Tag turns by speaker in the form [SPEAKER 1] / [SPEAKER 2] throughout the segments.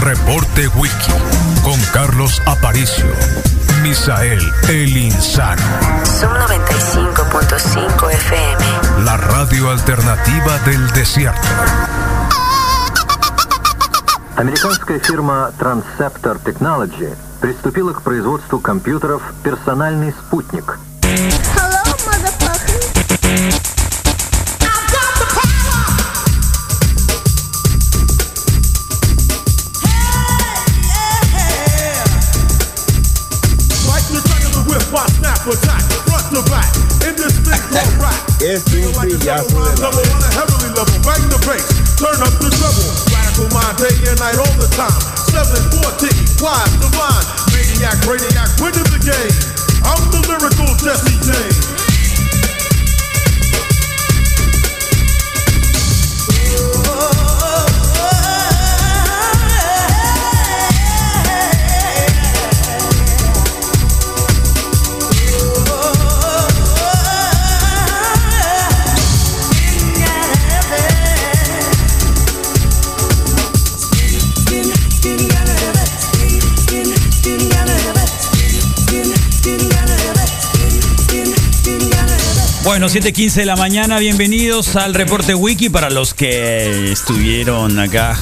[SPEAKER 1] Reporte Wiki con Carlos Aparicio. Misael El Insano.
[SPEAKER 2] Son 95.5 FM.
[SPEAKER 1] La radio alternativa del desierto.
[SPEAKER 3] Американская фирма Transceptor Technology приступила к производству компьютеров «Персональный спутник».
[SPEAKER 4] Like the track of the whip, I snap a tack, front to back. In this big blow rock.
[SPEAKER 5] Este un trillazo de la
[SPEAKER 4] Level on a heavenly level, bang the bass, turn up the treble. Radical mind, day and night, all the time. 714, Clive, divine, maniac, radiac, winning the game. I'm the lyrical Jesse James.
[SPEAKER 6] Bueno, 7.15 de la mañana, bienvenidos al reporte wiki para los que estuvieron acá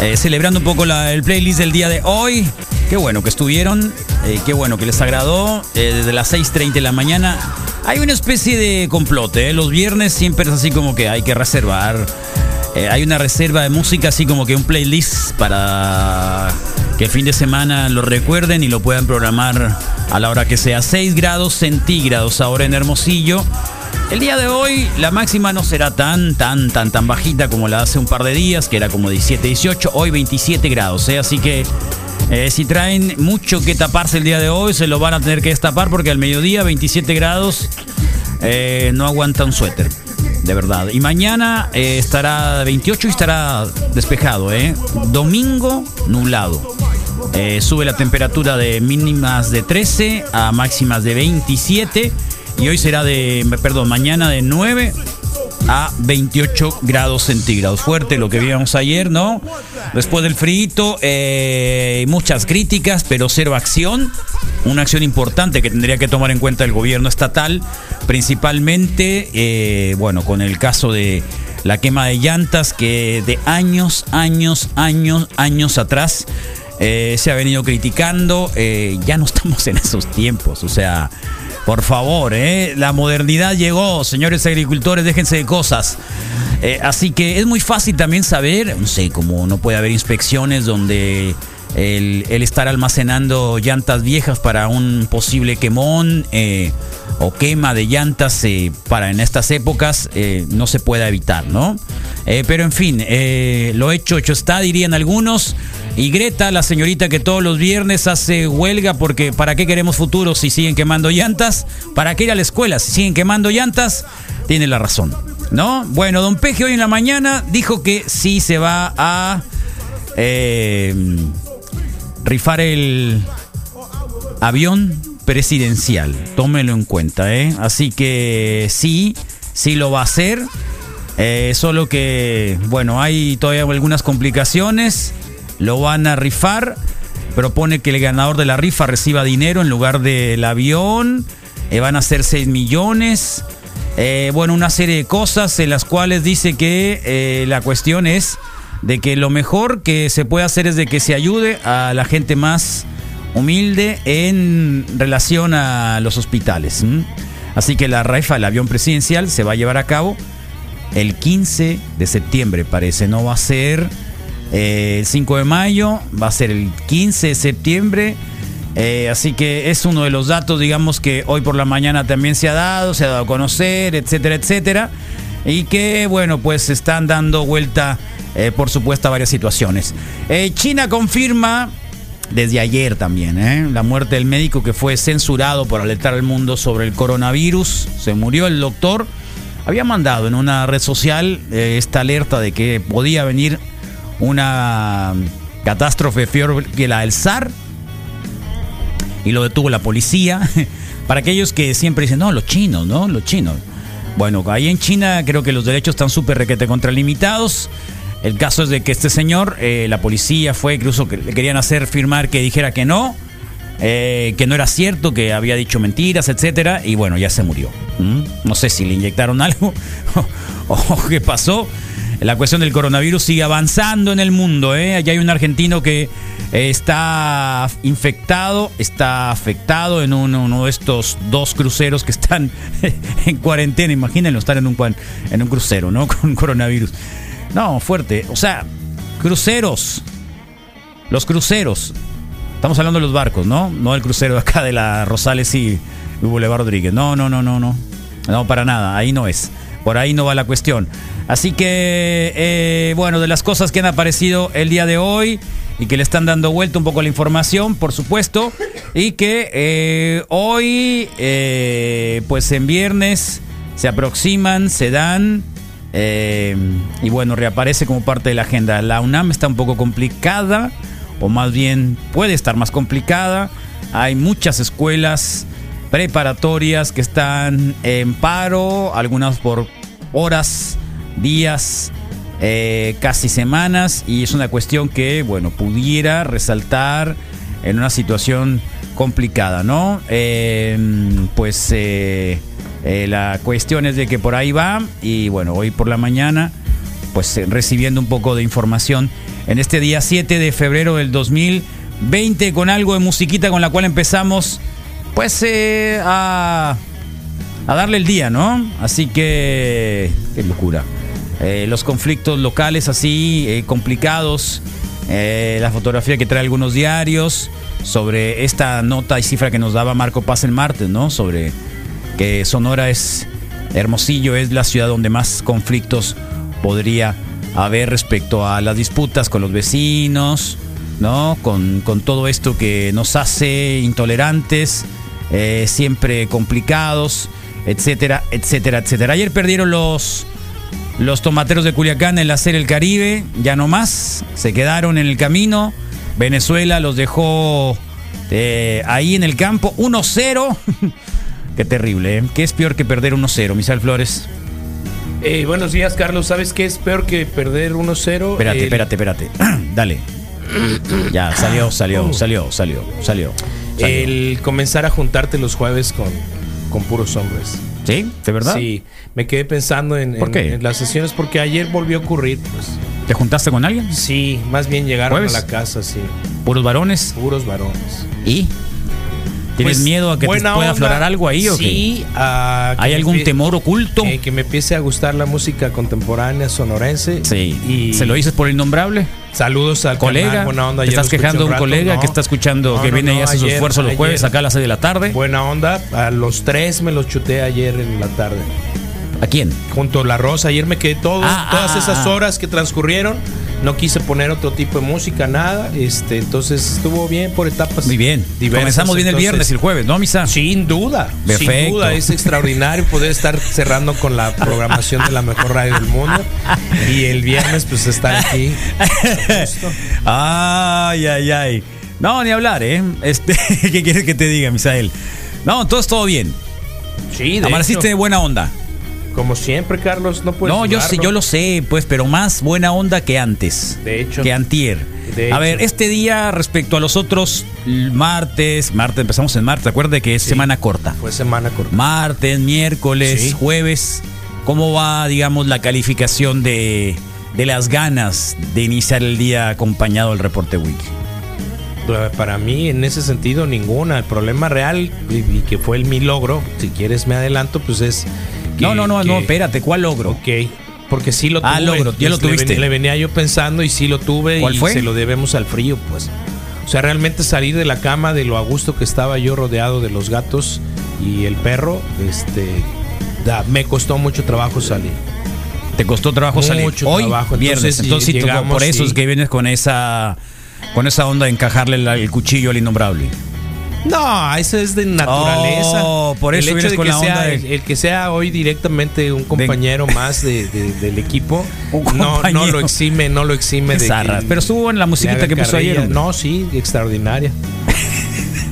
[SPEAKER 6] eh, celebrando un poco la- el playlist del día de hoy. Qué bueno que estuvieron, eh, qué bueno que les agradó. eh, desde las 6.30 de la mañana hay una especie de complot, ¿eh? Los viernes siempre es así como que hay que reservar. eh, hay una reserva de música, así como que un playlist para que el fin de semana lo recuerden y lo puedan programar a la hora que sea. 6 grados centígrados ahora en Hermosillo. El día de hoy la máxima no será tan, tan, tan, tan bajita como la hace un par de días, que era como 17, 18, hoy 27 grados, ¿eh? así que eh, si traen mucho que taparse el día de hoy, se lo van a tener que destapar porque al mediodía 27 grados eh, no aguanta un suéter, de verdad. Y mañana eh, estará 28 y estará despejado, ¿eh? domingo nublado. Eh, sube la temperatura de mínimas de 13 a máximas de 27. Y hoy será de, perdón, mañana de 9 a 28 grados centígrados. Fuerte lo que vimos ayer, ¿no? Después del frío, muchas críticas, pero cero acción. Una acción importante que tendría que tomar en cuenta el gobierno estatal, principalmente, eh, bueno, con el caso de la quema de llantas que de años, años, años, años atrás eh, se ha venido criticando. eh, ya no estamos en esos tiempos. O sea, por favor, eh, la modernidad llegó, señores agricultores, déjense de cosas. Eh, así que es muy fácil también saber, no sé, como no puede haber inspecciones donde el, el estar almacenando llantas viejas para un posible quemón eh, o quema de llantas eh, para en estas épocas eh, no se pueda evitar, ¿no? Eh, pero en fin, eh, lo hecho, hecho está, dirían algunos. Y Greta, la señorita que todos los viernes hace huelga porque ¿para qué queremos futuro si siguen quemando llantas? ¿Para qué ir a la escuela si siguen quemando llantas? Tiene la razón, ¿no? Bueno, don Peje hoy en la mañana dijo que sí se va a... eh, rifar el avión presidencial. Tómelo en cuenta, ¿eh? Así que sí, sí lo va a hacer. Eh, solo que, bueno, hay todavía algunas complicaciones. Lo van a rifar. Propone que el ganador de la rifa reciba dinero en lugar del avión. Eh, van a ser 6 millones. Eh, bueno, una serie de cosas en las cuales dice que eh, la cuestión es de que lo mejor que se puede hacer es de que se ayude a la gente más humilde en relación a los hospitales. ¿m? Así que la rifa del avión presidencial se va a llevar a cabo el 15 de septiembre, parece. No va a ser eh, el 5 de mayo, va a ser el 15 de septiembre. Eh, así que es uno de los datos, digamos, que hoy por la mañana también se ha dado, se ha dado a conocer, etcétera, etcétera. Y que, bueno, pues están dando vuelta, eh, por supuesto, a varias situaciones. Eh, China confirma desde ayer también. ¿eh? La muerte del médico que fue censurado por alertar al mundo sobre el coronavirus. Se murió el doctor. Había mandado en una red social eh, esta alerta de que podía venir una catástrofe peor que la del SAR y lo detuvo la policía. Para aquellos que siempre dicen, no, los chinos, ¿no? Los chinos. Bueno, ahí en China creo que los derechos están súper requete contralimitados. El caso es de que este señor, eh, la policía fue, incluso que le querían hacer firmar que dijera que no, eh, que no era cierto, que había dicho mentiras, etcétera, y bueno, ya se murió. ¿Mm? No sé si le inyectaron algo o, o qué pasó. La cuestión del coronavirus sigue avanzando en el mundo. ¿eh? Allá hay un argentino que eh, está infectado, está afectado en uno, uno de estos dos cruceros que están en cuarentena. Imagínenlo, estar en un, cuan- en un crucero, ¿no? Con coronavirus. No, fuerte. O sea, cruceros. Los cruceros. Estamos hablando de los barcos, ¿no? No el crucero de acá de la Rosales y y Boulevard Rodríguez. No, no, no, no, no. No, para nada. Ahí no es. Por ahí no va la cuestión. Así que, eh, bueno, de las cosas que han aparecido el día de hoy y que le están dando vuelta un poco la información, por supuesto, y que eh, hoy, eh, pues en viernes, se aproximan, se dan eh, y bueno, reaparece como parte de la agenda. La UNAM está un poco complicada, o más bien puede estar más complicada. Hay muchas escuelas preparatorias que están en paro, algunas por horas, días, eh, casi semanas, y es una cuestión que, bueno, pudiera resaltar en una situación complicada, ¿no? Eh, pues eh, eh, la cuestión es de que por ahí va y bueno, hoy por la mañana, pues eh, recibiendo un poco de información en este día 7 de febrero del 2020 con algo de musiquita con la cual empezamos pues eh, a a darle el día, ¿no? Así que, qué locura. Eh, los conflictos locales así, eh, complicados, eh, la fotografía que trae algunos diarios sobre esta nota y cifra que nos daba Marco Paz el martes, ¿no? Sobre que Sonora es, Hermosillo es la ciudad donde más conflictos podría haber respecto a las disputas con los vecinos, ¿no? Con, con todo esto que nos hace intolerantes, eh, siempre complicados, etcétera, etcétera, etcétera. Ayer perdieron los, los tomateros de Culiacán en la Serie del Caribe, ya no más, se quedaron en el camino. Venezuela los dejó eh, ahí en el campo, 1-0. Qué terrible, ¿eh? ¿Qué es peor que perder 1-0, Misal Flores?
[SPEAKER 7] Eh, buenos días, Carlos. ¿Sabes qué es peor que perder 1-0?
[SPEAKER 6] Espérate,
[SPEAKER 7] El-
[SPEAKER 6] espérate, espérate. Dale. Ya, salió,
[SPEAKER 7] Uh.
[SPEAKER 6] salió, salió, salió, salió. salió.
[SPEAKER 7] El comenzar a juntarte los jueves con, con puros hombres.
[SPEAKER 6] ¿Sí? ¿De verdad?
[SPEAKER 7] Sí, me quedé pensando en,
[SPEAKER 6] ¿Por
[SPEAKER 7] en-
[SPEAKER 6] qué?
[SPEAKER 7] en las sesiones porque ayer volvió a ocurrir. pues.
[SPEAKER 6] ¿Te juntaste con alguien?
[SPEAKER 7] sí, más bien llegaron
[SPEAKER 6] ¿Jueves?
[SPEAKER 7] a la casa, sí,
[SPEAKER 6] ¿Puros varones?
[SPEAKER 7] puros varones.
[SPEAKER 6] ¿Y? ¿Tienes
[SPEAKER 7] Pues,
[SPEAKER 6] miedo a que te
[SPEAKER 7] buena onda.
[SPEAKER 6] pueda aflorar algo ahí o qué?
[SPEAKER 7] Sí, a que
[SPEAKER 6] ¿Hay
[SPEAKER 7] me
[SPEAKER 6] algún
[SPEAKER 7] empie-
[SPEAKER 6] temor oculto?
[SPEAKER 7] eh, que me empiece a gustar la música contemporánea sonorense.
[SPEAKER 6] Sí.
[SPEAKER 7] Y
[SPEAKER 6] ¿Se lo dices por el innombrable?
[SPEAKER 7] Saludos al
[SPEAKER 6] ¿Colega?
[SPEAKER 7] canal, buena onda.
[SPEAKER 6] ¿Te
[SPEAKER 7] ayer lo
[SPEAKER 6] estás
[SPEAKER 7] escuché
[SPEAKER 6] quejando a un
[SPEAKER 7] rato,
[SPEAKER 6] colega
[SPEAKER 7] no.
[SPEAKER 6] que está escuchando,
[SPEAKER 7] No,
[SPEAKER 6] que
[SPEAKER 7] no,
[SPEAKER 6] viene
[SPEAKER 7] no,
[SPEAKER 6] y hace su
[SPEAKER 7] ayer-
[SPEAKER 6] esfuerzo los
[SPEAKER 7] ayer.
[SPEAKER 6] jueves acá a las 6 de la tarde?
[SPEAKER 7] Buena onda, a los tres me los chuté ayer en la tarde.
[SPEAKER 6] ¿A quién?
[SPEAKER 7] Junto a La Rosa, ayer me quedé todo,
[SPEAKER 6] Ah,
[SPEAKER 7] todas
[SPEAKER 6] ah,
[SPEAKER 7] esas
[SPEAKER 6] ah.
[SPEAKER 7] horas que transcurrieron. No quise poner otro tipo de música, nada. Este, entonces estuvo bien por etapas.
[SPEAKER 6] Muy bien.
[SPEAKER 7] diversas,
[SPEAKER 6] Comenzamos bien el
[SPEAKER 7] entonces,
[SPEAKER 6] viernes y el jueves, ¿no, Misa?
[SPEAKER 7] Sin duda, sin
[SPEAKER 6] Perfecto.
[SPEAKER 7] duda es extraordinario poder estar cerrando con la programación de la mejor radio del mundo y el viernes pues estar aquí.
[SPEAKER 6] ay, ay, ay. No, ni hablar, ¿eh? Este, ¿Qué quieres que te diga, Misael? No, todo es todo bien.
[SPEAKER 7] Sí, de
[SPEAKER 6] Amaneciste de
[SPEAKER 7] hecho,
[SPEAKER 6] buena onda.
[SPEAKER 7] como siempre, Carlos, no puedes
[SPEAKER 6] no, yo
[SPEAKER 7] dudarlo.
[SPEAKER 6] sé, yo lo sé, pues, pero más buena onda que antes.
[SPEAKER 7] De hecho.
[SPEAKER 6] Que antier.
[SPEAKER 7] De
[SPEAKER 6] a
[SPEAKER 7] hecho.
[SPEAKER 6] ver, este día respecto a los otros l- martes, martes, empezamos en martes, acuérdate que es semana corta.
[SPEAKER 7] Fue semana corta.
[SPEAKER 6] Martes, miércoles,
[SPEAKER 7] Sí.
[SPEAKER 6] jueves. ¿Cómo va, digamos, la calificación de, de las ganas de iniciar el día acompañado del reporte wiki?
[SPEAKER 7] Para mí, en ese sentido, ninguna. El problema real, y, y que fue el mi logro, si quieres me adelanto, pues es. que-
[SPEAKER 6] no, no, no,
[SPEAKER 7] que-
[SPEAKER 6] no, espérate, ¿cuál logro?
[SPEAKER 7] Ok. Porque sí lo tuve.
[SPEAKER 6] Ah, logro, ya lo
[SPEAKER 7] Pues, le
[SPEAKER 6] tuviste.
[SPEAKER 7] ven- Le, venía yo pensando y sí lo tuve
[SPEAKER 6] ¿Cuál
[SPEAKER 7] y
[SPEAKER 6] fue?
[SPEAKER 7] se lo debemos al frío, pues. O sea, realmente salir de la cama de lo a gusto que estaba yo rodeado de los gatos y el perro, este. da- me costó mucho trabajo salir.
[SPEAKER 6] Te costó trabajo salir
[SPEAKER 7] Mucho
[SPEAKER 6] hoy
[SPEAKER 7] trabajo,
[SPEAKER 6] viernes,
[SPEAKER 7] entonces,
[SPEAKER 6] entonces, sí,
[SPEAKER 7] llegamos
[SPEAKER 6] por eso
[SPEAKER 7] y-
[SPEAKER 6] es que vienes con esa con esa onda de encajarle la- el cuchillo al innombrable.
[SPEAKER 7] No, eso es de naturaleza.
[SPEAKER 6] Oh, por eso
[SPEAKER 7] el hecho
[SPEAKER 6] vienes
[SPEAKER 7] de
[SPEAKER 6] con
[SPEAKER 7] que
[SPEAKER 6] la
[SPEAKER 7] sea,
[SPEAKER 6] onda de-
[SPEAKER 7] el, el que sea hoy directamente un compañero más de- de- del equipo,
[SPEAKER 6] Un
[SPEAKER 7] no, no
[SPEAKER 6] compañero.
[SPEAKER 7] lo exime, no lo exime
[SPEAKER 6] Qué
[SPEAKER 7] de
[SPEAKER 6] zarras.
[SPEAKER 7] que
[SPEAKER 6] Pero estuvo en la
[SPEAKER 7] le
[SPEAKER 6] musiquita
[SPEAKER 7] haga
[SPEAKER 6] que puso
[SPEAKER 7] carrilla.
[SPEAKER 6] ayer, hombre.
[SPEAKER 7] No, sí, extraordinaria.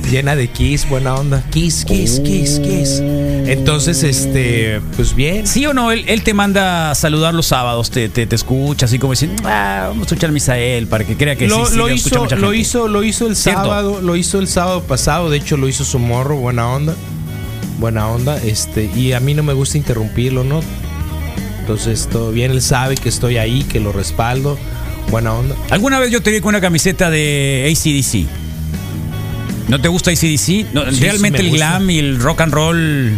[SPEAKER 7] Llena de kiss, buena onda. Kiss, kiss, kiss, kiss. Entonces, este, pues bien.
[SPEAKER 6] ¿Sí o no? Él, él te manda a saludar los sábados, te, te, te escucha, así como diciendo, ah, vamos a escuchar a Misael para que crea que
[SPEAKER 7] lo,
[SPEAKER 6] sí, sí
[SPEAKER 7] lo
[SPEAKER 6] lo escucha
[SPEAKER 7] hizo,
[SPEAKER 6] mucha
[SPEAKER 7] lo
[SPEAKER 6] gente.
[SPEAKER 7] hizo, lo hizo el
[SPEAKER 6] ¿Cierto?
[SPEAKER 7] sábado, lo hizo el sábado pasado, de hecho lo hizo su morro, buena onda. Buena onda, este, y a mí no me gusta interrumpirlo, ¿no? Entonces, todo bien, él sabe que estoy ahí, que lo respaldo. Buena onda.
[SPEAKER 6] ¿Alguna vez yo te vi con una camiseta de ACDC? ¿No te gusta ACDC? No,
[SPEAKER 7] Sí, sí
[SPEAKER 6] realmente
[SPEAKER 7] me
[SPEAKER 6] el
[SPEAKER 7] gusta.
[SPEAKER 6] glam y el rock and roll.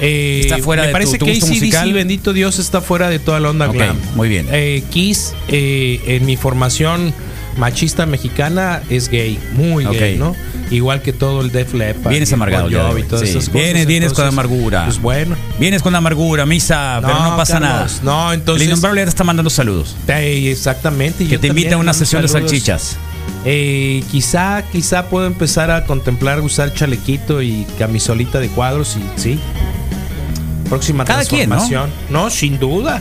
[SPEAKER 7] Eh,
[SPEAKER 6] Está fuera
[SPEAKER 7] me
[SPEAKER 6] de
[SPEAKER 7] parece
[SPEAKER 6] tu- tu
[SPEAKER 7] que
[SPEAKER 6] gusto
[SPEAKER 7] AC/DC,
[SPEAKER 6] musical.
[SPEAKER 7] bendito Dios, está fuera de toda la onda
[SPEAKER 6] Ok,
[SPEAKER 7] glam.
[SPEAKER 6] muy bien.
[SPEAKER 7] Eh, Kiss, eh, en mi formación machista mexicana, es gay, muy
[SPEAKER 6] Ok.
[SPEAKER 7] gay, ¿no? Igual que todo el Def Leppard.
[SPEAKER 6] Vienes
[SPEAKER 7] y Bon
[SPEAKER 6] amargado ya,
[SPEAKER 7] Jovi y todas
[SPEAKER 6] sí.
[SPEAKER 7] esas cosas.
[SPEAKER 6] Vienes- vienes con
[SPEAKER 7] Entonces,
[SPEAKER 6] amargura.
[SPEAKER 7] Pues bueno.
[SPEAKER 6] Vienes con amargura, misa, pero no pasa
[SPEAKER 7] Carlos,
[SPEAKER 6] nada.
[SPEAKER 7] No,
[SPEAKER 6] El
[SPEAKER 7] entonces.
[SPEAKER 6] innombrable te está mandando saludos.
[SPEAKER 7] eh, exactamente. y
[SPEAKER 6] Que
[SPEAKER 7] yo
[SPEAKER 6] te invita
[SPEAKER 7] también
[SPEAKER 6] a una
[SPEAKER 7] mando
[SPEAKER 6] sesión de
[SPEAKER 7] saludos.
[SPEAKER 6] salchichas.
[SPEAKER 7] Eh, quizá, quizá puedo empezar a contemplar usar chalequito y camisolita de cuadros y sí. Próxima
[SPEAKER 6] Cada quien, ¿no?
[SPEAKER 7] transformación. ¿no? sin duda.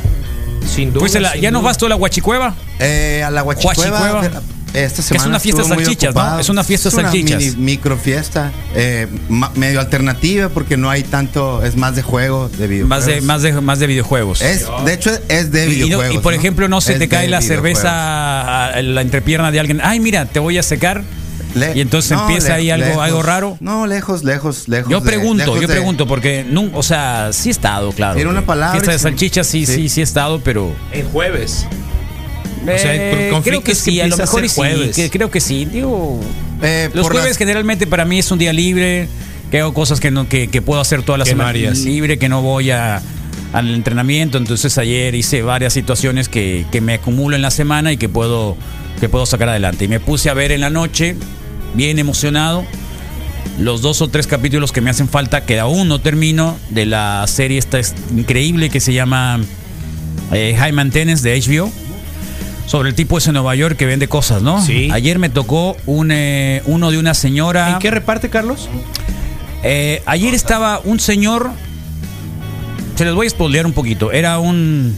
[SPEAKER 7] Sin duda.
[SPEAKER 6] Pues la-
[SPEAKER 7] sin
[SPEAKER 6] ya nos
[SPEAKER 7] duda.
[SPEAKER 6] vas tú a la huachicueva.
[SPEAKER 8] Eh, a la Huachicueva.
[SPEAKER 6] Huachicueva.
[SPEAKER 8] Esta semana
[SPEAKER 6] una fiesta
[SPEAKER 8] estuve muy
[SPEAKER 6] salchichas, ¿no?
[SPEAKER 8] ocupado.
[SPEAKER 6] Es una fiesta
[SPEAKER 8] es
[SPEAKER 6] salchichas.
[SPEAKER 8] Una mini- micro fiesta, eh, ma- medio alternativa porque no hay tanto, es más de juego, de videojuegos.
[SPEAKER 6] Más de, más, de, más de videojuegos.
[SPEAKER 8] Es, de hecho, es de
[SPEAKER 6] Y- y, no- y
[SPEAKER 8] videojuegos.
[SPEAKER 6] por ejemplo, no se
[SPEAKER 8] Es
[SPEAKER 6] te cae
[SPEAKER 8] de
[SPEAKER 6] la
[SPEAKER 8] videojuegos.
[SPEAKER 6] cerveza a- a la entrepierna de alguien. Ay, mira, te voy a secar.
[SPEAKER 8] Le-
[SPEAKER 6] y entonces
[SPEAKER 8] no,
[SPEAKER 6] empieza
[SPEAKER 8] le-
[SPEAKER 6] ahí algo,
[SPEAKER 8] lejos.
[SPEAKER 6] algo raro.
[SPEAKER 8] No, lejos, lejos, lejos.
[SPEAKER 6] Yo
[SPEAKER 8] de-
[SPEAKER 6] pregunto,
[SPEAKER 8] lejos
[SPEAKER 6] yo
[SPEAKER 8] de-
[SPEAKER 6] pregunto, porque, nun- o sea, sí he estado, claro.
[SPEAKER 8] Tiene una palabra
[SPEAKER 6] Fiesta de
[SPEAKER 8] y-
[SPEAKER 6] salchichas, sí, sí,
[SPEAKER 8] sí.
[SPEAKER 6] sí, he estado, pero.
[SPEAKER 7] El jueves. O sea, el
[SPEAKER 6] Eh, creo
[SPEAKER 7] conflicto
[SPEAKER 6] que
[SPEAKER 7] es que
[SPEAKER 6] sí, a lo
[SPEAKER 7] empieza a
[SPEAKER 6] mejor
[SPEAKER 7] ser
[SPEAKER 6] y sí,
[SPEAKER 7] jueves.
[SPEAKER 6] que- creo que sí. Digo,
[SPEAKER 8] Eh,
[SPEAKER 6] los
[SPEAKER 8] por
[SPEAKER 6] jueves
[SPEAKER 8] las-
[SPEAKER 6] generalmente para mí es un día libre, que hago cosas que, no, que, que puedo hacer toda la
[SPEAKER 7] Que no
[SPEAKER 6] semana
[SPEAKER 7] harías.
[SPEAKER 6] libre, que no voy a- al entrenamiento. Entonces ayer hice varias situaciones que, que me acumulo en la semana y que puedo, que puedo sacar adelante. Y me puse a ver en la noche, bien emocionado, los dos o tres capítulos que me hacen falta, que aún no termino, de la serie esta es- increíble que se llama eh, High Maintenance de HBO. Sobre el tipo ese en Nueva York que vende cosas, ¿no?
[SPEAKER 7] Sí.
[SPEAKER 6] Ayer me tocó un, eh, uno de una señora.
[SPEAKER 7] ¿En qué reparte, Carlos?
[SPEAKER 6] Eh, ayer estaba un señor. Se les voy a spoilear un poquito. Era un.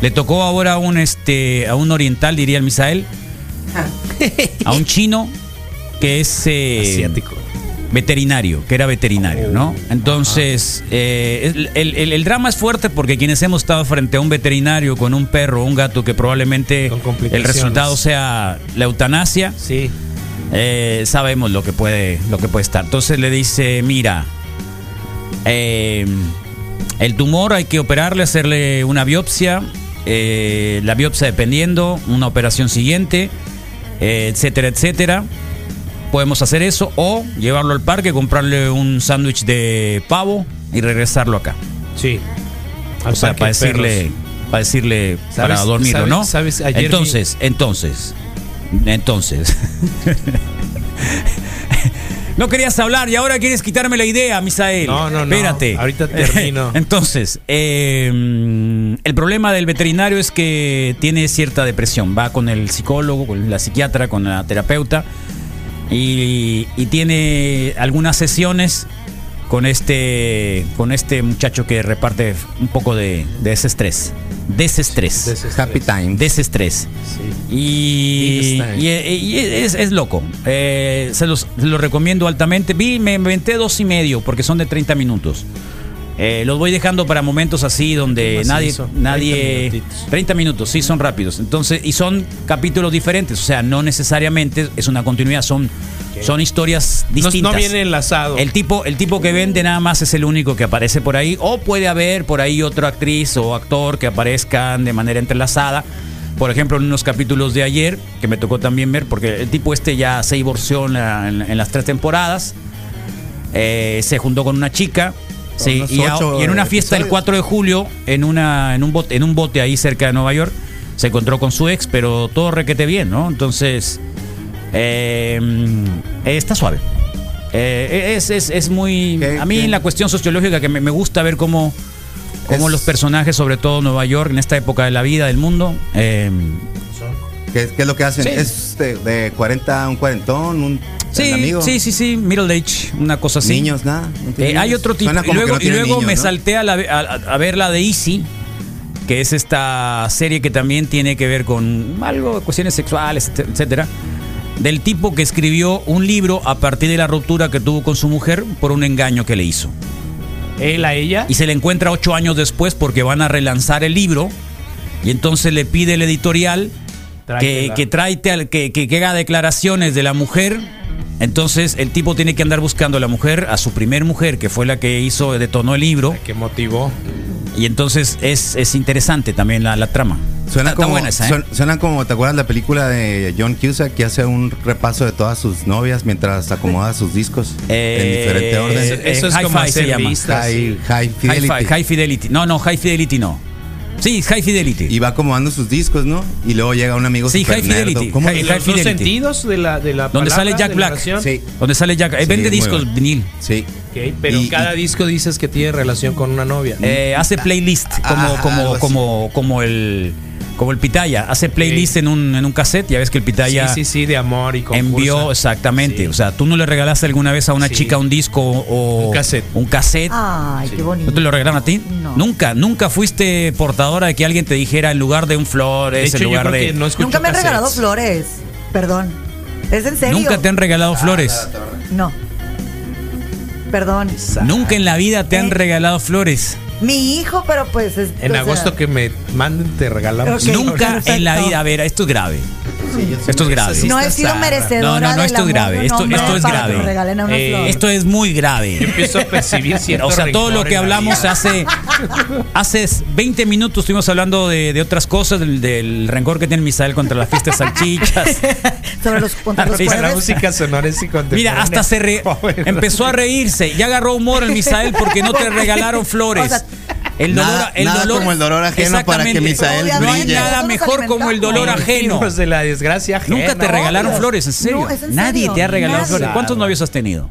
[SPEAKER 6] Le tocó ahora a un este. a un oriental, diría el Misael. A un chino que es eh, veterinario, que era veterinario,
[SPEAKER 7] Oh.
[SPEAKER 6] ¿no? Entonces, eh, el- el, el- el drama es fuerte porque quienes hemos estado frente a un veterinario con un perro o un gato que probablemente
[SPEAKER 7] Con
[SPEAKER 6] el
[SPEAKER 7] complicaciones.
[SPEAKER 6] resultado sea la eutanasia,
[SPEAKER 7] Sí.
[SPEAKER 6] eh, sabemos lo que puede lo que puede estar. Entonces le dice, mira, eh, el tumor hay que operarle, hacerle una biopsia, eh, la biopsia dependiendo, una operación siguiente, eh, etcétera, etcétera. Podemos hacer eso o llevarlo al parque, comprarle un sándwich de pavo y regresarlo acá.
[SPEAKER 7] Sí.
[SPEAKER 6] O sea, para decirle, para decirle,
[SPEAKER 7] ¿Sabes-
[SPEAKER 6] para dormirlo,
[SPEAKER 7] sabes-
[SPEAKER 6] ¿no?
[SPEAKER 7] sabes? Ayer vi-
[SPEAKER 6] entonces, entonces, entonces. No querías hablar y ahora quieres quitarme la idea, Misael.
[SPEAKER 7] No, no, no.
[SPEAKER 6] Espérate.
[SPEAKER 7] Ahorita termino.
[SPEAKER 6] Entonces, eh, el problema del veterinario es que tiene cierta depresión. Va con el psicólogo, con la psiquiatra, con la terapeuta y, y tiene algunas sesiones con este con este muchacho que reparte un poco de, de ese estrés, desestrés, desestrés.
[SPEAKER 8] Happy Time.
[SPEAKER 6] Y,
[SPEAKER 7] Disestrés.
[SPEAKER 6] y- e, y es, es loco. Eh, se los, se los recomiendo altamente. Vi, me inventé dos y medio porque son de 30 minutos. Eh, los voy dejando para momentos así donde
[SPEAKER 7] Macizo.
[SPEAKER 6] nadie,
[SPEAKER 7] 30
[SPEAKER 6] nadie,
[SPEAKER 7] minutitos.
[SPEAKER 6] 30 minutos, sí, son rápidos. Entonces, y son capítulos diferentes, o sea, no necesariamente es una continuidad, son, son historias
[SPEAKER 7] No,
[SPEAKER 6] distintas.
[SPEAKER 7] no viene enlazado.
[SPEAKER 6] El tipo, el tipo que vende nada más es el único que aparece por ahí. O puede haber por ahí otra actriz o actor que aparezcan de manera entrelazada. Por ejemplo, en unos capítulos de ayer, que me tocó también ver, porque el tipo este ya se divorció en, la- en- en las tres temporadas. Eh, se juntó con una chica. Sí,
[SPEAKER 8] unos
[SPEAKER 6] y, a-
[SPEAKER 8] ocho
[SPEAKER 6] y en una fiesta el
[SPEAKER 8] episodios.
[SPEAKER 6] 4 de julio, en, una, en, un bote, en un bote ahí cerca de Nueva York, se encontró con su ex, pero todo requete bien, ¿no? Entonces, eh, está suave. Eh, es, es- es muy...
[SPEAKER 8] ¿Qué-
[SPEAKER 6] a mí
[SPEAKER 8] qué?
[SPEAKER 6] la cuestión sociológica que me, me gusta ver cómo, cómo
[SPEAKER 8] Es-
[SPEAKER 6] los personajes, sobre todo Nueva York, en esta época de la vida, del mundo, eh,
[SPEAKER 8] ¿Qué, qué es lo que hacen?
[SPEAKER 6] Sí.
[SPEAKER 8] ¿Es de, de 40, un cuarentón, un
[SPEAKER 6] Sí,
[SPEAKER 8] un amigo?
[SPEAKER 6] sí, sí, sí, middle age, una cosa así.
[SPEAKER 8] Niños, nada. ¿No
[SPEAKER 6] Eh,
[SPEAKER 8] tienen
[SPEAKER 6] hay
[SPEAKER 8] niños?
[SPEAKER 6] otro tipo.
[SPEAKER 8] Suena
[SPEAKER 6] Y
[SPEAKER 8] como que
[SPEAKER 6] luego,
[SPEAKER 8] no
[SPEAKER 6] y
[SPEAKER 8] tienen
[SPEAKER 6] luego
[SPEAKER 8] niños,
[SPEAKER 6] me
[SPEAKER 8] ¿no?
[SPEAKER 6] salté a, la- a- a ver la de Easy, que es esta serie que también tiene que ver con algo de cuestiones sexuales, etc- etcétera. Del tipo que escribió un libro a partir de la ruptura que tuvo con su mujer por un engaño que le hizo.
[SPEAKER 7] Él a ella.
[SPEAKER 6] Y se le encuentra ocho años después porque van a relanzar el libro. Y entonces le pide el editorial que,
[SPEAKER 7] Tráetela.
[SPEAKER 6] que tráete al- que, que, que haga declaraciones de la mujer. Entonces el tipo tiene que andar buscando a la mujer, a su primer mujer, que fue la que hizo, detonó el libro.
[SPEAKER 7] que motivó.
[SPEAKER 6] Y entonces es, es interesante también la, la trama.
[SPEAKER 8] Suena
[SPEAKER 6] Está- está
[SPEAKER 8] como,
[SPEAKER 6] buena esa, ¿eh?
[SPEAKER 8] suena- suena como, ¿te acuerdas la película de John Cusack que hace un repaso de todas sus novias mientras acomoda sus discos
[SPEAKER 6] Eh,
[SPEAKER 8] en diferente orden?
[SPEAKER 6] eh,
[SPEAKER 7] Eso es
[SPEAKER 6] Hi-Fi
[SPEAKER 7] como
[SPEAKER 6] se
[SPEAKER 7] hacer
[SPEAKER 6] llama.
[SPEAKER 7] listas.
[SPEAKER 8] High, high
[SPEAKER 6] Hi-Fi,
[SPEAKER 8] Fidelity.
[SPEAKER 6] High Fidelity. No, no, High Fidelity no. Sí, High Fidelity.
[SPEAKER 8] Y va acomodando sus discos, ¿no? Y luego llega un amigo
[SPEAKER 6] Sí,
[SPEAKER 8] super
[SPEAKER 6] High
[SPEAKER 8] nerdo.
[SPEAKER 6] Fidelity.
[SPEAKER 8] ¿Cómo?
[SPEAKER 6] High-
[SPEAKER 7] En los dos
[SPEAKER 6] Fidelity.
[SPEAKER 7] sentidos de la, de la
[SPEAKER 6] Donde sale
[SPEAKER 7] palabra,
[SPEAKER 6] Jack
[SPEAKER 7] de la
[SPEAKER 6] Black.
[SPEAKER 7] oración.
[SPEAKER 8] Sí.
[SPEAKER 6] Donde sale Jack. eh,
[SPEAKER 8] Sí, muy
[SPEAKER 6] vende discos
[SPEAKER 8] bueno.
[SPEAKER 6] vinil.
[SPEAKER 8] Sí.
[SPEAKER 7] Ok, pero
[SPEAKER 8] Y-
[SPEAKER 7] cada
[SPEAKER 8] y-
[SPEAKER 7] disco dices que tiene relación con una novia.
[SPEAKER 6] Eh, hace playlist como
[SPEAKER 8] Ah, algo
[SPEAKER 6] como
[SPEAKER 8] así.
[SPEAKER 6] como como el como el pitaya hace playlist en un en un cassette ya ves que el pitaya
[SPEAKER 7] sí, sí, sí, de amor y concursa.
[SPEAKER 6] envió exactamente
[SPEAKER 7] Sí.
[SPEAKER 6] o sea tú no le regalaste alguna vez a una
[SPEAKER 7] Sí.
[SPEAKER 6] chica un disco o
[SPEAKER 7] Un cassette.
[SPEAKER 6] un cassette
[SPEAKER 9] Ay, qué bonito.
[SPEAKER 6] ¿No te lo regalaron a ti?
[SPEAKER 9] Ah. No.
[SPEAKER 6] Nunca, nunca fuiste portadora de que alguien te dijera en lugar de un
[SPEAKER 7] de
[SPEAKER 6] flores,
[SPEAKER 7] hecho,
[SPEAKER 6] en
[SPEAKER 7] yo
[SPEAKER 6] lugar
[SPEAKER 7] creo que
[SPEAKER 6] de.
[SPEAKER 7] no escucho
[SPEAKER 9] Nunca me han
[SPEAKER 7] cassettes.
[SPEAKER 9] regalado flores. Perdón. ¿Es en serio?
[SPEAKER 6] Nunca te han regalado flores.
[SPEAKER 9] No. Perdón.
[SPEAKER 7] Ah.
[SPEAKER 6] Nunca en la vida te han
[SPEAKER 9] Eh.
[SPEAKER 6] regalado flores.
[SPEAKER 9] Mi hijo, pero pues es.
[SPEAKER 7] En
[SPEAKER 9] o sea,
[SPEAKER 7] agosto que me manden te regalamos.
[SPEAKER 9] Ok,
[SPEAKER 6] nunca en la
[SPEAKER 9] perfecto.
[SPEAKER 6] vida. A ver, esto es grave. esto es grave.
[SPEAKER 9] No he sido
[SPEAKER 7] Zarra.
[SPEAKER 9] merecedora.
[SPEAKER 6] No, no, no,
[SPEAKER 9] del
[SPEAKER 6] esto es
[SPEAKER 9] amor
[SPEAKER 6] grave,
[SPEAKER 9] de un
[SPEAKER 6] esto-
[SPEAKER 9] hombre
[SPEAKER 6] esto es
[SPEAKER 9] para que
[SPEAKER 6] grave.
[SPEAKER 9] me regalen a una
[SPEAKER 7] Eh,
[SPEAKER 9] flor.
[SPEAKER 6] Esto es muy grave.
[SPEAKER 7] Yo empiezo a percibir cierto
[SPEAKER 6] O sea, todo
[SPEAKER 7] rencor
[SPEAKER 6] lo
[SPEAKER 7] en
[SPEAKER 6] que
[SPEAKER 7] la
[SPEAKER 6] hablamos
[SPEAKER 7] vida.
[SPEAKER 6] hace, hace 20 minutos estuvimos hablando de, de otras cosas, del, del rencor que tiene Misael contra las fiestas salchichas.
[SPEAKER 9] Sobre los contra los
[SPEAKER 6] Arriba
[SPEAKER 7] Para la
[SPEAKER 9] jueves.
[SPEAKER 7] música sonora es contemporánea.
[SPEAKER 6] Mira, hasta se re-
[SPEAKER 7] Joder.
[SPEAKER 6] empezó a reírse. Ya agarró humor el Misael porque no te regalaron
[SPEAKER 9] O
[SPEAKER 6] flores.
[SPEAKER 9] sea,
[SPEAKER 6] El dolor,
[SPEAKER 8] Nada-
[SPEAKER 6] el
[SPEAKER 8] nada
[SPEAKER 6] dolor,
[SPEAKER 8] como el dolor ajeno para que
[SPEAKER 6] Exactamente.
[SPEAKER 8] Misael
[SPEAKER 6] No hay
[SPEAKER 9] brille.
[SPEAKER 6] nada
[SPEAKER 9] Nosotros
[SPEAKER 6] mejor como el
[SPEAKER 9] alimentamos.
[SPEAKER 6] dolor ajeno.
[SPEAKER 7] Hijos de la desgracia ¿eh? ajena.
[SPEAKER 6] Nunca te
[SPEAKER 9] No,
[SPEAKER 6] regalaron
[SPEAKER 9] Dios.
[SPEAKER 6] flores, en serio.
[SPEAKER 9] No, es en
[SPEAKER 6] Nadie
[SPEAKER 9] serio,
[SPEAKER 6] te ha regalado
[SPEAKER 9] nadie.
[SPEAKER 6] flores. ¿Cuántos novios has tenido?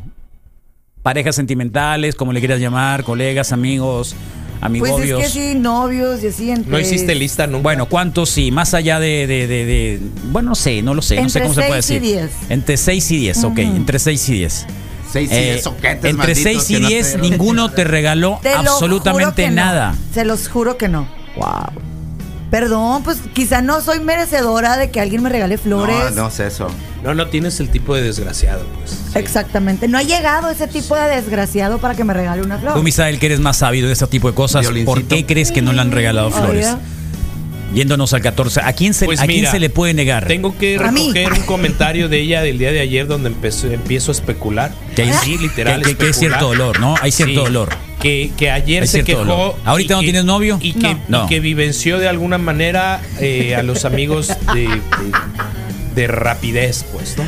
[SPEAKER 6] Parejas sentimentales, como le quieras llamar, colegas, amigos,
[SPEAKER 9] Pues es
[SPEAKER 6] amigobios.
[SPEAKER 9] que sí, pues, novios y así. Entre,
[SPEAKER 7] No hiciste lista nunca.
[SPEAKER 6] Bueno, ¿cuántos sí? Más allá de, de- de- de- Bueno, no sé, no lo sé. no sé
[SPEAKER 9] Entre
[SPEAKER 6] cómo se puede
[SPEAKER 9] seis y
[SPEAKER 6] decir.
[SPEAKER 9] diez.
[SPEAKER 6] Entre 6 y 10, ok. Entre 6 y 10.
[SPEAKER 8] Seis y diez soquetes,
[SPEAKER 6] entre
[SPEAKER 8] malditos,
[SPEAKER 6] 6
[SPEAKER 8] que
[SPEAKER 6] y
[SPEAKER 8] no
[SPEAKER 6] 10
[SPEAKER 8] te-
[SPEAKER 6] ninguno te regaló
[SPEAKER 9] Te lo juro
[SPEAKER 6] absolutamente
[SPEAKER 9] que no.
[SPEAKER 6] nada.
[SPEAKER 9] Se los juro que no. Wow. Perdón, pues quizá no soy merecedora de que alguien me regale
[SPEAKER 8] No,
[SPEAKER 9] flores.
[SPEAKER 8] no es eso.
[SPEAKER 7] No, no tienes el tipo de desgraciado, pues.
[SPEAKER 9] Exactamente. No ha llegado ese tipo de desgraciado para que me regale una flor.
[SPEAKER 6] Tú, Misael, que eres más sabido de este tipo de cosas, ¿por
[SPEAKER 8] Violincito.
[SPEAKER 6] qué crees que no le han regalado
[SPEAKER 9] Oye.
[SPEAKER 6] flores? Yéndonos al 14, ¿a quién se,
[SPEAKER 7] Pues
[SPEAKER 6] ¿a quién
[SPEAKER 7] mira,
[SPEAKER 6] se le puede negar?
[SPEAKER 7] Tengo que
[SPEAKER 9] A mí.
[SPEAKER 7] recoger un comentario de ella del día de ayer donde empezó- empiezo a especular.
[SPEAKER 6] Que hay-
[SPEAKER 7] sí, literal.
[SPEAKER 6] que- que- que hay
[SPEAKER 7] especular.
[SPEAKER 6] cierto dolor, ¿no? Hay cierto
[SPEAKER 7] Sí,
[SPEAKER 6] dolor.
[SPEAKER 7] Que, que ayer
[SPEAKER 6] Hay
[SPEAKER 7] se
[SPEAKER 6] cierto
[SPEAKER 7] quejó.
[SPEAKER 6] dolor.
[SPEAKER 7] y
[SPEAKER 6] ¿Ahorita no
[SPEAKER 7] que-
[SPEAKER 6] tienes novio?
[SPEAKER 7] Y que,
[SPEAKER 6] No.
[SPEAKER 7] y que vivenció de alguna manera eh, a los amigos de, de, de rapidez, pues, ¿no?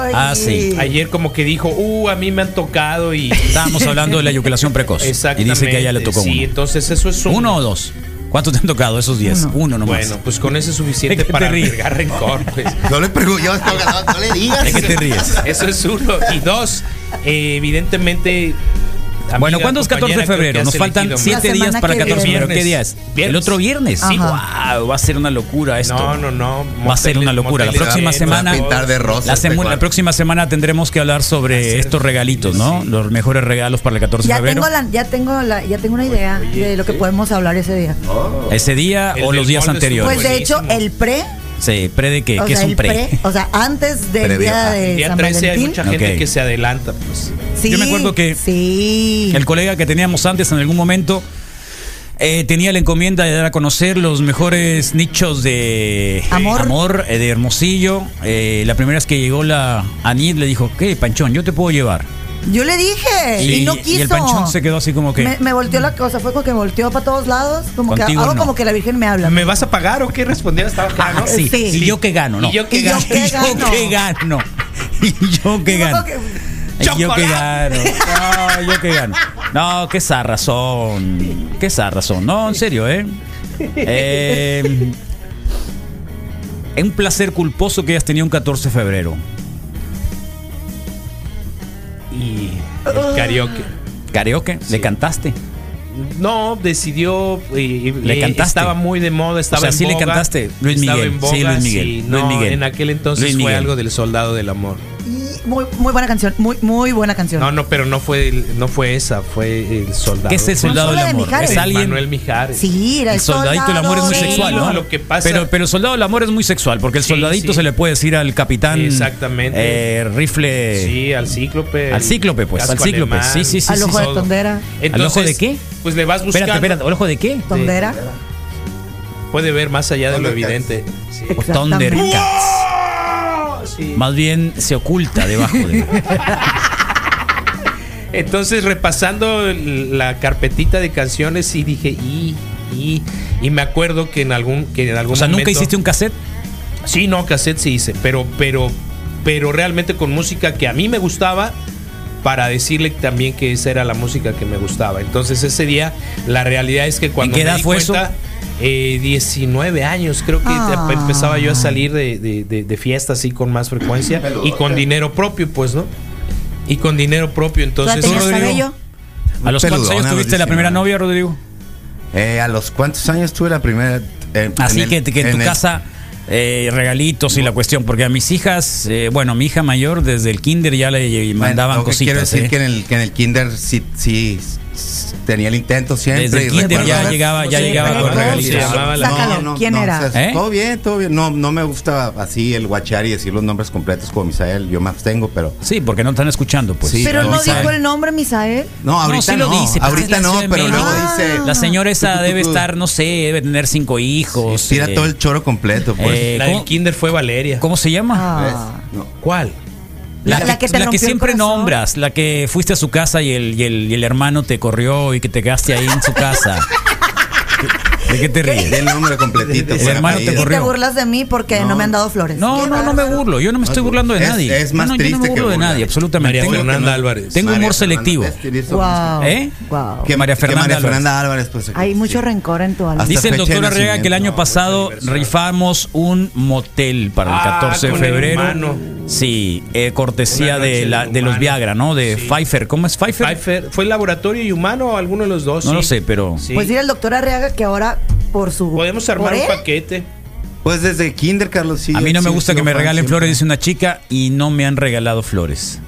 [SPEAKER 9] Ay.
[SPEAKER 6] Ah, sí.
[SPEAKER 7] Ayer como que dijo, uh, a mí me han tocado y...
[SPEAKER 6] Estábamos hablando de la eyaculación precoz. Y
[SPEAKER 7] Exactamente.
[SPEAKER 6] dice que a ella le tocó
[SPEAKER 7] Sí,
[SPEAKER 6] uno.
[SPEAKER 7] entonces eso es un...
[SPEAKER 6] ¿Uno o dos? ¿Cuántos te han tocado esos 10? Uno.
[SPEAKER 9] Uno.
[SPEAKER 6] nomás.
[SPEAKER 7] Bueno, pues con eso es suficiente
[SPEAKER 6] ¿De qué te
[SPEAKER 7] para
[SPEAKER 6] ríes?
[SPEAKER 7] agregar rencor, pues.
[SPEAKER 8] No le pregun- yo estoy ganando, no le digas.
[SPEAKER 6] ¿De qué te ríes?
[SPEAKER 7] Eso es uno. Y dos, eh, evidentemente... amiga,
[SPEAKER 6] bueno, ¿cuándo es 14
[SPEAKER 7] compañera,
[SPEAKER 6] de
[SPEAKER 7] creo
[SPEAKER 6] febrero?
[SPEAKER 7] que
[SPEAKER 6] Nos
[SPEAKER 7] has
[SPEAKER 6] faltan
[SPEAKER 7] elegido mal.
[SPEAKER 6] 7
[SPEAKER 9] La
[SPEAKER 6] días
[SPEAKER 9] semana
[SPEAKER 6] para
[SPEAKER 9] que
[SPEAKER 6] 14 de
[SPEAKER 9] viene.
[SPEAKER 6] febrero. ¿Qué días?
[SPEAKER 7] Viernes.
[SPEAKER 6] El otro viernes.
[SPEAKER 9] Sí.
[SPEAKER 6] Wow, va a ser una locura esto.
[SPEAKER 7] No, no, no.
[SPEAKER 6] Va a ser una locura. La
[SPEAKER 7] moteles
[SPEAKER 6] próxima
[SPEAKER 7] llenos,
[SPEAKER 6] semana.
[SPEAKER 8] Va a pintar de rosa.
[SPEAKER 6] La,
[SPEAKER 8] este
[SPEAKER 6] semu- la
[SPEAKER 8] cuadro.
[SPEAKER 6] próxima semana tendremos que hablar sobre
[SPEAKER 7] Hacer-
[SPEAKER 6] estos regalitos, ¿no?
[SPEAKER 7] sí.
[SPEAKER 6] Los mejores regalos para el 14 de
[SPEAKER 9] Ya
[SPEAKER 6] febrero.
[SPEAKER 9] tengo, la, ya, tengo la, ya tengo una idea
[SPEAKER 7] Oye, Ah.
[SPEAKER 9] de lo que
[SPEAKER 7] sí.
[SPEAKER 9] podemos hablar ese día.
[SPEAKER 6] Ese día
[SPEAKER 7] El
[SPEAKER 6] o
[SPEAKER 7] del
[SPEAKER 6] los días
[SPEAKER 7] molde
[SPEAKER 6] anteriores.
[SPEAKER 9] pues de
[SPEAKER 7] buenísimo.
[SPEAKER 9] hecho, el pre.
[SPEAKER 6] sí, pre de qué,
[SPEAKER 9] O
[SPEAKER 6] ¿Qué
[SPEAKER 9] sea,
[SPEAKER 6] es un
[SPEAKER 9] el
[SPEAKER 6] pre.
[SPEAKER 9] O sea, antes del
[SPEAKER 8] Previo,
[SPEAKER 9] día
[SPEAKER 8] ah,
[SPEAKER 9] de
[SPEAKER 7] El día
[SPEAKER 9] San
[SPEAKER 7] 13 hay
[SPEAKER 9] Valentín.
[SPEAKER 7] mucha gente
[SPEAKER 6] Ok.
[SPEAKER 7] que se adelanta, pues.
[SPEAKER 9] Sí,
[SPEAKER 6] Yo me acuerdo que-
[SPEAKER 9] Sí.
[SPEAKER 6] El colega que teníamos antes en algún momento eh, tenía la encomienda de dar a conocer los mejores nichos de
[SPEAKER 9] Amor.
[SPEAKER 6] eh, de Hermosillo. Eh, la primera vez que llegó la Anid le dijo, ¿qué, Panchón? Yo te puedo llevar.
[SPEAKER 9] Yo le dije
[SPEAKER 6] Sí,
[SPEAKER 9] Eh, y no
[SPEAKER 6] y el
[SPEAKER 9] quiso.
[SPEAKER 6] panchón se quedó así como que-
[SPEAKER 9] Me, me volteó la cosa, fue como que me volteó para todos lados. Como que
[SPEAKER 6] Contigo
[SPEAKER 9] hago
[SPEAKER 6] no.
[SPEAKER 9] como que la Virgen me habla.
[SPEAKER 7] ¿Me vas a pagar o qué? Respondía hasta acá, ¿no?
[SPEAKER 6] Ah, sí.
[SPEAKER 9] Sí.
[SPEAKER 6] Y yo que gano, ¿no?
[SPEAKER 7] ¿Y yo qué
[SPEAKER 9] Y yo
[SPEAKER 7] gano?
[SPEAKER 9] qué
[SPEAKER 6] Y yo
[SPEAKER 9] gano.
[SPEAKER 6] que gano. Y yo que
[SPEAKER 9] Y luego
[SPEAKER 6] gano.
[SPEAKER 9] que-
[SPEAKER 6] Y yo que
[SPEAKER 7] ¡Chocolate!
[SPEAKER 6] gano. No, yo que gano. No, qué razón. Qué razón. No, en serio, ¿eh? Eh, Es un placer culposo que hayas tenido un 14 de febrero.
[SPEAKER 7] Y el karaoke.
[SPEAKER 8] Ah.
[SPEAKER 6] Karaoke, le cantaste.
[SPEAKER 7] No, decidió. y- y-
[SPEAKER 6] Le
[SPEAKER 7] y
[SPEAKER 6] cantaste.
[SPEAKER 7] Estaba muy de moda, estaba
[SPEAKER 6] O sea,
[SPEAKER 7] en
[SPEAKER 6] sí le
[SPEAKER 7] boga,
[SPEAKER 6] cantaste, Luis
[SPEAKER 7] estaba
[SPEAKER 6] Miguel,
[SPEAKER 7] en boga,
[SPEAKER 6] sí, Luis Miguel,
[SPEAKER 7] no,
[SPEAKER 6] Luis Miguel.
[SPEAKER 7] En aquel entonces
[SPEAKER 6] Luis
[SPEAKER 7] fue
[SPEAKER 6] Miguel.
[SPEAKER 7] algo del soldado del amor.
[SPEAKER 9] Y muy, muy buena canción, muy, muy buena canción.
[SPEAKER 7] No, no, pero no fue el- no fue esa, fue el soldado.
[SPEAKER 6] ¿Qué es el soldado
[SPEAKER 9] Consuela
[SPEAKER 6] del
[SPEAKER 9] de
[SPEAKER 6] amor?
[SPEAKER 9] Mijares.
[SPEAKER 6] Es alguien.
[SPEAKER 7] Manuel Mijares.
[SPEAKER 9] Sí, era el,
[SPEAKER 6] El soldadito del amor es muy
[SPEAKER 9] soldado
[SPEAKER 6] sexual,
[SPEAKER 9] del-
[SPEAKER 6] ¿no?
[SPEAKER 7] Lo que pasa-
[SPEAKER 6] Pero, pero soldado del amor es muy sexual, porque el
[SPEAKER 7] Sí,
[SPEAKER 6] soldadito
[SPEAKER 7] sí.
[SPEAKER 6] se le puede decir al capitán.
[SPEAKER 7] Exactamente.
[SPEAKER 6] eh, rifle.
[SPEAKER 7] Sí, al cíclope.
[SPEAKER 6] Al cíclope, pues,
[SPEAKER 7] casco
[SPEAKER 6] al cíclope.
[SPEAKER 7] alemán,
[SPEAKER 6] Sí, sí, sí,
[SPEAKER 9] Al
[SPEAKER 6] sí,
[SPEAKER 9] ojo
[SPEAKER 6] sí.
[SPEAKER 9] de tondera.
[SPEAKER 6] ¿Al ojo de qué?
[SPEAKER 7] Pues le vas buscando.
[SPEAKER 6] Espérate, espérate, ¿el ojo de qué?
[SPEAKER 9] Tondera.
[SPEAKER 7] Puede ver más allá de lo
[SPEAKER 8] Thundercats.
[SPEAKER 7] evidente. Sí.
[SPEAKER 6] O
[SPEAKER 9] Exactamente.
[SPEAKER 6] Thundercats.
[SPEAKER 7] Sí.
[SPEAKER 6] Más bien se oculta debajo de.
[SPEAKER 7] Entonces, repasando el- la carpetita de canciones, sí dije, y, y, y me acuerdo que en algún, que en algún
[SPEAKER 6] O sea, nunca
[SPEAKER 7] momento-
[SPEAKER 6] hiciste un cassette.
[SPEAKER 7] Sí, no, cassette sí hice, pero, pero, pero realmente con música que a mí me gustaba para decirle también que esa era la música que me gustaba. Entonces ese día la realidad es que cuando
[SPEAKER 6] qué
[SPEAKER 7] me
[SPEAKER 6] edad
[SPEAKER 7] di
[SPEAKER 6] fue
[SPEAKER 7] cuenta,
[SPEAKER 6] eso?
[SPEAKER 7] eh, 19 años creo que
[SPEAKER 9] Ah.
[SPEAKER 7] empezaba yo a salir de, de, de- de fiestas así con más frecuencia y con dinero propio, pues, ¿no? Y con dinero propio,
[SPEAKER 9] ¿Tú ya
[SPEAKER 7] entonces.
[SPEAKER 9] tenías
[SPEAKER 7] ¿Tú, Rodrigo?
[SPEAKER 9] cabello?
[SPEAKER 6] ¿A los cuántos
[SPEAKER 8] Peludona,
[SPEAKER 6] años tuviste la
[SPEAKER 8] bellísima.
[SPEAKER 6] primera novia, Rodrigo?
[SPEAKER 8] Eh, ¿A los cuántos años tuve la primera? Eh,
[SPEAKER 6] Así
[SPEAKER 8] en
[SPEAKER 6] que,
[SPEAKER 8] el-
[SPEAKER 6] que en tu
[SPEAKER 8] el-
[SPEAKER 6] casa eh, regalitos y la cuestión, porque a mis hijas, eh, bueno, mi hija mayor desde el kinder ya le eh,
[SPEAKER 8] Bueno,
[SPEAKER 6] mandaban
[SPEAKER 8] lo que
[SPEAKER 6] cositas.
[SPEAKER 8] Quiero decir
[SPEAKER 6] eh.
[SPEAKER 8] que en el, que en el kinder sí, sí s- tenía el intento siempre.
[SPEAKER 6] Desde el
[SPEAKER 8] y
[SPEAKER 6] kinder
[SPEAKER 8] recuerdo-
[SPEAKER 6] ya llegaba, ya
[SPEAKER 9] Sí,
[SPEAKER 6] llegaba con
[SPEAKER 9] recuerdo.
[SPEAKER 7] Se
[SPEAKER 6] regalitos.
[SPEAKER 7] llamaba la-
[SPEAKER 9] Sácalo, ¿quién era?
[SPEAKER 8] o sea,
[SPEAKER 6] ¿Eh?
[SPEAKER 8] Todo bien, todo bien. No, no me gusta así el guachar y decir los nombres completos como Misael. Yo me abstengo, pero.
[SPEAKER 6] Sí, porque no están escuchando, pues.
[SPEAKER 8] Sí,
[SPEAKER 9] Pero
[SPEAKER 8] no,
[SPEAKER 9] no
[SPEAKER 8] Misael.
[SPEAKER 9] dijo el nombre, Misael.
[SPEAKER 8] No, ahorita
[SPEAKER 6] sí
[SPEAKER 8] no.
[SPEAKER 6] lo dice,
[SPEAKER 9] pues,
[SPEAKER 6] pero es la
[SPEAKER 8] ahorita no,
[SPEAKER 6] Ciudad de
[SPEAKER 8] pero luego
[SPEAKER 6] México.
[SPEAKER 8] dice.
[SPEAKER 9] Ah.
[SPEAKER 6] La señora esa
[SPEAKER 8] Tú, tú,
[SPEAKER 6] debe
[SPEAKER 8] tú.
[SPEAKER 6] estar, no sé, debe tener cinco hijos.
[SPEAKER 8] Tira
[SPEAKER 6] eh,
[SPEAKER 8] todo el choro completo, pues.
[SPEAKER 6] Eh,
[SPEAKER 7] La del
[SPEAKER 6] ¿cómo?
[SPEAKER 7] kinder fue Valeria.
[SPEAKER 6] ¿Cómo se llama?
[SPEAKER 9] Ah.
[SPEAKER 8] ¿Ves? No.
[SPEAKER 7] ¿Cuál?
[SPEAKER 9] La- la que te rompió el
[SPEAKER 6] siempre
[SPEAKER 9] corazón.
[SPEAKER 6] nombras, la que fuiste a su casa y el, y, el, y el hermano te corrió y que te quedaste ahí en su casa. ¿De qué te ríes?
[SPEAKER 8] Del nombre completito.
[SPEAKER 6] El
[SPEAKER 8] fuera
[SPEAKER 6] hermano te
[SPEAKER 8] caída.
[SPEAKER 9] Y
[SPEAKER 6] corrió.
[SPEAKER 9] te burlas de mí porque no,
[SPEAKER 8] No.
[SPEAKER 9] me han dado flores.
[SPEAKER 6] No,
[SPEAKER 9] Qué
[SPEAKER 6] no, no me
[SPEAKER 9] bárbaro.
[SPEAKER 6] burlo. Yo no me estoy burlando de
[SPEAKER 8] Es-
[SPEAKER 6] nadie.
[SPEAKER 8] es más
[SPEAKER 6] No, no, yo no me
[SPEAKER 8] triste que
[SPEAKER 6] burlo de
[SPEAKER 8] burlar.
[SPEAKER 6] nadie, absolutamente.
[SPEAKER 7] María
[SPEAKER 6] Tengo-
[SPEAKER 7] Fernanda Álvarez.
[SPEAKER 6] Tengo
[SPEAKER 8] María
[SPEAKER 6] humor
[SPEAKER 8] Fernanda
[SPEAKER 6] selectivo.
[SPEAKER 8] Pestil hizo-
[SPEAKER 9] Wow.
[SPEAKER 6] ¿Eh?
[SPEAKER 9] Wow.
[SPEAKER 8] Que
[SPEAKER 6] María
[SPEAKER 8] María Fernanda,
[SPEAKER 6] Fernanda
[SPEAKER 8] Álvarez. pues,
[SPEAKER 9] Hay
[SPEAKER 8] sí.
[SPEAKER 9] mucho rencor en tu alma.
[SPEAKER 8] Hasta
[SPEAKER 6] Dice el
[SPEAKER 8] fecha de
[SPEAKER 6] doctor Arriaga que el año
[SPEAKER 8] nacimiento.
[SPEAKER 6] pasado rifamos un motel para el
[SPEAKER 7] Ah,
[SPEAKER 6] 14 de
[SPEAKER 7] con el
[SPEAKER 6] febrero.
[SPEAKER 7] humano.
[SPEAKER 6] Sí, eh, cortesía
[SPEAKER 7] Una noche
[SPEAKER 6] de, la,
[SPEAKER 7] del
[SPEAKER 6] de los
[SPEAKER 7] humano.
[SPEAKER 6] Viagra, ¿no? De
[SPEAKER 7] Sí.
[SPEAKER 6] Pfeiffer. ¿Cómo es Pfeiffer?
[SPEAKER 7] Pfeiffer, ¿Fue laboratorio y humano o alguno de los dos?
[SPEAKER 6] No
[SPEAKER 7] sí.
[SPEAKER 6] lo sé, pero-
[SPEAKER 7] Sí.
[SPEAKER 9] Pues dile al doctor Arriaga que ahora por su.
[SPEAKER 7] Podemos
[SPEAKER 9] por
[SPEAKER 7] armar un
[SPEAKER 9] él,
[SPEAKER 7] paquete.
[SPEAKER 8] Pues desde kinder, Carlos. sí,
[SPEAKER 6] A mí no me
[SPEAKER 8] sí,
[SPEAKER 6] gusta
[SPEAKER 8] sí,
[SPEAKER 6] que me
[SPEAKER 8] fan
[SPEAKER 6] regalen
[SPEAKER 8] siempre.
[SPEAKER 6] flores, dice una chica, y no me han regalado flores.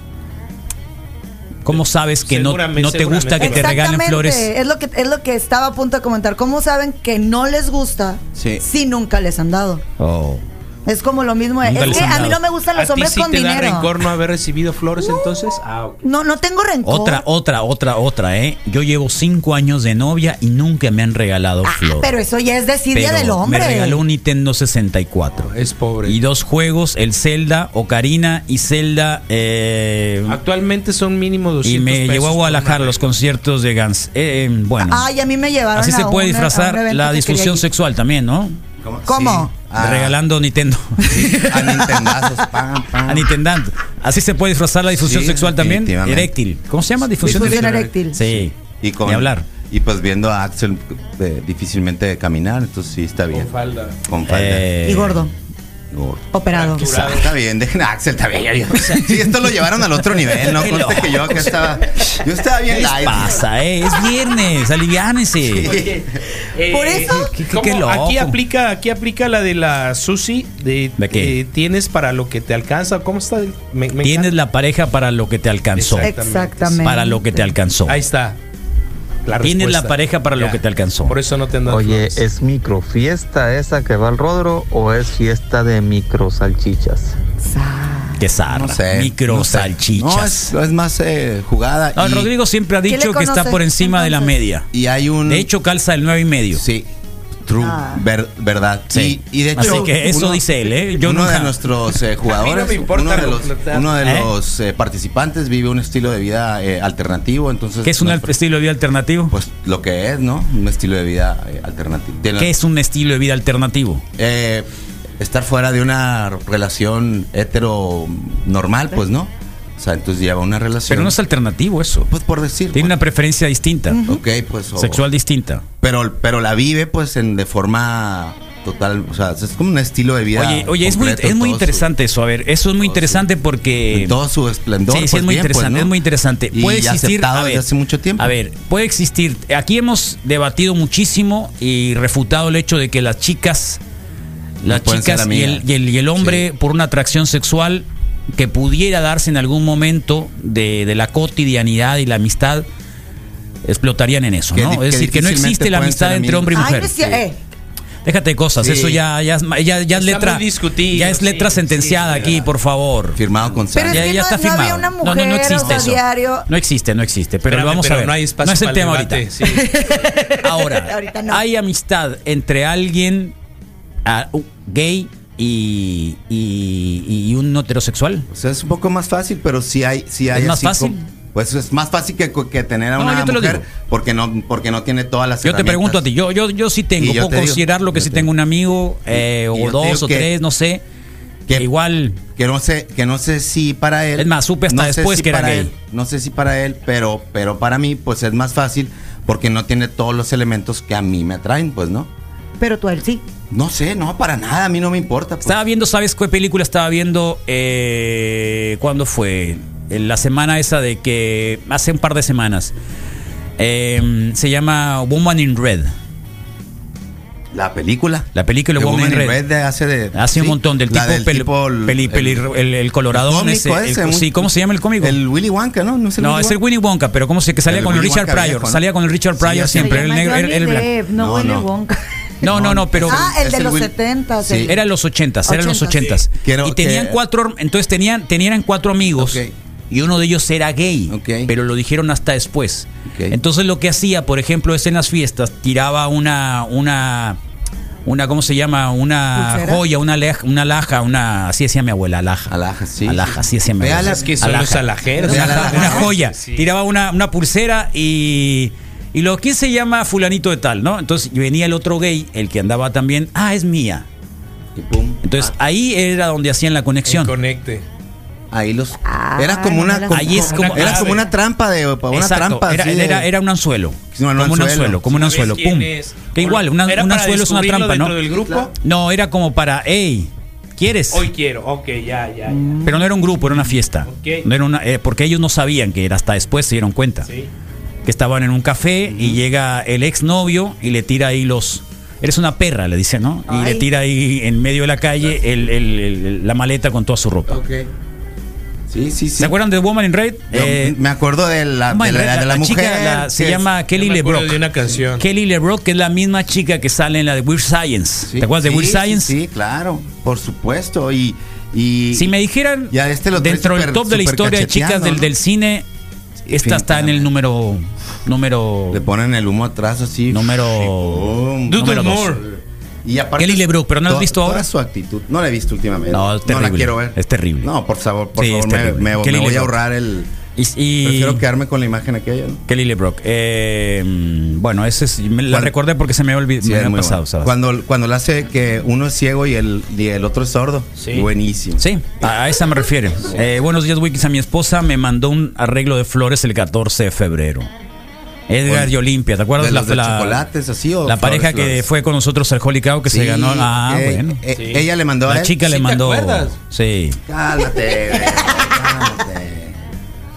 [SPEAKER 6] ¿Cómo sabes que no,
[SPEAKER 7] Seguramente,
[SPEAKER 6] no te gusta que te
[SPEAKER 7] seguramente.
[SPEAKER 6] regalen
[SPEAKER 9] Exactamente,
[SPEAKER 6] flores?
[SPEAKER 9] Es lo, que, es lo que estaba a punto de comentar. ¿Cómo saben que no les gusta
[SPEAKER 8] Sí.
[SPEAKER 9] si nunca les han dado?
[SPEAKER 6] Oh.
[SPEAKER 9] Es como lo mismo. de,
[SPEAKER 6] Nunca
[SPEAKER 9] es
[SPEAKER 6] les
[SPEAKER 9] que
[SPEAKER 6] han
[SPEAKER 9] a mí
[SPEAKER 6] dado.
[SPEAKER 9] no me gustan los
[SPEAKER 7] ¿A ti
[SPEAKER 9] hombres
[SPEAKER 7] sí
[SPEAKER 9] con
[SPEAKER 7] te da
[SPEAKER 9] dinero.
[SPEAKER 7] rencor no haber recibido flores entonces? Ah, ok.
[SPEAKER 9] No, no tengo rencor.
[SPEAKER 6] Otra, otra, otra, otra, ¿eh? Yo llevo cinco años de novia y nunca me han regalado
[SPEAKER 9] Ah,
[SPEAKER 6] flores.
[SPEAKER 9] pero eso ya es desidia
[SPEAKER 6] Pero
[SPEAKER 9] del hombre.
[SPEAKER 6] Me regaló un Nintendo 64.
[SPEAKER 7] Es pobre.
[SPEAKER 6] Y dos juegos, el Zelda, Ocarina y Zelda. eh,
[SPEAKER 7] Actualmente son mínimo 200
[SPEAKER 6] y me
[SPEAKER 7] pesos
[SPEAKER 6] llevó a
[SPEAKER 7] por
[SPEAKER 6] Guadalajara
[SPEAKER 7] una
[SPEAKER 6] los
[SPEAKER 7] regla.
[SPEAKER 6] conciertos de Guns. Eh, eh, bueno.
[SPEAKER 9] Ay, a mí me llevaron
[SPEAKER 6] Así
[SPEAKER 9] Ah, a
[SPEAKER 6] se puede
[SPEAKER 9] un- a un
[SPEAKER 6] disfrazar
[SPEAKER 9] evento
[SPEAKER 6] la
[SPEAKER 9] que
[SPEAKER 6] disfunción
[SPEAKER 9] quería ir.
[SPEAKER 6] sexual también, ¿no?
[SPEAKER 9] ¿Cómo?
[SPEAKER 8] Sí. Ah,
[SPEAKER 6] Regalando Nintendo.
[SPEAKER 8] A Nintendazos. Pam, pam.
[SPEAKER 6] A Nintendando. Así se puede disfrazar la disfunción
[SPEAKER 8] Sí,
[SPEAKER 6] sexual también.
[SPEAKER 8] definitivamente.
[SPEAKER 6] Eréctil. ¿Cómo se llama? Disfunción
[SPEAKER 9] Disfunción
[SPEAKER 6] sexual.
[SPEAKER 9] eréctil.
[SPEAKER 6] Sí.
[SPEAKER 8] Y con,
[SPEAKER 6] Ni hablar.
[SPEAKER 8] Y pues viendo a Axel eh, difícilmente de caminar, entonces sí está bien.
[SPEAKER 7] Con falda.
[SPEAKER 8] Con falda.
[SPEAKER 6] Eh,
[SPEAKER 9] Y gordo,
[SPEAKER 8] Gordo.
[SPEAKER 9] operado.
[SPEAKER 8] O sea, Está bien, dejen a Axel, está bien. Sí, esto lo llevaron al otro nivel, ¿no?
[SPEAKER 6] Qué
[SPEAKER 8] Conste que yo acá estaba. Yo estaba bien
[SPEAKER 6] ¿Qué les
[SPEAKER 8] light.
[SPEAKER 6] pasa, eh? Es viernes, aliviánense.
[SPEAKER 7] Eh,
[SPEAKER 9] Por eso-
[SPEAKER 6] Qué- qué-
[SPEAKER 7] ¿cómo?
[SPEAKER 6] qué loco.
[SPEAKER 7] Aquí aplica, aquí aplica la de la Susi de,
[SPEAKER 6] ¿De qué?
[SPEAKER 7] eh, tienes para lo que te alcanza. ¿Cómo está? Me- me
[SPEAKER 6] Tienes
[SPEAKER 7] encanta.
[SPEAKER 6] la pareja para lo que te alcanzó.
[SPEAKER 7] Exacto.
[SPEAKER 9] Exactamente.
[SPEAKER 6] Para lo que te alcanzó.
[SPEAKER 7] Ahí está. La
[SPEAKER 6] Tienes
[SPEAKER 7] respuesta.
[SPEAKER 6] la pareja para lo
[SPEAKER 7] Ya.
[SPEAKER 6] que te alcanzó.
[SPEAKER 7] Por eso no te han dado
[SPEAKER 10] Oye,
[SPEAKER 7] flores.
[SPEAKER 10] ¿es micro fiesta esa que va al Rodro o es fiesta de micro salchichas?
[SPEAKER 6] Qué zarra.
[SPEAKER 8] Eh, No sé.
[SPEAKER 6] Micro
[SPEAKER 8] no sé. No, es,
[SPEAKER 6] salchichas.
[SPEAKER 8] es más eh, jugada.
[SPEAKER 6] No,
[SPEAKER 8] y,
[SPEAKER 6] Ah, Rodrigo siempre ha
[SPEAKER 9] ¿Qué le
[SPEAKER 6] dicho que está
[SPEAKER 9] conoces,
[SPEAKER 6] por encima de la
[SPEAKER 9] entonces?
[SPEAKER 6] media.
[SPEAKER 8] Y hay un.
[SPEAKER 6] De hecho, calza el nueve y medio.
[SPEAKER 8] sí. True.
[SPEAKER 9] Ah.
[SPEAKER 8] ver- verdad.
[SPEAKER 6] Sí.
[SPEAKER 8] Y, y de hecho.
[SPEAKER 6] Así que eso
[SPEAKER 8] uno-
[SPEAKER 6] dice él, ¿eh? Yo
[SPEAKER 8] uno
[SPEAKER 6] nunca-
[SPEAKER 8] de nuestros eh,
[SPEAKER 7] A mí
[SPEAKER 8] jugadores,
[SPEAKER 7] no me importa
[SPEAKER 8] uno de
[SPEAKER 7] lo-
[SPEAKER 8] los,
[SPEAKER 7] lo-
[SPEAKER 8] uno de
[SPEAKER 6] ¿Eh?
[SPEAKER 8] los, eh, participantes vive un estilo de vida eh, alternativo, entonces
[SPEAKER 6] ¿Qué es un
[SPEAKER 8] nuestro-
[SPEAKER 6] estilo de vida alternativo?
[SPEAKER 8] pues lo que es, ¿no? Un estilo de vida eh, alternativo. Tiene-
[SPEAKER 6] ¿Qué es un estilo de vida alternativo?
[SPEAKER 8] eh, estar fuera de una relación hetero normal, pues, ¿no? O sea, entonces lleva una relación.
[SPEAKER 6] Pero no es alternativo eso.
[SPEAKER 8] pues por decir.
[SPEAKER 6] Tiene una
[SPEAKER 8] pues,
[SPEAKER 6] preferencia distinta,
[SPEAKER 8] Ok, pues. o-
[SPEAKER 6] sexual distinta.
[SPEAKER 8] Pero, pero la vive, pues, en, de forma total, o sea, es como un estilo de vida.
[SPEAKER 6] Oye, oye es, muy,
[SPEAKER 8] completo,
[SPEAKER 6] es muy
[SPEAKER 8] todo su-
[SPEAKER 6] interesante eso. A ver, eso es muy interesante porque.
[SPEAKER 8] en todo su esplendor.
[SPEAKER 6] Sí, sí,
[SPEAKER 8] pues
[SPEAKER 6] es muy
[SPEAKER 8] bien, pues,
[SPEAKER 6] interesante,
[SPEAKER 8] ¿no?
[SPEAKER 6] es muy interesante.
[SPEAKER 8] Y
[SPEAKER 6] Puede existir.
[SPEAKER 8] aceptado
[SPEAKER 6] a ver,
[SPEAKER 8] desde hace mucho tiempo.
[SPEAKER 6] A ver, puede existir. Aquí hemos debatido muchísimo y refutado el hecho de que las chicas.
[SPEAKER 8] No
[SPEAKER 6] Las
[SPEAKER 8] pueden ser
[SPEAKER 6] chicas y el,
[SPEAKER 8] amigas.
[SPEAKER 6] y el- y el hombre por una atracción sexual que pudiera darse en algún momento de, de la cotidianidad y la amistad explotarían en eso,
[SPEAKER 8] Que
[SPEAKER 6] ¿no?
[SPEAKER 8] di- que
[SPEAKER 6] Es decir, que no
[SPEAKER 8] difícilmente
[SPEAKER 6] existe la
[SPEAKER 8] pueden
[SPEAKER 6] amistad
[SPEAKER 8] ser
[SPEAKER 6] entre
[SPEAKER 8] amigos.
[SPEAKER 6] hombre y
[SPEAKER 9] Ay,
[SPEAKER 6] mujer.
[SPEAKER 9] no es cier- eh,
[SPEAKER 6] Déjate de cosas,
[SPEAKER 8] Sí.
[SPEAKER 6] eso ya, ya, es ma- ya, ya es
[SPEAKER 7] Está
[SPEAKER 6] letra.
[SPEAKER 7] muy discutido,
[SPEAKER 6] ya es
[SPEAKER 7] sí,
[SPEAKER 6] letra
[SPEAKER 7] sí,
[SPEAKER 6] sentenciada
[SPEAKER 7] sí,
[SPEAKER 6] aquí,
[SPEAKER 7] verdad.
[SPEAKER 6] por favor.
[SPEAKER 8] Firmado con
[SPEAKER 9] Pero
[SPEAKER 8] sangre.
[SPEAKER 9] es
[SPEAKER 6] Ya,
[SPEAKER 9] que
[SPEAKER 6] ya
[SPEAKER 9] no-
[SPEAKER 6] está
[SPEAKER 9] no había
[SPEAKER 6] firmado.
[SPEAKER 9] una
[SPEAKER 6] no, no,
[SPEAKER 9] mujer,
[SPEAKER 6] no existe
[SPEAKER 9] o sea,
[SPEAKER 6] eso.
[SPEAKER 9] diario.
[SPEAKER 6] No existe, no existe. Pero
[SPEAKER 7] Espérame,
[SPEAKER 6] vamos
[SPEAKER 7] pero
[SPEAKER 6] a ver.
[SPEAKER 7] no hay espacio
[SPEAKER 6] es el
[SPEAKER 7] para el
[SPEAKER 6] tema
[SPEAKER 7] debate,
[SPEAKER 6] ahorita. Ahora,
[SPEAKER 9] Ahorita no.
[SPEAKER 6] hay amistad entre alguien ah, uh, gay y, y- y un heterosexual.
[SPEAKER 8] O sea, es un poco más fácil, pero sí hay, sí hay
[SPEAKER 6] ¿Es más
[SPEAKER 8] así
[SPEAKER 6] fácil?
[SPEAKER 8] como- pues es más fácil que, que tener a
[SPEAKER 6] No,
[SPEAKER 8] una
[SPEAKER 6] yo te lo
[SPEAKER 8] mujer
[SPEAKER 6] digo.
[SPEAKER 8] porque no, porque no tiene todas las
[SPEAKER 6] Yo te
[SPEAKER 8] herramientas.
[SPEAKER 6] pregunto a ti, yo, yo, yo sí tengo,
[SPEAKER 8] Y yo
[SPEAKER 6] puedo
[SPEAKER 8] te digo,
[SPEAKER 6] considerarlo que
[SPEAKER 8] yo
[SPEAKER 6] si
[SPEAKER 8] te
[SPEAKER 6] tengo
[SPEAKER 8] digo.
[SPEAKER 6] un amigo, eh,
[SPEAKER 8] y
[SPEAKER 6] o
[SPEAKER 8] yo te
[SPEAKER 6] dos
[SPEAKER 8] digo
[SPEAKER 6] o
[SPEAKER 8] que-
[SPEAKER 6] tres, no sé.
[SPEAKER 8] que-
[SPEAKER 6] igual.
[SPEAKER 8] Que no sé, que no sé si para él.
[SPEAKER 6] Es más, supe hasta
[SPEAKER 8] no sé
[SPEAKER 6] después
[SPEAKER 8] si
[SPEAKER 6] que era
[SPEAKER 8] para
[SPEAKER 6] gay.
[SPEAKER 8] él- no sé si para él, pero, pero para mí, pues es más fácil porque no tiene todos los elementos que a mí me atraen, pues, ¿no?
[SPEAKER 9] Pero tú a él sí.
[SPEAKER 8] No sé, no, para nada, a mí no me importa. pues.
[SPEAKER 6] Estaba viendo, ¿sabes qué película estaba viendo? Eh, ¿Cuándo fue? En la semana esa de que. Hace un par de semanas. Eh, se llama Woman in Red.
[SPEAKER 8] La película.
[SPEAKER 6] La película
[SPEAKER 8] de
[SPEAKER 6] Woman, in Red.
[SPEAKER 8] de hace de-
[SPEAKER 6] Hace un
[SPEAKER 8] sí,
[SPEAKER 6] montón del tipo,
[SPEAKER 8] la del
[SPEAKER 6] peli-
[SPEAKER 8] tipo el-
[SPEAKER 6] peli- peli- el, el, colorado.
[SPEAKER 8] cómico
[SPEAKER 6] ese, el-
[SPEAKER 8] ese, un-
[SPEAKER 6] sí, ¿cómo se llama el cómico?
[SPEAKER 8] El Willy Wonka, ¿no? No es el
[SPEAKER 6] no,
[SPEAKER 8] Willy
[SPEAKER 6] es el
[SPEAKER 8] Wonka?
[SPEAKER 6] Winnie Wonka, pero ¿cómo se que salía
[SPEAKER 8] El
[SPEAKER 6] con el
[SPEAKER 8] Willy
[SPEAKER 6] Richard
[SPEAKER 8] Wonka
[SPEAKER 6] Pryor?
[SPEAKER 8] viejo, ¿no?
[SPEAKER 6] Salía con el Richard
[SPEAKER 8] Sí,
[SPEAKER 6] Pryor
[SPEAKER 8] así
[SPEAKER 6] siempre,
[SPEAKER 9] Se
[SPEAKER 6] era
[SPEAKER 9] llama
[SPEAKER 6] el negro, era-
[SPEAKER 9] Johnny
[SPEAKER 6] era el blanco.
[SPEAKER 9] Depp, no,
[SPEAKER 8] No,
[SPEAKER 9] Willy
[SPEAKER 8] no.
[SPEAKER 9] Wonka.
[SPEAKER 6] No, no, no, pero.
[SPEAKER 9] Ah, el
[SPEAKER 8] es
[SPEAKER 9] de
[SPEAKER 8] el
[SPEAKER 9] los
[SPEAKER 8] Will-
[SPEAKER 9] 70
[SPEAKER 8] Sí.
[SPEAKER 6] Era los 80, eran los 80.
[SPEAKER 9] 80s.
[SPEAKER 8] Quiero
[SPEAKER 6] y tenían
[SPEAKER 8] que-
[SPEAKER 6] cuatro, entonces tenían, tenían cuatro amigos
[SPEAKER 8] Ok.
[SPEAKER 6] y uno de ellos era gay,
[SPEAKER 8] Ok.
[SPEAKER 6] pero lo dijeron hasta después.
[SPEAKER 8] Ok.
[SPEAKER 6] Entonces lo que hacía, por ejemplo, es en las fiestas tiraba una una una ¿cómo se llama? una
[SPEAKER 9] ¿Pulsera?
[SPEAKER 6] joya, una leja- una laja, una así decía mi abuela, laja.
[SPEAKER 8] Alhaja, sí.
[SPEAKER 6] Alhaja, así decía mi
[SPEAKER 8] Ve a
[SPEAKER 6] abuela.
[SPEAKER 8] las que
[SPEAKER 7] son
[SPEAKER 6] Alhaja.
[SPEAKER 7] los alajeros.
[SPEAKER 6] Una,
[SPEAKER 8] Ve a la-
[SPEAKER 6] una joya.
[SPEAKER 7] Sí.
[SPEAKER 6] Tiraba una, una pulsera y. Y lo que se llama fulanito de tal, ¿no? Entonces venía el otro gay, el que andaba también, ah, es mía.
[SPEAKER 8] Y pum.
[SPEAKER 6] Entonces
[SPEAKER 8] Ah.
[SPEAKER 6] ahí era donde hacían la conexión.
[SPEAKER 7] Conecte.
[SPEAKER 8] Ahí los.
[SPEAKER 9] Ah,
[SPEAKER 8] era como
[SPEAKER 9] no
[SPEAKER 8] una.
[SPEAKER 9] me la
[SPEAKER 8] como-
[SPEAKER 6] Ahí es como-
[SPEAKER 8] era como una trampa de. Una
[SPEAKER 6] Exacto,
[SPEAKER 8] trampa.
[SPEAKER 6] era,
[SPEAKER 8] así de-
[SPEAKER 6] era, era un anzuelo.
[SPEAKER 8] Sí, no, era un
[SPEAKER 6] como un
[SPEAKER 8] anzuelo.
[SPEAKER 6] anzuelo, como un
[SPEAKER 7] ¿Sabes
[SPEAKER 6] anzuelo.
[SPEAKER 7] quién
[SPEAKER 6] Pum.
[SPEAKER 7] es?
[SPEAKER 6] Que igual, una-
[SPEAKER 7] Era
[SPEAKER 6] un
[SPEAKER 7] para
[SPEAKER 6] anzuelo es una
[SPEAKER 7] descubrirlo
[SPEAKER 6] trampa, ¿no?
[SPEAKER 7] dentro del grupo.
[SPEAKER 6] No, era como para, hey, ¿quieres?
[SPEAKER 7] Hoy quiero, ok, ya, ya. ya.
[SPEAKER 6] Pero no era un grupo, era una fiesta.
[SPEAKER 7] Ok.
[SPEAKER 6] No era una, eh, porque ellos no sabían que era hasta después se dieron cuenta.
[SPEAKER 7] Sí.
[SPEAKER 6] Que estaban en un café y llega el exnovio y le tira ahí los. Eres una perra, le dice, ¿no? Y le
[SPEAKER 9] Ay.
[SPEAKER 6] tira ahí en medio de la calle el- el- el- la maleta con toda su ropa.
[SPEAKER 8] Ok. Sí, sí, sí.
[SPEAKER 6] ¿Se acuerdan de Woman in Red?
[SPEAKER 8] Yo
[SPEAKER 6] Eh,
[SPEAKER 8] me acuerdo de la, de
[SPEAKER 6] Woman in
[SPEAKER 8] la,
[SPEAKER 6] Red,
[SPEAKER 8] de la mujer.
[SPEAKER 6] chica, la- se
[SPEAKER 8] que es-
[SPEAKER 6] llama Kelly
[SPEAKER 7] Yo me acuerdo
[SPEAKER 6] LeBrock.
[SPEAKER 7] de una canción.
[SPEAKER 6] Kelly LeBrock, que es la misma chica que sale en la de Weird Science.
[SPEAKER 8] Sí,
[SPEAKER 6] ¿Te acuerdas de
[SPEAKER 8] sí,
[SPEAKER 6] Weird
[SPEAKER 8] sí,
[SPEAKER 6] Science?
[SPEAKER 8] Sí, claro. Por supuesto. Y. y
[SPEAKER 6] Si me dijeran
[SPEAKER 8] Ya, este lo trae
[SPEAKER 6] dentro del
[SPEAKER 8] súper-
[SPEAKER 6] top de la
[SPEAKER 8] súper
[SPEAKER 6] historia de chicas
[SPEAKER 8] cacheteando,
[SPEAKER 6] del,
[SPEAKER 8] ¿no?
[SPEAKER 6] del cine, esta está en el número número
[SPEAKER 8] Le ponen el humo atrás así.
[SPEAKER 6] Número-
[SPEAKER 8] Y pum.
[SPEAKER 6] Dude
[SPEAKER 8] Número
[SPEAKER 6] of
[SPEAKER 8] dos.
[SPEAKER 6] More.
[SPEAKER 8] Y aparte.
[SPEAKER 6] Kelly LeBrook, pero ¿no la has
[SPEAKER 8] to-
[SPEAKER 6] visto
[SPEAKER 8] toda
[SPEAKER 6] ahora?
[SPEAKER 8] su actitud. No la he visto últimamente.
[SPEAKER 6] No, es
[SPEAKER 8] la
[SPEAKER 6] terrible,
[SPEAKER 8] quiero ver.
[SPEAKER 6] es terrible.
[SPEAKER 8] No, por favor, por
[SPEAKER 6] Sí, es
[SPEAKER 8] favor. Me,
[SPEAKER 6] terrible.
[SPEAKER 8] me- me
[SPEAKER 6] Kelly
[SPEAKER 8] voy
[SPEAKER 6] LeBrook.
[SPEAKER 8] a ahorrar el.
[SPEAKER 6] y, y-
[SPEAKER 8] Prefiero quedarme con la imagen aquella. ¿no?
[SPEAKER 6] Kelly LeBrock. Eh, bueno, ese es, me la
[SPEAKER 8] Cuando-
[SPEAKER 6] recordé porque se me había olvidado,
[SPEAKER 8] Sí,
[SPEAKER 6] me
[SPEAKER 8] es
[SPEAKER 6] había
[SPEAKER 8] muy
[SPEAKER 6] pasado,
[SPEAKER 8] bueno.
[SPEAKER 6] ¿sabes?
[SPEAKER 8] Cuando, cuando le hace que uno es ciego y el, y el otro es sordo.
[SPEAKER 7] Sí.
[SPEAKER 8] Buenísimo.
[SPEAKER 6] Sí, a, a esa me refiero. Eh, buenos días, Wikis. A mi esposa me mandó un arreglo de flores el 14 de febrero. Edgar
[SPEAKER 8] Bueno,
[SPEAKER 6] y Olimpia, ¿te acuerdas?
[SPEAKER 8] de los de chocolates, así, o
[SPEAKER 6] la
[SPEAKER 8] flores,
[SPEAKER 6] pareja que
[SPEAKER 8] flores?
[SPEAKER 6] fue con nosotros al Holy Cow que se
[SPEAKER 8] Sí,
[SPEAKER 6] ganó. Ah,
[SPEAKER 8] eh,
[SPEAKER 6] bueno.
[SPEAKER 8] eh,
[SPEAKER 7] Sí.
[SPEAKER 8] Ella le mandó a
[SPEAKER 6] La
[SPEAKER 8] él.
[SPEAKER 6] chica le
[SPEAKER 7] ¿Sí te
[SPEAKER 6] mandó.
[SPEAKER 7] acuerdas?
[SPEAKER 6] Sí.
[SPEAKER 8] Cálmate, güey, cálmate.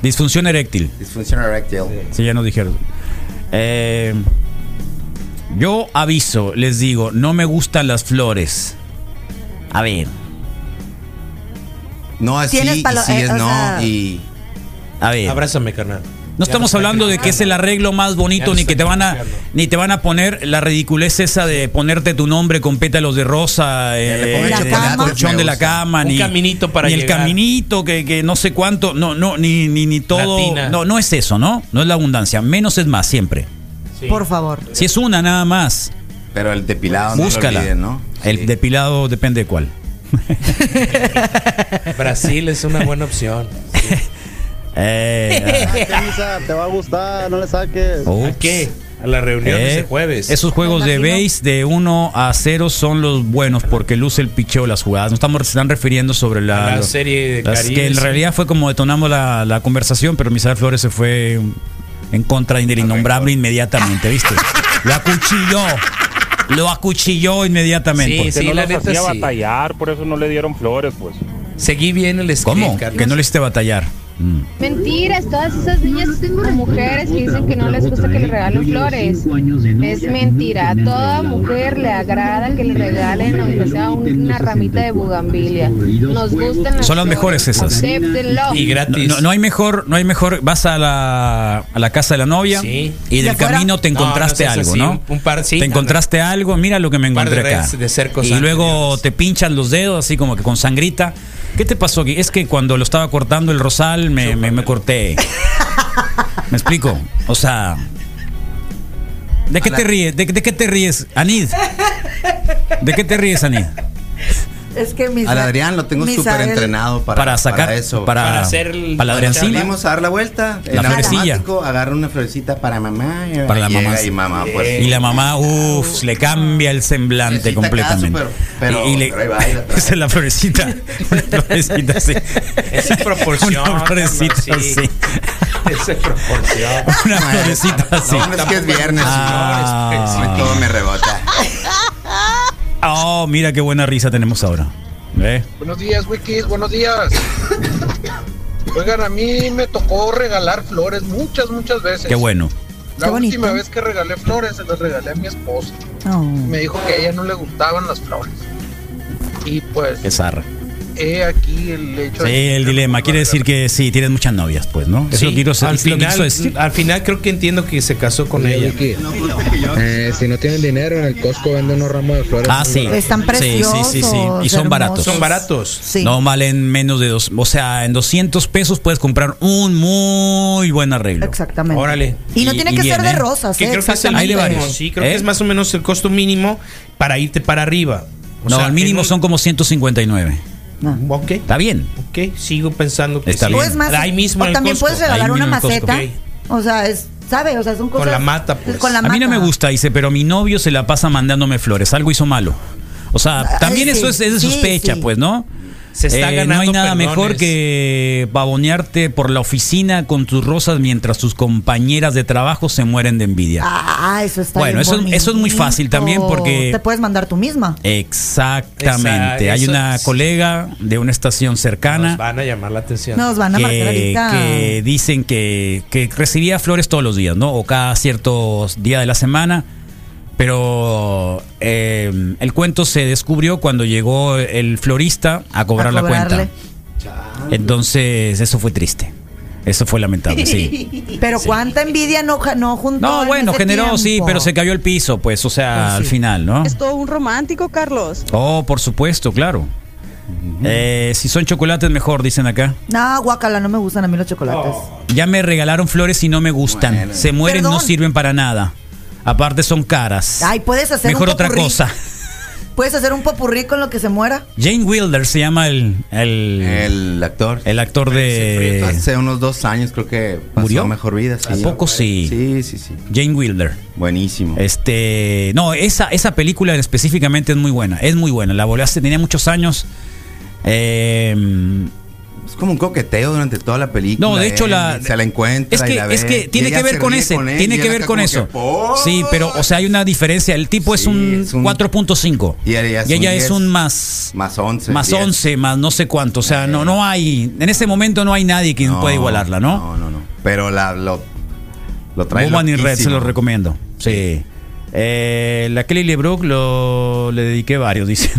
[SPEAKER 6] Disfunción eréctil.
[SPEAKER 8] Disfunción eréctil.
[SPEAKER 6] Sí, ya nos dijeron. Eh, yo aviso, les digo, no me gustan las flores. A ver,
[SPEAKER 8] No, así,
[SPEAKER 9] Tienes
[SPEAKER 8] y
[SPEAKER 9] palo-
[SPEAKER 8] sí
[SPEAKER 9] eh,
[SPEAKER 8] es
[SPEAKER 9] o
[SPEAKER 8] no.
[SPEAKER 9] sea-
[SPEAKER 8] y
[SPEAKER 6] a ver.
[SPEAKER 7] Abrázame, carnal.
[SPEAKER 6] No estamos hablando de que es el arreglo más bonito,
[SPEAKER 7] Ya
[SPEAKER 6] ni
[SPEAKER 7] está
[SPEAKER 6] que te van a,
[SPEAKER 7] criticando.
[SPEAKER 6] ni te van a poner la ridiculez esa de ponerte tu nombre con pétalos de rosa,
[SPEAKER 8] le
[SPEAKER 6] eh,
[SPEAKER 8] pongan
[SPEAKER 6] en
[SPEAKER 9] chocolates,
[SPEAKER 6] el
[SPEAKER 9] me
[SPEAKER 6] colchón de la
[SPEAKER 8] gusta.
[SPEAKER 6] cama,
[SPEAKER 7] Un
[SPEAKER 6] ni
[SPEAKER 7] caminito para
[SPEAKER 6] ni el
[SPEAKER 7] llegar.
[SPEAKER 6] caminito que, que no sé cuánto, no, no, ni, ni, ni todo,
[SPEAKER 7] Latina.
[SPEAKER 6] no, no es eso, ¿no? No es la abundancia, menos es más siempre.
[SPEAKER 7] Sí.
[SPEAKER 9] Por favor.
[SPEAKER 6] Si es una nada más,
[SPEAKER 8] pero el depilado
[SPEAKER 6] búscala.
[SPEAKER 8] no lo olviden, ¿no?
[SPEAKER 6] El
[SPEAKER 8] Sí.
[SPEAKER 6] depilado depende de cuál.
[SPEAKER 7] Brasil es una buena opción.
[SPEAKER 6] Eh,
[SPEAKER 5] Te va a gustar, no le saques.
[SPEAKER 6] ups.
[SPEAKER 7] ¿A qué? A la reunión
[SPEAKER 6] Eh,
[SPEAKER 7] de ese jueves.
[SPEAKER 6] Esos juegos de
[SPEAKER 9] imagino.
[SPEAKER 6] base de 1 a 0 son los buenos porque luce el picheo de las jugadas. No estamos se están refiriendo sobre la,
[SPEAKER 7] La
[SPEAKER 6] lo-
[SPEAKER 7] serie de
[SPEAKER 6] las
[SPEAKER 7] Caribe,
[SPEAKER 6] que en
[SPEAKER 7] sí.
[SPEAKER 6] realidad fue como detonamos la, la conversación, pero Misael Flores se fue en contra del innombrable inmediatamente, ¿viste? La cuchilló. Lo acuchilló inmediatamente.
[SPEAKER 11] Sí, sí, la neta sí. batallar, por eso no le dieron flores, pues.
[SPEAKER 6] Seguí bien el script. ¿Cómo? Que no le hiciste batallar. Mm.
[SPEAKER 12] Mentiras, todas esas niñas o mujeres que dicen que no les gusta
[SPEAKER 6] eh,
[SPEAKER 12] que les regalen flores. Es mentira, a toda mujer le agrada que le regalen aunque sea una ramita de bugambilia. Nos gustan las
[SPEAKER 6] Son las mejores esas.
[SPEAKER 12] Acéptenlo.
[SPEAKER 6] Y gratis. No, no- no hay mejor, no hay mejor. Vas a la, a la casa de la novia y del
[SPEAKER 7] afuera?
[SPEAKER 6] camino te
[SPEAKER 7] No,
[SPEAKER 6] encontraste
[SPEAKER 7] no seas
[SPEAKER 6] algo,
[SPEAKER 7] así,
[SPEAKER 6] ¿no?
[SPEAKER 7] un- un par- sí,
[SPEAKER 6] te
[SPEAKER 7] anda.
[SPEAKER 6] encontraste algo, mira lo que me
[SPEAKER 7] par de
[SPEAKER 6] encontré acá.
[SPEAKER 7] redes de cercos
[SPEAKER 6] y luego te pinchan los dedos así como que con sangrita. ¿Qué te pasó aquí? Es que cuando lo estaba cortando el rosal me, me, me corté. ¿Me explico? O sea, ¿de qué te ríes? ¿De, de qué te ríes, Anid? ¿De qué te ríes, Anid?
[SPEAKER 9] Es que mis.
[SPEAKER 8] Al Adrián lo tengo
[SPEAKER 9] Misael-
[SPEAKER 8] súper entrenado para,
[SPEAKER 6] Para sacar-
[SPEAKER 8] eso.
[SPEAKER 6] para- Para hacer el- para la Adriancina.
[SPEAKER 8] Salimos a dar la vuelta.
[SPEAKER 6] La
[SPEAKER 8] en
[SPEAKER 6] florecilla.
[SPEAKER 8] automático, Agarra una florecita para mamá. y
[SPEAKER 6] Para la
[SPEAKER 8] llega
[SPEAKER 6] mamá.
[SPEAKER 8] Y mamá, pues.
[SPEAKER 6] Y la mamá, uff, le cambia el semblante
[SPEAKER 8] Florecita acá,
[SPEAKER 6] completamente.
[SPEAKER 8] súper- pero-
[SPEAKER 6] y, y le,
[SPEAKER 8] pero ahí va, ahí la trae.
[SPEAKER 6] Esa es la florecita. Una florecita así.
[SPEAKER 7] Esa es proporción,
[SPEAKER 6] Una florecita
[SPEAKER 7] Carlos, sí.
[SPEAKER 6] así.
[SPEAKER 7] Esa es proporción.
[SPEAKER 6] Una florecita así.
[SPEAKER 8] No, es que es viernes.
[SPEAKER 6] Ah.
[SPEAKER 8] señores. pues, Todo me rebota.
[SPEAKER 6] Oh, mira qué buena risa tenemos ahora. ¿Eh? ¿Ve?
[SPEAKER 13] Buenos días, Wikis, buenos días. Oigan, a mí me tocó regalar flores muchas, muchas veces.
[SPEAKER 6] Qué bueno.
[SPEAKER 13] La
[SPEAKER 9] Qué bonito. Oh.
[SPEAKER 13] última vez que regalé flores se las regalé a mi esposa. Me dijo que a ella no le gustaban las flores. Y pues,
[SPEAKER 6] Qué zarra.
[SPEAKER 13] he aquí el hecho
[SPEAKER 6] Sí,
[SPEAKER 13] de...
[SPEAKER 6] el dilema. Quiere decir que sí, tienes muchas novias, pues, ¿no? Eso
[SPEAKER 7] Sí,
[SPEAKER 6] quiero-
[SPEAKER 7] al,
[SPEAKER 6] es lo que
[SPEAKER 7] final,
[SPEAKER 6] quiso decir.
[SPEAKER 7] al final creo que entiendo que se casó con ella.
[SPEAKER 14] Eh, si no tienen dinero, en el Costco venden unos ramos de flores.
[SPEAKER 6] Ah, sí. Sí, sí, sí, sí. Y son baratos. No valen menos de dos. O sea, en 200 pesos puedes comprar un muy buen arreglo.
[SPEAKER 9] Exactamente.
[SPEAKER 7] Órale.
[SPEAKER 9] Y no tiene que ser de rosas,
[SPEAKER 7] Que
[SPEAKER 9] ¿eh?
[SPEAKER 7] creo que es el
[SPEAKER 9] Ahí le va.
[SPEAKER 7] mínimo, sí, creo
[SPEAKER 6] ¿Eh?
[SPEAKER 7] que es más o menos el costo mínimo para irte para arriba. O
[SPEAKER 6] no,
[SPEAKER 7] sea,
[SPEAKER 6] al mínimo
[SPEAKER 7] en un-
[SPEAKER 6] son como 159.
[SPEAKER 7] Ok.
[SPEAKER 6] Está bien.
[SPEAKER 7] Ok, sigo pensando que
[SPEAKER 6] Está
[SPEAKER 7] sí.
[SPEAKER 6] bien.
[SPEAKER 9] O es más,
[SPEAKER 7] Ahí mismo
[SPEAKER 9] o
[SPEAKER 7] en el
[SPEAKER 9] también
[SPEAKER 7] Costco.
[SPEAKER 9] puedes regalar
[SPEAKER 6] Ahí
[SPEAKER 9] una
[SPEAKER 6] mismo en el Costco.
[SPEAKER 9] maceta. O sea, es, ¿sabe? O sea, son cosas.
[SPEAKER 7] pues.
[SPEAKER 9] Con la
[SPEAKER 6] a mí no me
[SPEAKER 9] mata.
[SPEAKER 6] gusta, dice, pero mi novio se la pasa mandándome flores. Algo hizo malo. O sea, también
[SPEAKER 9] sí,
[SPEAKER 6] eso es, es de
[SPEAKER 9] sí,
[SPEAKER 6] sospecha,
[SPEAKER 9] sí.
[SPEAKER 6] pues, ¿no? Eh,
[SPEAKER 7] Se está
[SPEAKER 6] No hay
[SPEAKER 7] ganando
[SPEAKER 6] nada
[SPEAKER 7] perdones.
[SPEAKER 6] mejor que pavonearte por la oficina con tus rosas mientras tus compañeras de trabajo se mueren de envidia.
[SPEAKER 9] Ah, eso está
[SPEAKER 6] Bueno,
[SPEAKER 9] bien
[SPEAKER 6] eso es- eso es muy fácil también
[SPEAKER 9] bonito.
[SPEAKER 6] porque-
[SPEAKER 9] Te puedes mandar tú misma.
[SPEAKER 6] Exactamente.
[SPEAKER 7] Exacto,
[SPEAKER 6] Hay
[SPEAKER 7] eso
[SPEAKER 6] una
[SPEAKER 7] es.
[SPEAKER 6] colega de una estación cercana.
[SPEAKER 7] Nos van a llamar la atención.
[SPEAKER 9] Nos van a marcar
[SPEAKER 6] que,
[SPEAKER 9] ahorita.
[SPEAKER 6] que dicen que, que recibía flores todos los días, ¿no? O cada ciertos días de la semana. Pero eh, el cuento se descubrió cuando llegó el florista a cobrar
[SPEAKER 9] A
[SPEAKER 6] la cuenta.
[SPEAKER 9] cobrarle.
[SPEAKER 6] Entonces, eso fue triste. Eso fue lamentable, sí.
[SPEAKER 9] Pero cuánta envidia no, ja- no juntó.
[SPEAKER 6] No,
[SPEAKER 9] en
[SPEAKER 6] bueno,
[SPEAKER 9] ese
[SPEAKER 6] generó, sí,
[SPEAKER 9] tiempo.
[SPEAKER 6] pero se cayó el piso, pues, o sea, al final, ¿no?
[SPEAKER 15] Es todo un romántico, Carlos.
[SPEAKER 6] Oh, por supuesto, claro. Eh, si son chocolates, mejor, dicen acá.
[SPEAKER 9] No, guacala, no me gustan a mí los chocolates.
[SPEAKER 15] Oh.
[SPEAKER 6] Ya me regalaron flores y no me gustan. Se mueren, no
[SPEAKER 9] Perdón.
[SPEAKER 6] sirven para nada. Aparte son caras.
[SPEAKER 9] Ay, puedes hacer
[SPEAKER 6] Mejor
[SPEAKER 9] un
[SPEAKER 6] otra
[SPEAKER 9] popurrí.
[SPEAKER 6] cosa.
[SPEAKER 9] Puedes hacer un popurrí con lo que se muera.
[SPEAKER 6] Jane Wilder se llama el... El,
[SPEAKER 8] actor.
[SPEAKER 6] El actor de...
[SPEAKER 8] Hace unos dos años creo que pasó
[SPEAKER 6] Eh, ¿Murió?
[SPEAKER 8] mejor vida.
[SPEAKER 6] ¿A poco sí?
[SPEAKER 8] Sí, sí, sí.
[SPEAKER 6] Jane Wilder.
[SPEAKER 8] Buenísimo.
[SPEAKER 6] Este... No, esa, esa película específicamente es muy buena. Es muy buena. La volví hace... Tenía muchos años. Eh...
[SPEAKER 8] Es como un coqueteo durante toda la película.
[SPEAKER 6] No, de hecho,
[SPEAKER 8] él
[SPEAKER 6] la-
[SPEAKER 8] se la encuentra.
[SPEAKER 6] Es
[SPEAKER 8] y
[SPEAKER 6] que,
[SPEAKER 8] la ve,
[SPEAKER 6] es que
[SPEAKER 8] y
[SPEAKER 6] tiene
[SPEAKER 8] ella
[SPEAKER 6] que ver
[SPEAKER 8] se
[SPEAKER 6] con
[SPEAKER 8] ríe
[SPEAKER 6] ese,
[SPEAKER 8] él,
[SPEAKER 6] tiene
[SPEAKER 8] y él
[SPEAKER 6] que ver
[SPEAKER 8] acá
[SPEAKER 6] con
[SPEAKER 8] como
[SPEAKER 6] eso.
[SPEAKER 8] que, "Oh". "Por".
[SPEAKER 6] sí, pero, o sea, hay una diferencia. El tipo es, un 4.5
[SPEAKER 8] Y él ya es
[SPEAKER 6] y ella
[SPEAKER 8] un
[SPEAKER 6] es
[SPEAKER 8] 10.
[SPEAKER 6] un más.
[SPEAKER 8] Más 11.
[SPEAKER 6] Más
[SPEAKER 8] 10.
[SPEAKER 6] 11, más no sé cuánto. O sea, no, no hay. En ese momento no hay nadie que
[SPEAKER 8] No,
[SPEAKER 6] pueda igualarla, ¿no?
[SPEAKER 8] No, no, no. Pero la, lo, lo trae.
[SPEAKER 6] Woman in Red se
[SPEAKER 8] loquísimo.
[SPEAKER 6] lo recomiendo. Sí. Eh, la Kelly LeBrook lo, le dediqué varios, dicen.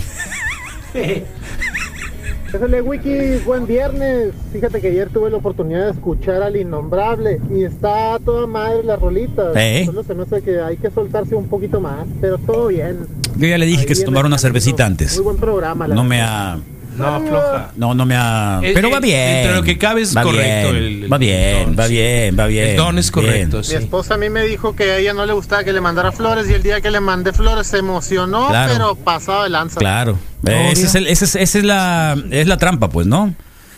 [SPEAKER 16] Pásale, Pues, Wiki, buen viernes. Fíjate que ayer tuve la oportunidad de escuchar al Innombrable y está a toda madre las rolitas.
[SPEAKER 6] Eh.
[SPEAKER 16] Solo se me hace que hay que soltarse un poquito más, pero todo bien.
[SPEAKER 6] Yo ya le dije que se tomara una cervecita antes.
[SPEAKER 16] Muy buen programa. la
[SPEAKER 6] No me
[SPEAKER 16] verdad.
[SPEAKER 6] ha.
[SPEAKER 7] No, afloja.
[SPEAKER 6] No, no me ha.
[SPEAKER 7] Eh,
[SPEAKER 6] Pero
[SPEAKER 7] eh,
[SPEAKER 6] va bien.
[SPEAKER 7] dentro de lo que cabe es
[SPEAKER 6] Va
[SPEAKER 7] correcto
[SPEAKER 6] bien,
[SPEAKER 7] el- el
[SPEAKER 6] va bien, va bien, va bien.
[SPEAKER 7] El don es
[SPEAKER 6] bien.
[SPEAKER 7] correcto,
[SPEAKER 16] Mi esposa a mí me dijo que a ella no le gustaba que le mandara flores y el día que le mandé flores se emocionó,
[SPEAKER 6] Claro.
[SPEAKER 16] pero pasado de lanza.
[SPEAKER 6] Claro. Eh, Ese es el- ese es- esa es la, es la trampa, pues, ¿no?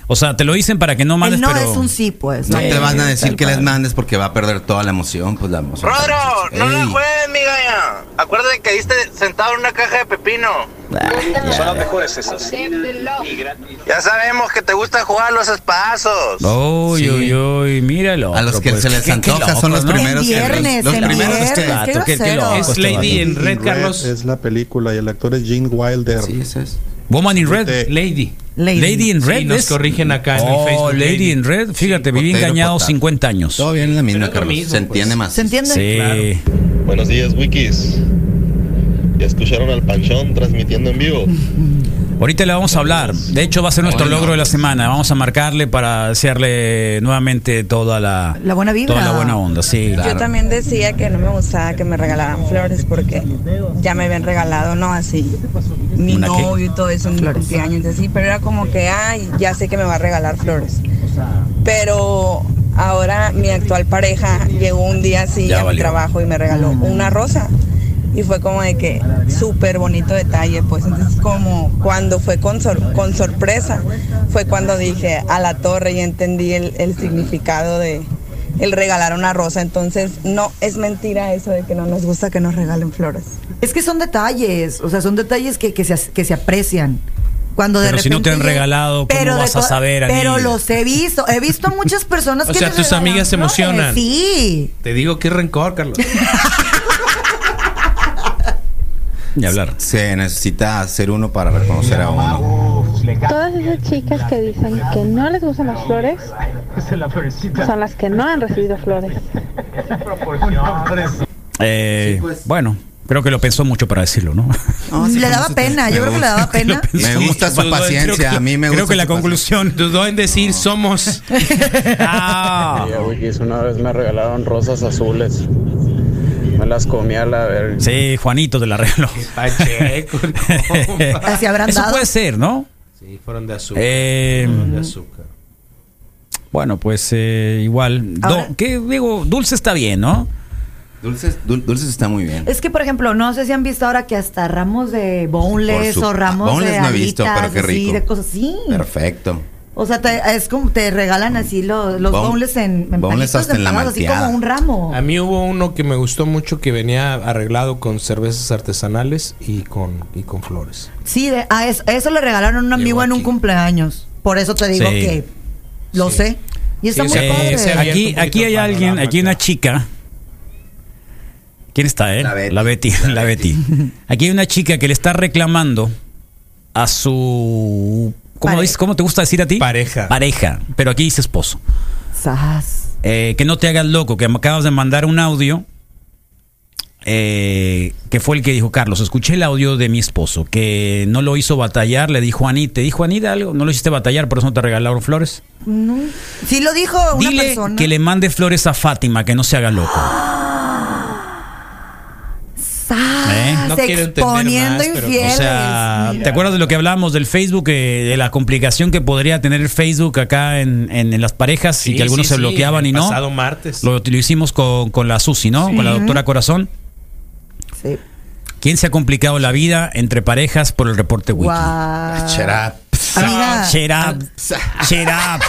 [SPEAKER 6] O sea, te lo dicen para que no mandes,
[SPEAKER 9] no
[SPEAKER 6] pero...
[SPEAKER 9] es un sí, pues.
[SPEAKER 8] No
[SPEAKER 6] Sí,
[SPEAKER 8] te van a decir
[SPEAKER 6] tal
[SPEAKER 8] que les
[SPEAKER 6] cual.
[SPEAKER 8] mandes porque va a perder toda la emoción, pues la emoción.
[SPEAKER 17] Rodro, no la
[SPEAKER 8] Ey.
[SPEAKER 17] juegues, mi galla. Acuérdate que diste sentado en una caja de pepino. Son las mejores esas. Ya sabemos que te gusta jugar los espadazos.
[SPEAKER 6] Uy, uy, uy, míralo.
[SPEAKER 8] A los que
[SPEAKER 18] pues,
[SPEAKER 8] se les antoja son los primeros que-
[SPEAKER 9] Viernes,
[SPEAKER 8] los
[SPEAKER 9] el
[SPEAKER 8] primeros
[SPEAKER 9] viernes,
[SPEAKER 8] que-
[SPEAKER 9] qué
[SPEAKER 8] Vato, qué- qué
[SPEAKER 9] grosero.
[SPEAKER 8] locos,
[SPEAKER 19] Es Lady
[SPEAKER 8] vato.
[SPEAKER 19] en Red, Carlos.
[SPEAKER 18] Es la película y el actor es Gene Wilder. Sí,
[SPEAKER 8] ese es.
[SPEAKER 6] Woman in Red,
[SPEAKER 7] Lady.
[SPEAKER 6] Lady, in Red.
[SPEAKER 7] Este, Sí, nos
[SPEAKER 6] ¿ves?
[SPEAKER 7] corrigen acá en el
[SPEAKER 6] oh,
[SPEAKER 7] Facebook,
[SPEAKER 6] Lady,
[SPEAKER 7] Lady.
[SPEAKER 6] in Red. Fíjate,
[SPEAKER 7] Sí,
[SPEAKER 6] viví
[SPEAKER 7] Potero,
[SPEAKER 6] engañado
[SPEAKER 7] Potaro.
[SPEAKER 6] 50 años.
[SPEAKER 8] Todo bien es la misma,
[SPEAKER 6] Pero es lo
[SPEAKER 8] Carlos.
[SPEAKER 6] mismo,
[SPEAKER 8] se entiende más.
[SPEAKER 9] ¿Se entiende?
[SPEAKER 6] Sí.
[SPEAKER 20] Buenos días, Wikis. ¿Ya escucharon al Panchón transmitiendo en vivo?
[SPEAKER 6] Ahorita le vamos a hablar. De hecho, va a ser nuestro
[SPEAKER 20] Bueno.
[SPEAKER 6] logro de la semana. Vamos a marcarle para desearle nuevamente toda la,
[SPEAKER 9] La buena vibra.
[SPEAKER 6] toda la buena onda. Sí,
[SPEAKER 15] Yo también decía que no me gustaba que me regalaran flores porque ya me habían regalado, ¿no? Así, mi
[SPEAKER 6] ¿Una qué?
[SPEAKER 15] novio y todo eso, mi cumpleaños, así, pero era como que, ay, ya sé que me va a regalar flores. Pero ahora mi actual pareja llegó un día así
[SPEAKER 6] Ya
[SPEAKER 15] a mi
[SPEAKER 6] valió.
[SPEAKER 15] trabajo y me regaló una rosa. Y fue como de que súper bonito detalle, pues entonces como cuando fue con, sor- con sorpresa, fue cuando dije a la torre y entendí el, el significado de el regalar una rosa. Entonces no es mentira eso de que no nos gusta que nos regalen flores.
[SPEAKER 9] Es que son detalles, o sea, son detalles que, que, se, que se aprecian. Cuando de
[SPEAKER 6] Pero si no
[SPEAKER 9] repente
[SPEAKER 6] te han
[SPEAKER 9] llega-
[SPEAKER 6] regalado, ¿cómo
[SPEAKER 9] de
[SPEAKER 6] vas a
[SPEAKER 9] toda-
[SPEAKER 6] saber, Ani?
[SPEAKER 9] Pero los he visto. He visto a muchas personas
[SPEAKER 7] O
[SPEAKER 9] que
[SPEAKER 7] sea,
[SPEAKER 9] les
[SPEAKER 7] tus
[SPEAKER 9] regalan
[SPEAKER 7] amigas se
[SPEAKER 9] flores.
[SPEAKER 7] emocionan.
[SPEAKER 9] Sí.
[SPEAKER 7] Te digo que es rencor, Carlos.
[SPEAKER 6] Ni hablar.
[SPEAKER 8] Se necesita hacer uno para reconocer a uno.
[SPEAKER 21] Todas esas chicas que dicen que no les gustan las flores son las que no han recibido flores.
[SPEAKER 6] Eh, Bueno, creo que lo pensó mucho para decirlo, ¿no?
[SPEAKER 9] le daba pena, yo creo que le daba pena.
[SPEAKER 8] Me gusta su paciencia, a mí me
[SPEAKER 7] Creo
[SPEAKER 8] gusta
[SPEAKER 7] que la
[SPEAKER 6] conclusión
[SPEAKER 7] dudó en decir somos.
[SPEAKER 6] Ah.
[SPEAKER 22] Una vez me regalaron rosas azules. Me las comí a la verga.
[SPEAKER 6] Sí, Juanito te la regaló.
[SPEAKER 7] Pacheco,
[SPEAKER 9] Así habrán
[SPEAKER 6] Eso
[SPEAKER 9] dado.
[SPEAKER 6] puede ser, ¿no?
[SPEAKER 7] Sí, fueron de azúcar.
[SPEAKER 6] Eh,
[SPEAKER 7] fueron de azúcar.
[SPEAKER 6] Bueno, pues eh, igual. Do-
[SPEAKER 9] Ahora-
[SPEAKER 6] ¿Qué digo? Dulce está bien, ¿no?
[SPEAKER 8] Dulces, dul- dulces está muy bien.
[SPEAKER 9] Es que, por ejemplo, no sé si han visto ahora que hasta ramos de boneless
[SPEAKER 8] Por su-
[SPEAKER 9] o ramos
[SPEAKER 8] boneless
[SPEAKER 9] de
[SPEAKER 8] no he visto,
[SPEAKER 9] alitas,
[SPEAKER 8] pero qué
[SPEAKER 9] así,
[SPEAKER 8] rico.
[SPEAKER 9] de cosas así.
[SPEAKER 8] Perfecto.
[SPEAKER 9] O sea, te, es como te regalan así los, los
[SPEAKER 7] Bon-
[SPEAKER 9] boneless en, en
[SPEAKER 7] boneless
[SPEAKER 9] palitos
[SPEAKER 7] hasta en la
[SPEAKER 9] empanados, así
[SPEAKER 7] malteada.
[SPEAKER 9] como un ramo.
[SPEAKER 7] A mí hubo uno que me gustó mucho que venía arreglado con cervezas artesanales y con, y con flores.
[SPEAKER 9] Sí, de- ah, a eso, eso le regalaron a un amigo en un cumpleaños. Por eso te digo
[SPEAKER 6] Sí.
[SPEAKER 9] que lo sé. Y está muy
[SPEAKER 6] Eh,
[SPEAKER 9] padre.
[SPEAKER 6] aquí, aquí hay alguien, aquí hay una chica. ¿Quién está, eh? La Betty. La Betty. Aquí hay una chica que le está reclamando a su. ¿Cómo, dices- cómo te gusta decir a ti? Pareja. Pareja. Pero aquí dice esposo.
[SPEAKER 9] Sas.
[SPEAKER 6] Eh, que no te hagas loco, que me acabas de mandar un audio. eh, que fue el que dijo Carlos, escuché el audio de mi esposo, que no lo hizo batallar, le dijo a Anita, ¿te dijo Anita algo? ¿No lo hiciste batallar, por eso no te regalaron flores?
[SPEAKER 9] No. Sí lo dijo una
[SPEAKER 6] Dile
[SPEAKER 9] persona.
[SPEAKER 6] que le mande flores a Fátima, que no se haga loco. ¿Eh?
[SPEAKER 9] No Se quiero entender exponiendo más, pero- infieles.
[SPEAKER 6] O sea,
[SPEAKER 9] Mira.
[SPEAKER 6] ¿te acuerdas de lo que hablábamos del Facebook? eh, de la complicación que podría tener el Facebook acá en, en- en las parejas y
[SPEAKER 7] Sí,
[SPEAKER 6] que algunos
[SPEAKER 7] sí,
[SPEAKER 6] se
[SPEAKER 7] sí,
[SPEAKER 6] bloqueaban
[SPEAKER 7] el
[SPEAKER 6] y no.
[SPEAKER 7] pasado martes.
[SPEAKER 6] Lo, lo hicimos con, con la Susi, ¿no?
[SPEAKER 7] Sí.
[SPEAKER 6] Con la doctora
[SPEAKER 7] Ujú.
[SPEAKER 6] Corazón.
[SPEAKER 9] Sí.
[SPEAKER 6] ¿Quién se ha complicado la vida entre parejas por el reporte Wiki?
[SPEAKER 8] Ah,
[SPEAKER 9] Guau.
[SPEAKER 6] Cherap.
[SPEAKER 9] Amiga.
[SPEAKER 6] Cherap. Cherap.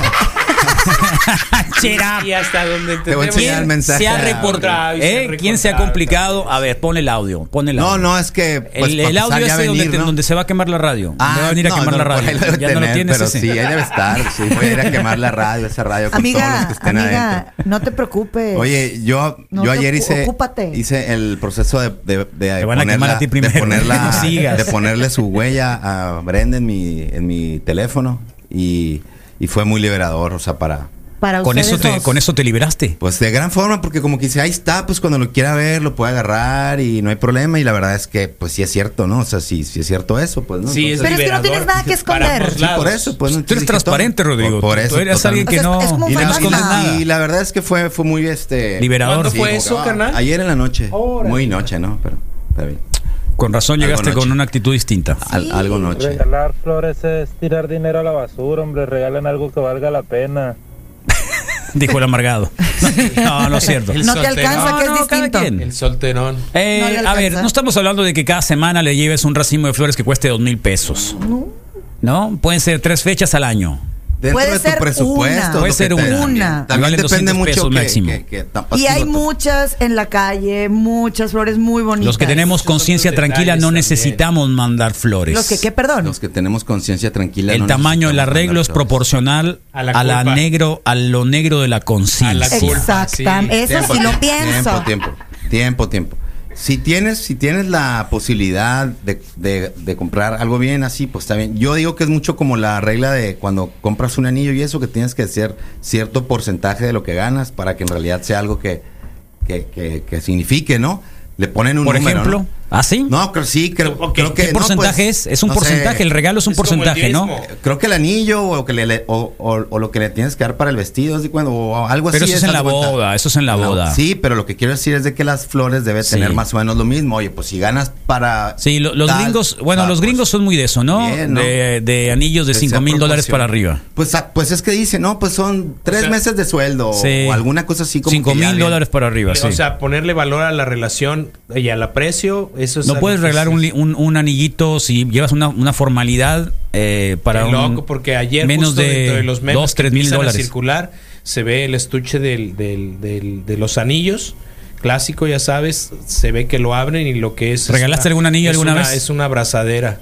[SPEAKER 6] Cherap.
[SPEAKER 7] Y hasta donde
[SPEAKER 8] Te voy a enseñar el mensaje.
[SPEAKER 6] Se ha
[SPEAKER 8] ahora.
[SPEAKER 6] reportado. ¿Eh? ¿Quién se ha complicado? A ver, pon el audio. Pon el
[SPEAKER 8] No,
[SPEAKER 6] audio.
[SPEAKER 8] no, es que, pues,
[SPEAKER 6] el,
[SPEAKER 8] para
[SPEAKER 6] el
[SPEAKER 8] empezar
[SPEAKER 6] audio
[SPEAKER 8] ya
[SPEAKER 6] ese
[SPEAKER 8] a venir,
[SPEAKER 6] donde, te-
[SPEAKER 8] ¿no?
[SPEAKER 6] donde se va a quemar la radio.
[SPEAKER 8] Ah,
[SPEAKER 6] Me va a venir a
[SPEAKER 8] no,
[SPEAKER 6] quemar
[SPEAKER 8] no,
[SPEAKER 6] la
[SPEAKER 8] por
[SPEAKER 6] radio.
[SPEAKER 8] ahí lo debe
[SPEAKER 6] ya no lo
[SPEAKER 8] tener,
[SPEAKER 6] tienes
[SPEAKER 8] pero
[SPEAKER 6] ese.
[SPEAKER 8] sí, ahí debe estar. Sí, voy a ir a quemar la radio, esa radio con todos los que
[SPEAKER 9] Amiga,
[SPEAKER 8] estén adentro.
[SPEAKER 9] amiga, no te preocupes.
[SPEAKER 8] Oye, yo,
[SPEAKER 9] No
[SPEAKER 8] yo
[SPEAKER 9] te
[SPEAKER 8] ayer
[SPEAKER 9] ocu-
[SPEAKER 8] hice,
[SPEAKER 9] ocúpate.
[SPEAKER 8] hice el proceso de, de, de
[SPEAKER 6] Te van a quemar a ti primero,
[SPEAKER 8] de, ponerla-
[SPEAKER 6] no sigas.
[SPEAKER 8] de ponerle su huella a Brenda en mi, en mi teléfono y, y fue muy liberador, o sea, para...
[SPEAKER 9] Para
[SPEAKER 6] Con eso, te, con eso te liberaste.
[SPEAKER 8] Pues de gran forma, porque como que dice, ahí está, pues cuando lo quiera ver, lo puede agarrar y no hay problema. Y la verdad es que, pues sí es cierto, ¿no? O sea, sí, sí es cierto eso, pues, ¿no?
[SPEAKER 7] Sí, es
[SPEAKER 9] Pero es que no tienes nada que esconder.
[SPEAKER 8] Sí, por eso, pues.
[SPEAKER 6] Tú eres transparente, Rodrigo.
[SPEAKER 8] Por, por eso.
[SPEAKER 6] Tú eres alguien que no-
[SPEAKER 8] totalmente.
[SPEAKER 6] O sea, es como
[SPEAKER 8] y,
[SPEAKER 6] un
[SPEAKER 8] la,
[SPEAKER 6] fantasma.
[SPEAKER 8] y la- y la verdad es que fue, fue muy este.
[SPEAKER 6] Liberador. ¿Cuándo fue
[SPEAKER 8] como
[SPEAKER 6] eso,
[SPEAKER 8] que, ah,
[SPEAKER 6] carnal?
[SPEAKER 8] Ayer en la noche. Muy noche, ¿no? Pero está bien.
[SPEAKER 6] Con razón
[SPEAKER 8] Algo
[SPEAKER 6] llegaste
[SPEAKER 8] noche.
[SPEAKER 6] con una actitud distinta.
[SPEAKER 8] Al- algo noche.
[SPEAKER 23] Regalar flores es tirar dinero a la basura, hombre. Regalen algo que valga la pena.
[SPEAKER 6] Dijo el amargado. No, no es cierto.
[SPEAKER 9] No te alcanza, que es distinto.
[SPEAKER 7] El solterón.
[SPEAKER 6] Eh,
[SPEAKER 9] No le alcanza.
[SPEAKER 6] a ver, no estamos hablando de que cada semana le lleves un racimo de flores que cueste dos mil pesos. No. Pueden ser tres fechas al año.
[SPEAKER 8] Dentro
[SPEAKER 9] Puede
[SPEAKER 8] de tu
[SPEAKER 9] ser
[SPEAKER 8] presupuesto,
[SPEAKER 9] una.
[SPEAKER 8] es lo
[SPEAKER 6] Puede ser
[SPEAKER 8] que te
[SPEAKER 6] una.
[SPEAKER 8] dan.
[SPEAKER 9] Una.
[SPEAKER 8] También
[SPEAKER 6] Vale
[SPEAKER 8] depende
[SPEAKER 6] 200
[SPEAKER 8] mucho
[SPEAKER 6] pesos
[SPEAKER 8] que-
[SPEAKER 6] máximo.
[SPEAKER 8] que- que tampas
[SPEAKER 9] Y hay
[SPEAKER 8] tú-
[SPEAKER 9] muchas en la calle, muchas flores muy bonitas.
[SPEAKER 6] Los que tenemos conciencia tranquila no necesitamos mandar flores.
[SPEAKER 9] Los que, ¿qué? Perdón.
[SPEAKER 8] Los que tenemos conciencia tranquila.
[SPEAKER 6] El
[SPEAKER 8] no
[SPEAKER 6] tamaño del
[SPEAKER 8] necesitamos
[SPEAKER 6] arreglo es
[SPEAKER 8] mandar flores.
[SPEAKER 6] proporcional a,
[SPEAKER 8] A la
[SPEAKER 6] la
[SPEAKER 8] culpa.
[SPEAKER 6] negro, a lo negro de la conciencia.
[SPEAKER 9] Exactamente. Eso sí lo
[SPEAKER 8] Tiempo,
[SPEAKER 9] pienso.
[SPEAKER 8] tiempo, tiempo, tiempo. Si tienes, si tienes la posibilidad de, de- de comprar algo bien así, pues está bien. Yo digo que es mucho como la regla de cuando compras un anillo y eso, que tienes que hacer cierto porcentaje de lo que ganas para que en realidad sea algo que, que, que- que signifique, ¿no? Le ponen un
[SPEAKER 6] Por
[SPEAKER 8] número,
[SPEAKER 6] ejemplo,
[SPEAKER 8] ¿no?
[SPEAKER 6] ¿así?
[SPEAKER 8] No, creo, sí, creo, creo que...
[SPEAKER 6] ¿Qué
[SPEAKER 8] no,
[SPEAKER 6] porcentaje
[SPEAKER 8] pues,
[SPEAKER 6] es? Es un
[SPEAKER 8] no sé.
[SPEAKER 6] porcentaje, el regalo es un porcentaje, ¿no?
[SPEAKER 8] Creo que el anillo o, que le- le- o- o- o lo que le tienes que dar para el vestido haz de cuenta, o algo
[SPEAKER 6] Pero
[SPEAKER 8] así.
[SPEAKER 6] eso es en
[SPEAKER 8] haz
[SPEAKER 6] la
[SPEAKER 8] de cuenta.
[SPEAKER 6] boda, eso es en la boda.
[SPEAKER 8] Sí, pero lo que quiero decir es de que las flores debe
[SPEAKER 6] Sí.
[SPEAKER 8] tener más o menos lo mismo. Oye, pues si ganas para...
[SPEAKER 6] Sí, lo- los
[SPEAKER 8] tal,
[SPEAKER 6] gringos, bueno,
[SPEAKER 8] tal,
[SPEAKER 6] los gringos son muy de eso, ¿no?
[SPEAKER 8] Bien, ¿no?
[SPEAKER 6] De, de anillos de
[SPEAKER 8] Que
[SPEAKER 6] 5
[SPEAKER 8] sea
[SPEAKER 6] mil dólares para arriba.
[SPEAKER 8] Pues, ah, pues es que dice, no, pues son tres meses de sueldo
[SPEAKER 6] Sí.
[SPEAKER 8] o alguna cosa así como...
[SPEAKER 6] 5
[SPEAKER 8] que ya
[SPEAKER 6] mil
[SPEAKER 8] viene.
[SPEAKER 6] dólares para arriba, sí.
[SPEAKER 7] O sea, ponerle valor a la relación y al aprecio, eso es
[SPEAKER 6] no
[SPEAKER 7] algo
[SPEAKER 6] puedes
[SPEAKER 7] que
[SPEAKER 6] regalar
[SPEAKER 7] sí
[SPEAKER 6] un, li- un, un anillito si llevas una, una formalidad eh, para
[SPEAKER 7] Qué
[SPEAKER 6] un,
[SPEAKER 7] loco, porque ayer
[SPEAKER 6] menos
[SPEAKER 7] justo
[SPEAKER 6] de
[SPEAKER 7] dentro de los memes
[SPEAKER 6] dos,
[SPEAKER 7] que
[SPEAKER 6] tres mil
[SPEAKER 7] empiezan a
[SPEAKER 6] dólares.
[SPEAKER 7] circular se ve el estuche del, del- del- de los anillos clásico, ya sabes, se ve que lo abren y lo que es
[SPEAKER 6] ¿Regalaste algún anillo
[SPEAKER 7] es
[SPEAKER 6] alguna
[SPEAKER 7] una-
[SPEAKER 6] vez?
[SPEAKER 7] Es una abrazadera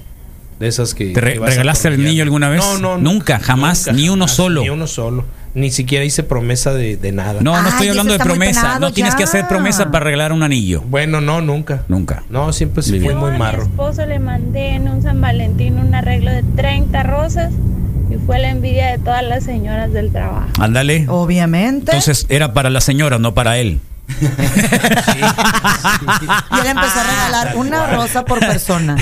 [SPEAKER 7] de esas que
[SPEAKER 6] ¿Te re-
[SPEAKER 7] que vas a
[SPEAKER 6] regalaste el
[SPEAKER 7] atornillar.
[SPEAKER 6] anillo alguna vez?
[SPEAKER 7] No, no,
[SPEAKER 6] Nunca, jamás, ni uno solo.
[SPEAKER 7] Ni uno solo. Ni siquiera hice promesa de, de nada.
[SPEAKER 6] No, no estoy
[SPEAKER 9] eso
[SPEAKER 6] hablando de
[SPEAKER 9] Ah, está muy
[SPEAKER 6] promesa.
[SPEAKER 9] penado
[SPEAKER 6] No tienes que
[SPEAKER 9] ya.
[SPEAKER 6] hacer promesa para regalar un anillo.
[SPEAKER 7] Bueno, no, nunca.
[SPEAKER 6] Nunca.
[SPEAKER 7] No, siempre sí
[SPEAKER 6] Muy
[SPEAKER 7] fue
[SPEAKER 6] bien.
[SPEAKER 7] muy
[SPEAKER 24] mi
[SPEAKER 7] marro.
[SPEAKER 24] esposo le mandé en un San Valentín un arreglo de 30 rosas y fue la envidia de todas las señoras del trabajo.
[SPEAKER 6] Ándale.
[SPEAKER 9] Obviamente.
[SPEAKER 6] Entonces era para la señora, no para él.
[SPEAKER 9] Y él empezó a regalar una rosa por persona.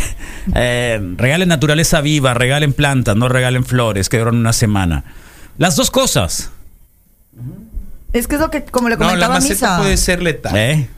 [SPEAKER 6] Eh, regalen naturaleza viva, regalen plantas, no regalen flores que duran una semana. Las dos cosas.
[SPEAKER 9] Es que es lo que, como le
[SPEAKER 7] No, la
[SPEAKER 9] comentaba
[SPEAKER 7] maceta
[SPEAKER 9] Misa.
[SPEAKER 7] puede ser letal.
[SPEAKER 6] ¿eh?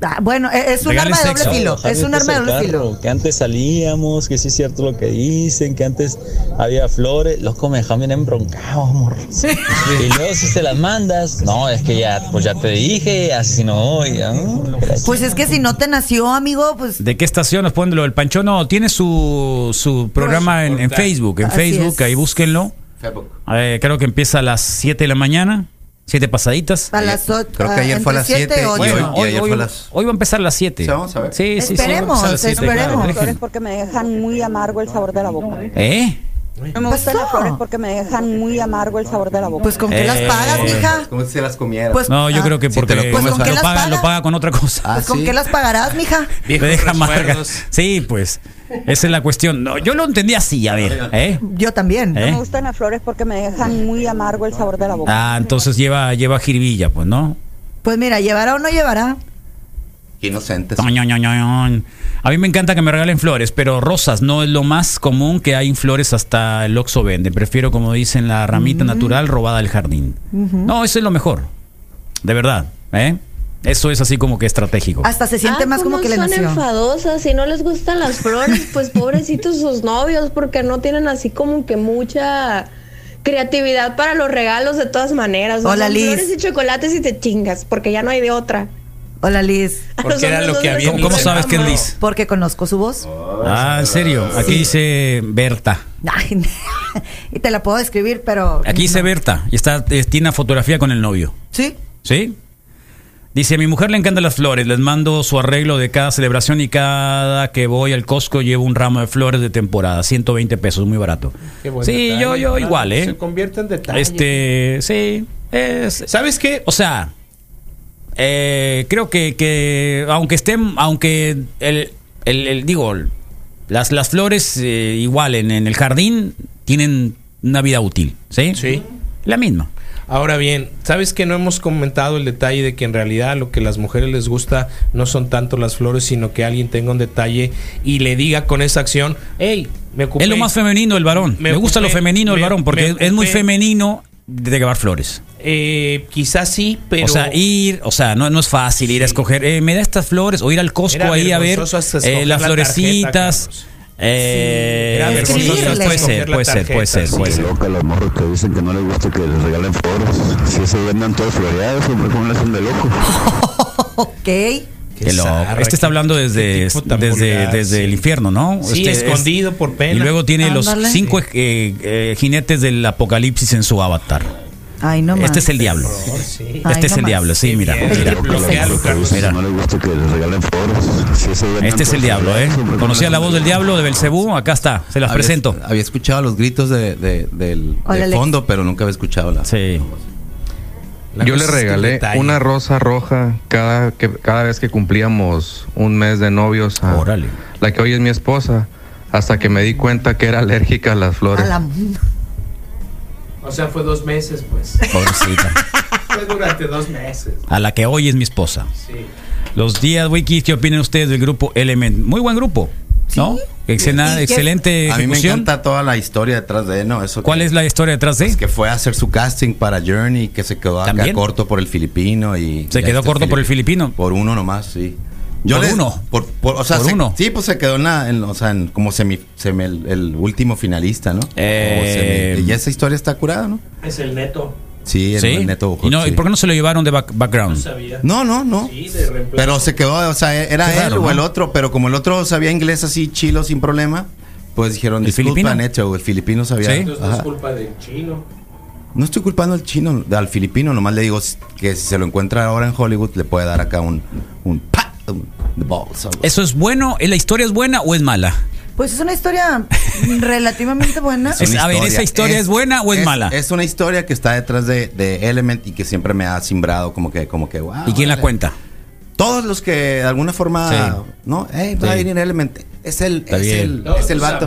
[SPEAKER 9] Ah, bueno, e- es un
[SPEAKER 6] Regalen
[SPEAKER 9] arma de doble
[SPEAKER 6] sexo.
[SPEAKER 9] filo.
[SPEAKER 6] Ojalá
[SPEAKER 9] Es un
[SPEAKER 6] estés
[SPEAKER 9] arma de doble
[SPEAKER 6] al
[SPEAKER 9] filo.
[SPEAKER 24] Claro, que antes salíamos, que sí es cierto lo que dicen, que antes había flores, loco me dejaban bien embroncado, amor. Y luego si se las mandas, no, es que ya, pues ya te dije, así si no voy, ¿no?
[SPEAKER 9] Pues es que si no te nació, amigo, pues.
[SPEAKER 6] ¿De qué estación nos ponen lo del Panchón? No, tiene su, su programa en, en Facebook. En
[SPEAKER 9] Así
[SPEAKER 6] Facebook,
[SPEAKER 9] es.
[SPEAKER 6] ahí búsquenlo. Eh, creo que empieza a las 7 de la mañana. 7 pasaditas.
[SPEAKER 9] A las o-
[SPEAKER 8] Creo que ayer
[SPEAKER 9] ah,
[SPEAKER 8] fue a
[SPEAKER 9] entre
[SPEAKER 8] las
[SPEAKER 9] siete,
[SPEAKER 8] 7 y,
[SPEAKER 9] ocho.
[SPEAKER 8] hoy, y
[SPEAKER 6] hoy,
[SPEAKER 8] ayer
[SPEAKER 6] hoy-
[SPEAKER 8] fue a las...
[SPEAKER 6] hoy va a empezar a las 7.
[SPEAKER 8] Sí, vamos a ver.
[SPEAKER 6] Sí, sí, sí, va a
[SPEAKER 9] Esperemos,
[SPEAKER 6] empezar a las siete, claro,
[SPEAKER 9] esperemos.
[SPEAKER 6] dejen.
[SPEAKER 15] porque me dejan muy amargo el sabor de la boca.
[SPEAKER 6] ¿Eh?
[SPEAKER 15] No me gustan las flores porque me dejan muy amargo el sabor de la boca.
[SPEAKER 9] Pues con qué las
[SPEAKER 6] Eh,
[SPEAKER 9] pagas,
[SPEAKER 6] pues,
[SPEAKER 9] mija.
[SPEAKER 8] Como si se las comieras.
[SPEAKER 9] Pues-
[SPEAKER 6] No, yo
[SPEAKER 9] Ah.
[SPEAKER 6] creo que
[SPEAKER 8] Si te
[SPEAKER 6] porque
[SPEAKER 8] lo comes,
[SPEAKER 6] lo,
[SPEAKER 9] ¿con qué las
[SPEAKER 6] paga, lo
[SPEAKER 9] paga?
[SPEAKER 6] paga con otra cosa.
[SPEAKER 8] Ah,
[SPEAKER 9] Pues con
[SPEAKER 8] sí.
[SPEAKER 9] qué las pagarás, mija.
[SPEAKER 6] Te deja amarga.
[SPEAKER 7] recuerdos.
[SPEAKER 6] Sí, pues. Esa es la cuestión. No, yo lo entendí así, a ver. ¿eh?
[SPEAKER 9] Yo también.
[SPEAKER 6] ¿Eh?
[SPEAKER 15] No me gustan las flores porque me dejan muy amargo el sabor de la boca.
[SPEAKER 6] Ah, entonces lleva, lleva jiribilla, pues, ¿no?
[SPEAKER 9] Pues mira, llevará o no llevará.
[SPEAKER 8] Qué inocentes.
[SPEAKER 6] Toño, ño, ño, ño. A mí me encanta que me regalen flores, pero rosas no es lo más común que hay en flores hasta el Oxxo vende. Prefiero, como dicen, la ramita natural robada del jardín. No, eso es lo mejor. De verdad, ¿eh? Eso es así como que estratégico.
[SPEAKER 9] Hasta se siente
[SPEAKER 1] Ah,
[SPEAKER 9] más como
[SPEAKER 1] ¿cómo
[SPEAKER 9] que le
[SPEAKER 1] son
[SPEAKER 9] nació.
[SPEAKER 1] enfadosas y no les gustan las flores, pues pobrecitos sus novios, porque no tienen así como que mucha creatividad para los regalos de todas maneras.
[SPEAKER 9] Hola,
[SPEAKER 1] son
[SPEAKER 9] Liz.
[SPEAKER 1] Flores y chocolates y te chingas, porque ya no hay de otra.
[SPEAKER 9] Hola, Liz.
[SPEAKER 1] A los hombres no les
[SPEAKER 6] ¿Cómo, cómo
[SPEAKER 1] gusta.
[SPEAKER 6] sabes que es Liz?
[SPEAKER 9] Porque conozco su voz.
[SPEAKER 6] Ah, en serio. Aquí dice Berta.
[SPEAKER 9] Ay, y te la puedo describir, pero.
[SPEAKER 6] Aquí dice Berta. Y está, eh, tiene una fotografía con el novio.
[SPEAKER 9] Sí.
[SPEAKER 6] ¿Sí? Dice, a mi mujer le encantan las flores, les mando su arreglo de cada celebración y cada que voy al Costco llevo un ramo de flores de temporada, 120 pesos, muy barato.
[SPEAKER 7] Qué buen
[SPEAKER 6] Sí,
[SPEAKER 7] detalle,
[SPEAKER 6] yo, yo
[SPEAKER 7] claro,
[SPEAKER 6] igual, ¿eh?
[SPEAKER 7] Se convierte en detalle.
[SPEAKER 6] Este, sí, es-
[SPEAKER 7] ¿Sabes qué?
[SPEAKER 6] o sea, eh, creo que, que aunque estén, aunque el, el- el- digo, el- las, las flores eh, igual en, en el jardín tienen una vida útil, ¿sí?
[SPEAKER 7] Sí.
[SPEAKER 6] La misma.
[SPEAKER 7] Ahora bien, ¿sabes que no hemos comentado el detalle de que en realidad lo que las mujeres les gusta no son tanto las flores, sino que alguien tenga un detalle y le diga con esa acción, hey, me ocupé.
[SPEAKER 6] Es lo más femenino el varón.
[SPEAKER 7] Me
[SPEAKER 6] Me, gusta lo
[SPEAKER 7] ocupé,
[SPEAKER 6] femenino el
[SPEAKER 7] me-
[SPEAKER 6] varón porque
[SPEAKER 7] me
[SPEAKER 6] es muy
[SPEAKER 7] ocupé.
[SPEAKER 6] femenino de llevar flores.
[SPEAKER 7] Eh, quizás sí, pero...
[SPEAKER 6] o sea, ir, o sea, no, no es fácil ir a escoger, eh, me da estas flores, o ir al Costco
[SPEAKER 7] Era
[SPEAKER 6] ahí a ver
[SPEAKER 7] vergonzoso hasta
[SPEAKER 6] eh,
[SPEAKER 7] escoger
[SPEAKER 6] las
[SPEAKER 7] la
[SPEAKER 6] florecitas.
[SPEAKER 7] tarjeta,
[SPEAKER 6] eh,
[SPEAKER 7] Sí. Era vergonzoso hasta
[SPEAKER 6] puede ser,
[SPEAKER 7] escoger la
[SPEAKER 6] puede ser, puede
[SPEAKER 7] tarjeta,
[SPEAKER 6] ser,
[SPEAKER 7] sí.
[SPEAKER 6] puede
[SPEAKER 2] Qué
[SPEAKER 6] ser.
[SPEAKER 2] loca los morros que dicen que no les gusta que les regalen flores. Si se vendan todos floreados, hombre, ¿cómo le hacen de loco?
[SPEAKER 9] Ok.
[SPEAKER 6] Qué loco. Este está hablando desde, desde, desde el infierno, ¿no?
[SPEAKER 7] Sí,
[SPEAKER 6] Este es-
[SPEAKER 7] escondido por pena.
[SPEAKER 6] Y luego tiene
[SPEAKER 9] Ándale.
[SPEAKER 6] los cinco eh, eh, jinetes del apocalipsis en su avatar.
[SPEAKER 9] Ay, no más.
[SPEAKER 6] Este es el diablo.
[SPEAKER 9] Ay,
[SPEAKER 6] Este es
[SPEAKER 9] no
[SPEAKER 6] el
[SPEAKER 9] más.
[SPEAKER 6] diablo, sí, mira. mira. Mira. Este es el diablo, ¿eh? Conocía la voz del diablo de Belcebú, acá está, se las
[SPEAKER 8] Había-
[SPEAKER 6] presento.
[SPEAKER 8] Había escuchado los gritos de, de- del
[SPEAKER 9] Hola,
[SPEAKER 8] de
[SPEAKER 9] Alex.
[SPEAKER 8] fondo, pero nunca había escuchado la.
[SPEAKER 6] Sí.
[SPEAKER 22] Yo le regalé una rosa roja cada, que, cada vez que cumplíamos un mes de novios a la que hoy es mi esposa, hasta que me di cuenta que era alérgica a las flores.
[SPEAKER 7] O sea, fue dos meses, pues.
[SPEAKER 6] Pobrecita.
[SPEAKER 7] fue durante dos meses.
[SPEAKER 6] A la que hoy es mi esposa.
[SPEAKER 7] Sí.
[SPEAKER 6] Los días, Wiki, ¿qué opinan ustedes del grupo Element? Muy buen grupo, ¿no? Excena- excelente
[SPEAKER 8] A mí me
[SPEAKER 6] ejecución.
[SPEAKER 8] encanta toda la historia detrás de no eso. pues,
[SPEAKER 6] ¿Cuál es la historia detrás de?
[SPEAKER 8] que fue a hacer su casting para Journey, que se quedó acá
[SPEAKER 6] ¿También?
[SPEAKER 8] corto por el filipino y
[SPEAKER 6] Se
[SPEAKER 8] y
[SPEAKER 6] quedó
[SPEAKER 8] este
[SPEAKER 6] corto por el filipino.
[SPEAKER 8] Por uno nomás, sí.
[SPEAKER 6] ¿Por
[SPEAKER 8] les-
[SPEAKER 6] uno?
[SPEAKER 8] Por, por- o sea,
[SPEAKER 6] ¿Por
[SPEAKER 8] se-
[SPEAKER 6] uno?
[SPEAKER 8] Sí, pues se quedó en, la, en- o sea, en como semi, semi- el, el último finalista, ¿no?
[SPEAKER 6] Eh,
[SPEAKER 8] O semi- y esa historia está curada, ¿no?
[SPEAKER 3] Es el neto.
[SPEAKER 8] Sí, el,
[SPEAKER 6] ¿Sí?
[SPEAKER 8] el neto.
[SPEAKER 6] ¿Y, no,
[SPEAKER 8] sí.
[SPEAKER 6] ¿Y por qué no se lo llevaron de back- background?
[SPEAKER 8] No, no, no. Pero se quedó, o sea, era
[SPEAKER 6] Qué
[SPEAKER 8] él
[SPEAKER 6] raro,
[SPEAKER 8] o
[SPEAKER 6] ¿no?
[SPEAKER 8] el otro, pero como el otro sabía inglés así chilo sin problema, pues dijeron,
[SPEAKER 6] ¿El
[SPEAKER 8] disculpa,
[SPEAKER 6] filipino?
[SPEAKER 8] Neto, el filipino sabía. Ajá.
[SPEAKER 3] culpa del chino.
[SPEAKER 8] No estoy culpando al chino, al filipino, nomás le digo que si se lo encuentra ahora en Hollywood le puede dar acá un un pa, un- the balls, algo.
[SPEAKER 6] ¿Eso es bueno? ¿La historia es buena o es mala?
[SPEAKER 9] Pues es una historia relativamente buena.
[SPEAKER 8] Es una
[SPEAKER 6] a ver, ¿esa historia es buena o es mala?
[SPEAKER 8] Es una historia que está detrás de, de Element y que siempre me ha simbrado como que, como que, wow.
[SPEAKER 6] ¿Y quién la
[SPEAKER 8] órale.
[SPEAKER 6] cuenta?
[SPEAKER 8] Todos los que de alguna forma,
[SPEAKER 6] Sí.
[SPEAKER 8] ¿no? Hey, va a
[SPEAKER 6] Sí.
[SPEAKER 8] venir Element. Es el,
[SPEAKER 6] Está
[SPEAKER 8] es
[SPEAKER 6] bien.
[SPEAKER 8] el, es el vato.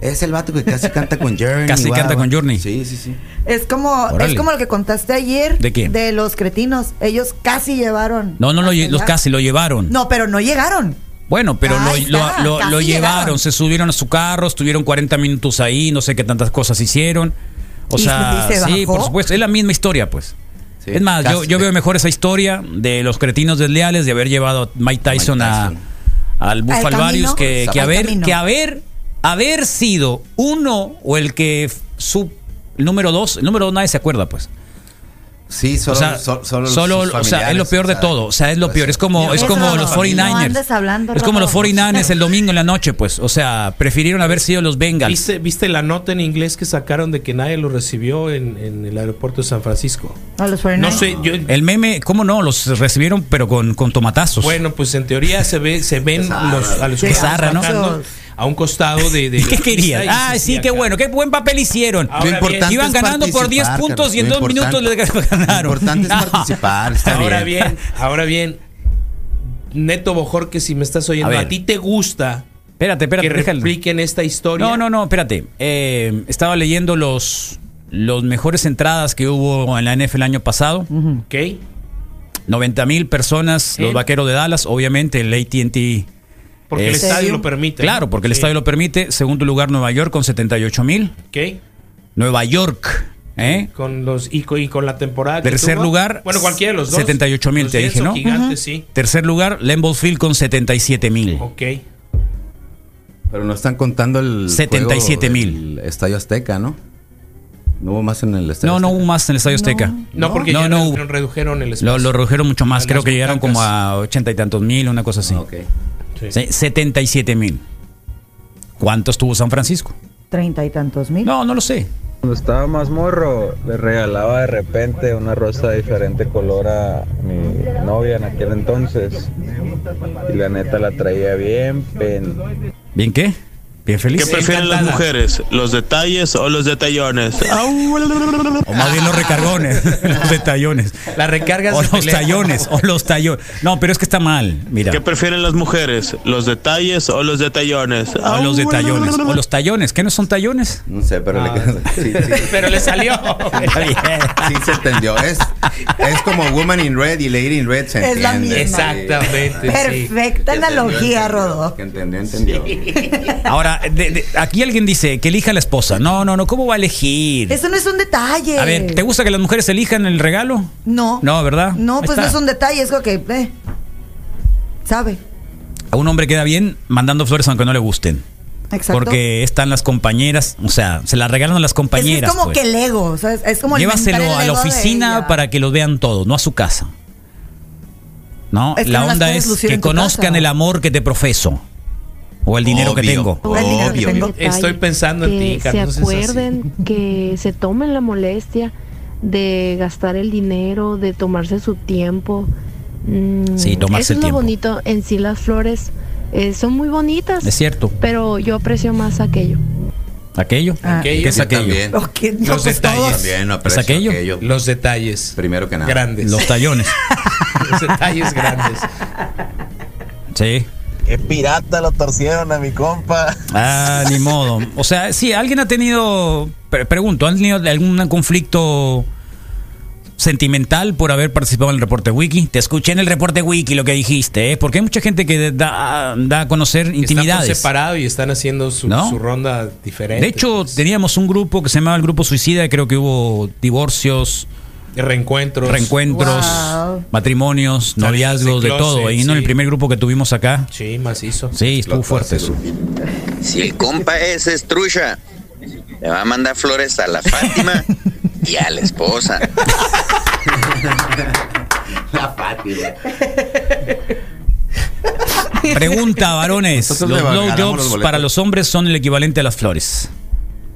[SPEAKER 8] Es el vato que casi canta con Journey.
[SPEAKER 6] Casi
[SPEAKER 8] guau,
[SPEAKER 6] canta
[SPEAKER 8] guau.
[SPEAKER 6] con Journey.
[SPEAKER 8] Sí, sí, sí.
[SPEAKER 9] Es como,
[SPEAKER 6] Órale.
[SPEAKER 9] es como lo que contaste ayer.
[SPEAKER 6] ¿De qué?
[SPEAKER 9] De los cretinos. Ellos casi llevaron.
[SPEAKER 6] No, no, lo, lle-
[SPEAKER 9] allá.
[SPEAKER 6] los casi lo llevaron.
[SPEAKER 9] No, pero no llegaron.
[SPEAKER 6] Bueno, pero lo,
[SPEAKER 9] Ahí
[SPEAKER 6] lo-
[SPEAKER 9] está,
[SPEAKER 6] lo-
[SPEAKER 9] casi
[SPEAKER 6] lo llevaron,
[SPEAKER 9] llegaron.
[SPEAKER 6] se subieron a su carro, estuvieron 40 minutos ahí, no sé qué tantas cosas hicieron. O
[SPEAKER 9] Y
[SPEAKER 6] sea,
[SPEAKER 9] se- y se
[SPEAKER 6] sí,
[SPEAKER 9] bajó.
[SPEAKER 6] por supuesto, es la misma historia, pues.
[SPEAKER 8] Sí,
[SPEAKER 6] es más, yo,
[SPEAKER 8] casi.
[SPEAKER 6] yo veo mejor esa historia de los cretinos desleales, de haber llevado a Mike Tyson, A, al Buffalo
[SPEAKER 9] camino,
[SPEAKER 6] Varios, que, que
[SPEAKER 9] al
[SPEAKER 6] haber,
[SPEAKER 9] camino.
[SPEAKER 6] que haber, haber sido uno o el que f- su el número dos, el número dos nadie se acuerda, pues.
[SPEAKER 8] Sí, solo,
[SPEAKER 6] o sea,
[SPEAKER 8] so- solo,
[SPEAKER 6] solo-
[SPEAKER 8] sus
[SPEAKER 6] o sea, es lo
[SPEAKER 8] familiares,
[SPEAKER 6] peor de
[SPEAKER 8] o sea,
[SPEAKER 6] todo. O sea, es lo
[SPEAKER 8] pues,
[SPEAKER 6] peor. Es como, Oh, es
[SPEAKER 9] Eso
[SPEAKER 6] como
[SPEAKER 9] no,
[SPEAKER 6] los
[SPEAKER 9] no
[SPEAKER 6] 49ers.
[SPEAKER 9] andes hablando,
[SPEAKER 6] Es como los
[SPEAKER 9] Rafa.
[SPEAKER 6] 49ers el domingo en la noche, pues. O sea, prefirieron haber sido los Bengals.
[SPEAKER 7] ¿Viste, ¿Viste la nota en inglés que sacaron de que nadie lo recibió en, en el aeropuerto de San Francisco?
[SPEAKER 9] A los 49ers.
[SPEAKER 7] No sé, yo,
[SPEAKER 6] El meme, ¿cómo no? Los recibieron, pero con, con tomatazos.
[SPEAKER 7] Bueno, pues en teoría se ve, se ven los, a los
[SPEAKER 6] Qué
[SPEAKER 7] jugadores
[SPEAKER 6] zarra, ¿no?
[SPEAKER 7] bajando a un costado de. de
[SPEAKER 6] ¿Y ¿Qué
[SPEAKER 7] la
[SPEAKER 6] querían?
[SPEAKER 7] pista y
[SPEAKER 6] Ah,
[SPEAKER 7] se-
[SPEAKER 6] sí,
[SPEAKER 7] y
[SPEAKER 6] qué
[SPEAKER 7] acá.
[SPEAKER 6] bueno. Qué buen papel hicieron.
[SPEAKER 7] Ahora bien,
[SPEAKER 8] importante
[SPEAKER 6] Iban
[SPEAKER 8] es
[SPEAKER 6] ganando por 10
[SPEAKER 8] participar,
[SPEAKER 6] puntos y en
[SPEAKER 8] Carlos,
[SPEAKER 6] dos
[SPEAKER 8] lo
[SPEAKER 6] minutos les
[SPEAKER 8] importante- Lo
[SPEAKER 6] ganaron.
[SPEAKER 8] importante es
[SPEAKER 6] No.
[SPEAKER 8] participar. Está
[SPEAKER 7] Ahora bien, ahora bien, Neto Bojor, que si me estás oyendo,
[SPEAKER 6] A
[SPEAKER 7] a,
[SPEAKER 6] ver.
[SPEAKER 7] ti te gusta
[SPEAKER 6] Espérate, espérate.
[SPEAKER 7] que
[SPEAKER 6] déjalo.
[SPEAKER 7] repliquen esta historia.
[SPEAKER 6] No, no, no, espérate. Eh, estaba leyendo los, los mejores entradas que hubo en la NFL el año pasado.
[SPEAKER 7] ¿Ok? Eh.
[SPEAKER 6] 90 mil personas, los vaqueros de Dallas, obviamente, el ATT.
[SPEAKER 7] Porque el
[SPEAKER 6] es-
[SPEAKER 7] estadio lo permite.
[SPEAKER 6] eh, Claro, porque el
[SPEAKER 7] Sí.
[SPEAKER 6] estadio lo permite. Segundo lugar, Nueva York con 78 mil.
[SPEAKER 7] ¿Ok?
[SPEAKER 6] Nueva York, ¿eh?
[SPEAKER 7] Con los, y, con, y con la temporada. que
[SPEAKER 6] Tercer
[SPEAKER 7] tuvo.
[SPEAKER 6] lugar,
[SPEAKER 7] Bueno, cualquiera de los dos.
[SPEAKER 6] 78 mil,
[SPEAKER 7] Los
[SPEAKER 6] te
[SPEAKER 7] Jets
[SPEAKER 6] dije,
[SPEAKER 7] o
[SPEAKER 6] ¿no?
[SPEAKER 7] Gigantes, sí.
[SPEAKER 6] Tercer lugar, Lambeau Field con 77 mil.
[SPEAKER 7] Ok.
[SPEAKER 8] Pero no están contando el.
[SPEAKER 6] 77,000.
[SPEAKER 8] juego del Estadio Azteca, ¿no? No hubo más en el Estadio
[SPEAKER 6] No, no
[SPEAKER 8] Azteca.
[SPEAKER 6] hubo más en el Estadio Azteca.
[SPEAKER 7] No, porque
[SPEAKER 6] no,
[SPEAKER 7] ya
[SPEAKER 6] no
[SPEAKER 7] re-
[SPEAKER 6] hubo.
[SPEAKER 7] redujeron el espacio.
[SPEAKER 6] Lo, lo redujeron mucho más.
[SPEAKER 7] A
[SPEAKER 6] Creo
[SPEAKER 7] las
[SPEAKER 6] que llegaron como
[SPEAKER 7] butacas.
[SPEAKER 6] a ochenta y tantos mil, una cosa así.
[SPEAKER 8] Ah, ok.
[SPEAKER 7] Sí.
[SPEAKER 6] Sí, 77 mil. ¿Cuántos tuvo San Francisco?
[SPEAKER 9] Treinta y tantos mil.
[SPEAKER 6] No, no lo sé.
[SPEAKER 4] Cuando estaba más morro, le regalaba de repente una rosa de diferente color a mi novia en aquel entonces. Y la neta la traía bien pen.
[SPEAKER 6] ¿Bien qué? ¿Bien feliz?
[SPEAKER 20] ¿Qué prefieren las
[SPEAKER 6] Encantada.
[SPEAKER 20] mujeres? ¿Los detalles o los detallones?
[SPEAKER 6] O más bien los recargones, los detallones.
[SPEAKER 7] La recargas
[SPEAKER 6] O
[SPEAKER 7] de
[SPEAKER 6] los
[SPEAKER 7] teléfono.
[SPEAKER 6] tallones, o los tallones. No, pero es que está mal, mira.
[SPEAKER 20] ¿Qué prefieren las mujeres? ¿Los detalles o los detallones? Ah,
[SPEAKER 6] O los detallones, o los Ah. tallones. ¿Qué no son tallones?
[SPEAKER 8] No sé, pero le- sí, sí,
[SPEAKER 7] Pero le salió.
[SPEAKER 6] Está bien.
[SPEAKER 8] sí se entendió. Es, es como Woman in Red y Lady in Red. Se
[SPEAKER 9] Es la
[SPEAKER 8] entiende,
[SPEAKER 9] misma.
[SPEAKER 8] sí.
[SPEAKER 7] Exactamente. sí.
[SPEAKER 9] Perfecta analogía, Rodó.
[SPEAKER 8] Que entendió, entendió.
[SPEAKER 6] Ahora, de- de- aquí alguien dice que elija la esposa. No, no, no, ¿cómo va a elegir?
[SPEAKER 9] Eso no es un detalle.
[SPEAKER 6] A ver, ¿te gusta que las mujeres elijan el regalo?
[SPEAKER 9] No.
[SPEAKER 6] No, ¿verdad?
[SPEAKER 9] No,
[SPEAKER 6] Ahí
[SPEAKER 9] pues
[SPEAKER 6] está.
[SPEAKER 9] no es un detalle, es lo que. eh, sabe.
[SPEAKER 6] A un hombre queda bien mandando flores aunque no le gusten.
[SPEAKER 9] Exacto.
[SPEAKER 6] Porque están las compañeras, o sea, se las regalan a las
[SPEAKER 9] es, que es
[SPEAKER 6] compañeras.
[SPEAKER 9] como
[SPEAKER 6] pues.
[SPEAKER 9] que el ego, o sea, es- es como alimentar
[SPEAKER 6] Llévaselo
[SPEAKER 9] el
[SPEAKER 6] a la
[SPEAKER 9] ego de
[SPEAKER 6] oficina
[SPEAKER 9] ella.
[SPEAKER 6] para que los vean todos, no a su casa. No,
[SPEAKER 9] Es que
[SPEAKER 6] la
[SPEAKER 9] no las
[SPEAKER 6] onda
[SPEAKER 9] puedes
[SPEAKER 6] es
[SPEAKER 9] lucir
[SPEAKER 6] que
[SPEAKER 9] en tu
[SPEAKER 6] conozcan
[SPEAKER 9] casa.
[SPEAKER 6] el amor que te profeso. O el dinero que
[SPEAKER 9] Obvio,
[SPEAKER 6] tengo.
[SPEAKER 9] El dinero que tengo.
[SPEAKER 7] Obvio. Estoy pensando en ti,
[SPEAKER 12] que se
[SPEAKER 7] Carlos, es así.
[SPEAKER 12] acuerden, que se tomen la molestia de gastar el dinero, de tomarse su tiempo. Mm,
[SPEAKER 6] Sí, tomarse
[SPEAKER 12] eso
[SPEAKER 6] el
[SPEAKER 12] es
[SPEAKER 6] tiempo.
[SPEAKER 12] lo bonito en sí las flores eh, son muy bonitas.
[SPEAKER 6] Es cierto.
[SPEAKER 12] Pero yo aprecio más aquello.
[SPEAKER 6] Aquello.
[SPEAKER 9] Ah.
[SPEAKER 6] ¿Qué es
[SPEAKER 8] Yo
[SPEAKER 6] aquello?
[SPEAKER 8] también.
[SPEAKER 7] Los detalles.
[SPEAKER 8] También aprecio
[SPEAKER 6] ¿Es aquello?
[SPEAKER 7] Los detalles.
[SPEAKER 8] Primero que nada.
[SPEAKER 7] Grandes.
[SPEAKER 6] Los tallones.
[SPEAKER 7] Los detalles grandes.
[SPEAKER 6] Sí.
[SPEAKER 3] Qué pirata lo torcieron a mi compa.
[SPEAKER 6] Ah, ni modo. O sea, sí, alguien ha tenido, pre- pregunto, ¿han tenido algún conflicto sentimental por haber participado en el reporte wiki? Te escuché en el reporte wiki lo que dijiste, ¿eh? Porque hay mucha gente que da, da a conocer
[SPEAKER 7] Están
[SPEAKER 6] intimidades.
[SPEAKER 7] separados y están haciendo su,
[SPEAKER 6] ¿No?
[SPEAKER 7] su ronda diferente.
[SPEAKER 6] De hecho, teníamos un grupo que se llamaba el Grupo Suicida, y creo que hubo divorcios.
[SPEAKER 7] Reencuentros.
[SPEAKER 6] Reencuentros,
[SPEAKER 7] Wow.
[SPEAKER 6] matrimonios,
[SPEAKER 7] Salidas
[SPEAKER 6] noviazgos, de,
[SPEAKER 7] de
[SPEAKER 6] todo.
[SPEAKER 7] closet,
[SPEAKER 6] Y no
[SPEAKER 7] sí.
[SPEAKER 6] el primer grupo que tuvimos acá.
[SPEAKER 7] Sí, macizo.
[SPEAKER 6] Sí, estuvo fuerte eso.
[SPEAKER 17] Si el compa ese es trucha, le va a mandar flores a la Fátima y a la esposa.
[SPEAKER 8] La Fátima.
[SPEAKER 6] Pregunta, varones.
[SPEAKER 8] Nosotros
[SPEAKER 6] los
[SPEAKER 8] le regalamos los
[SPEAKER 6] blowjobs
[SPEAKER 8] boletos.
[SPEAKER 6] para los hombres son el equivalente a las flores.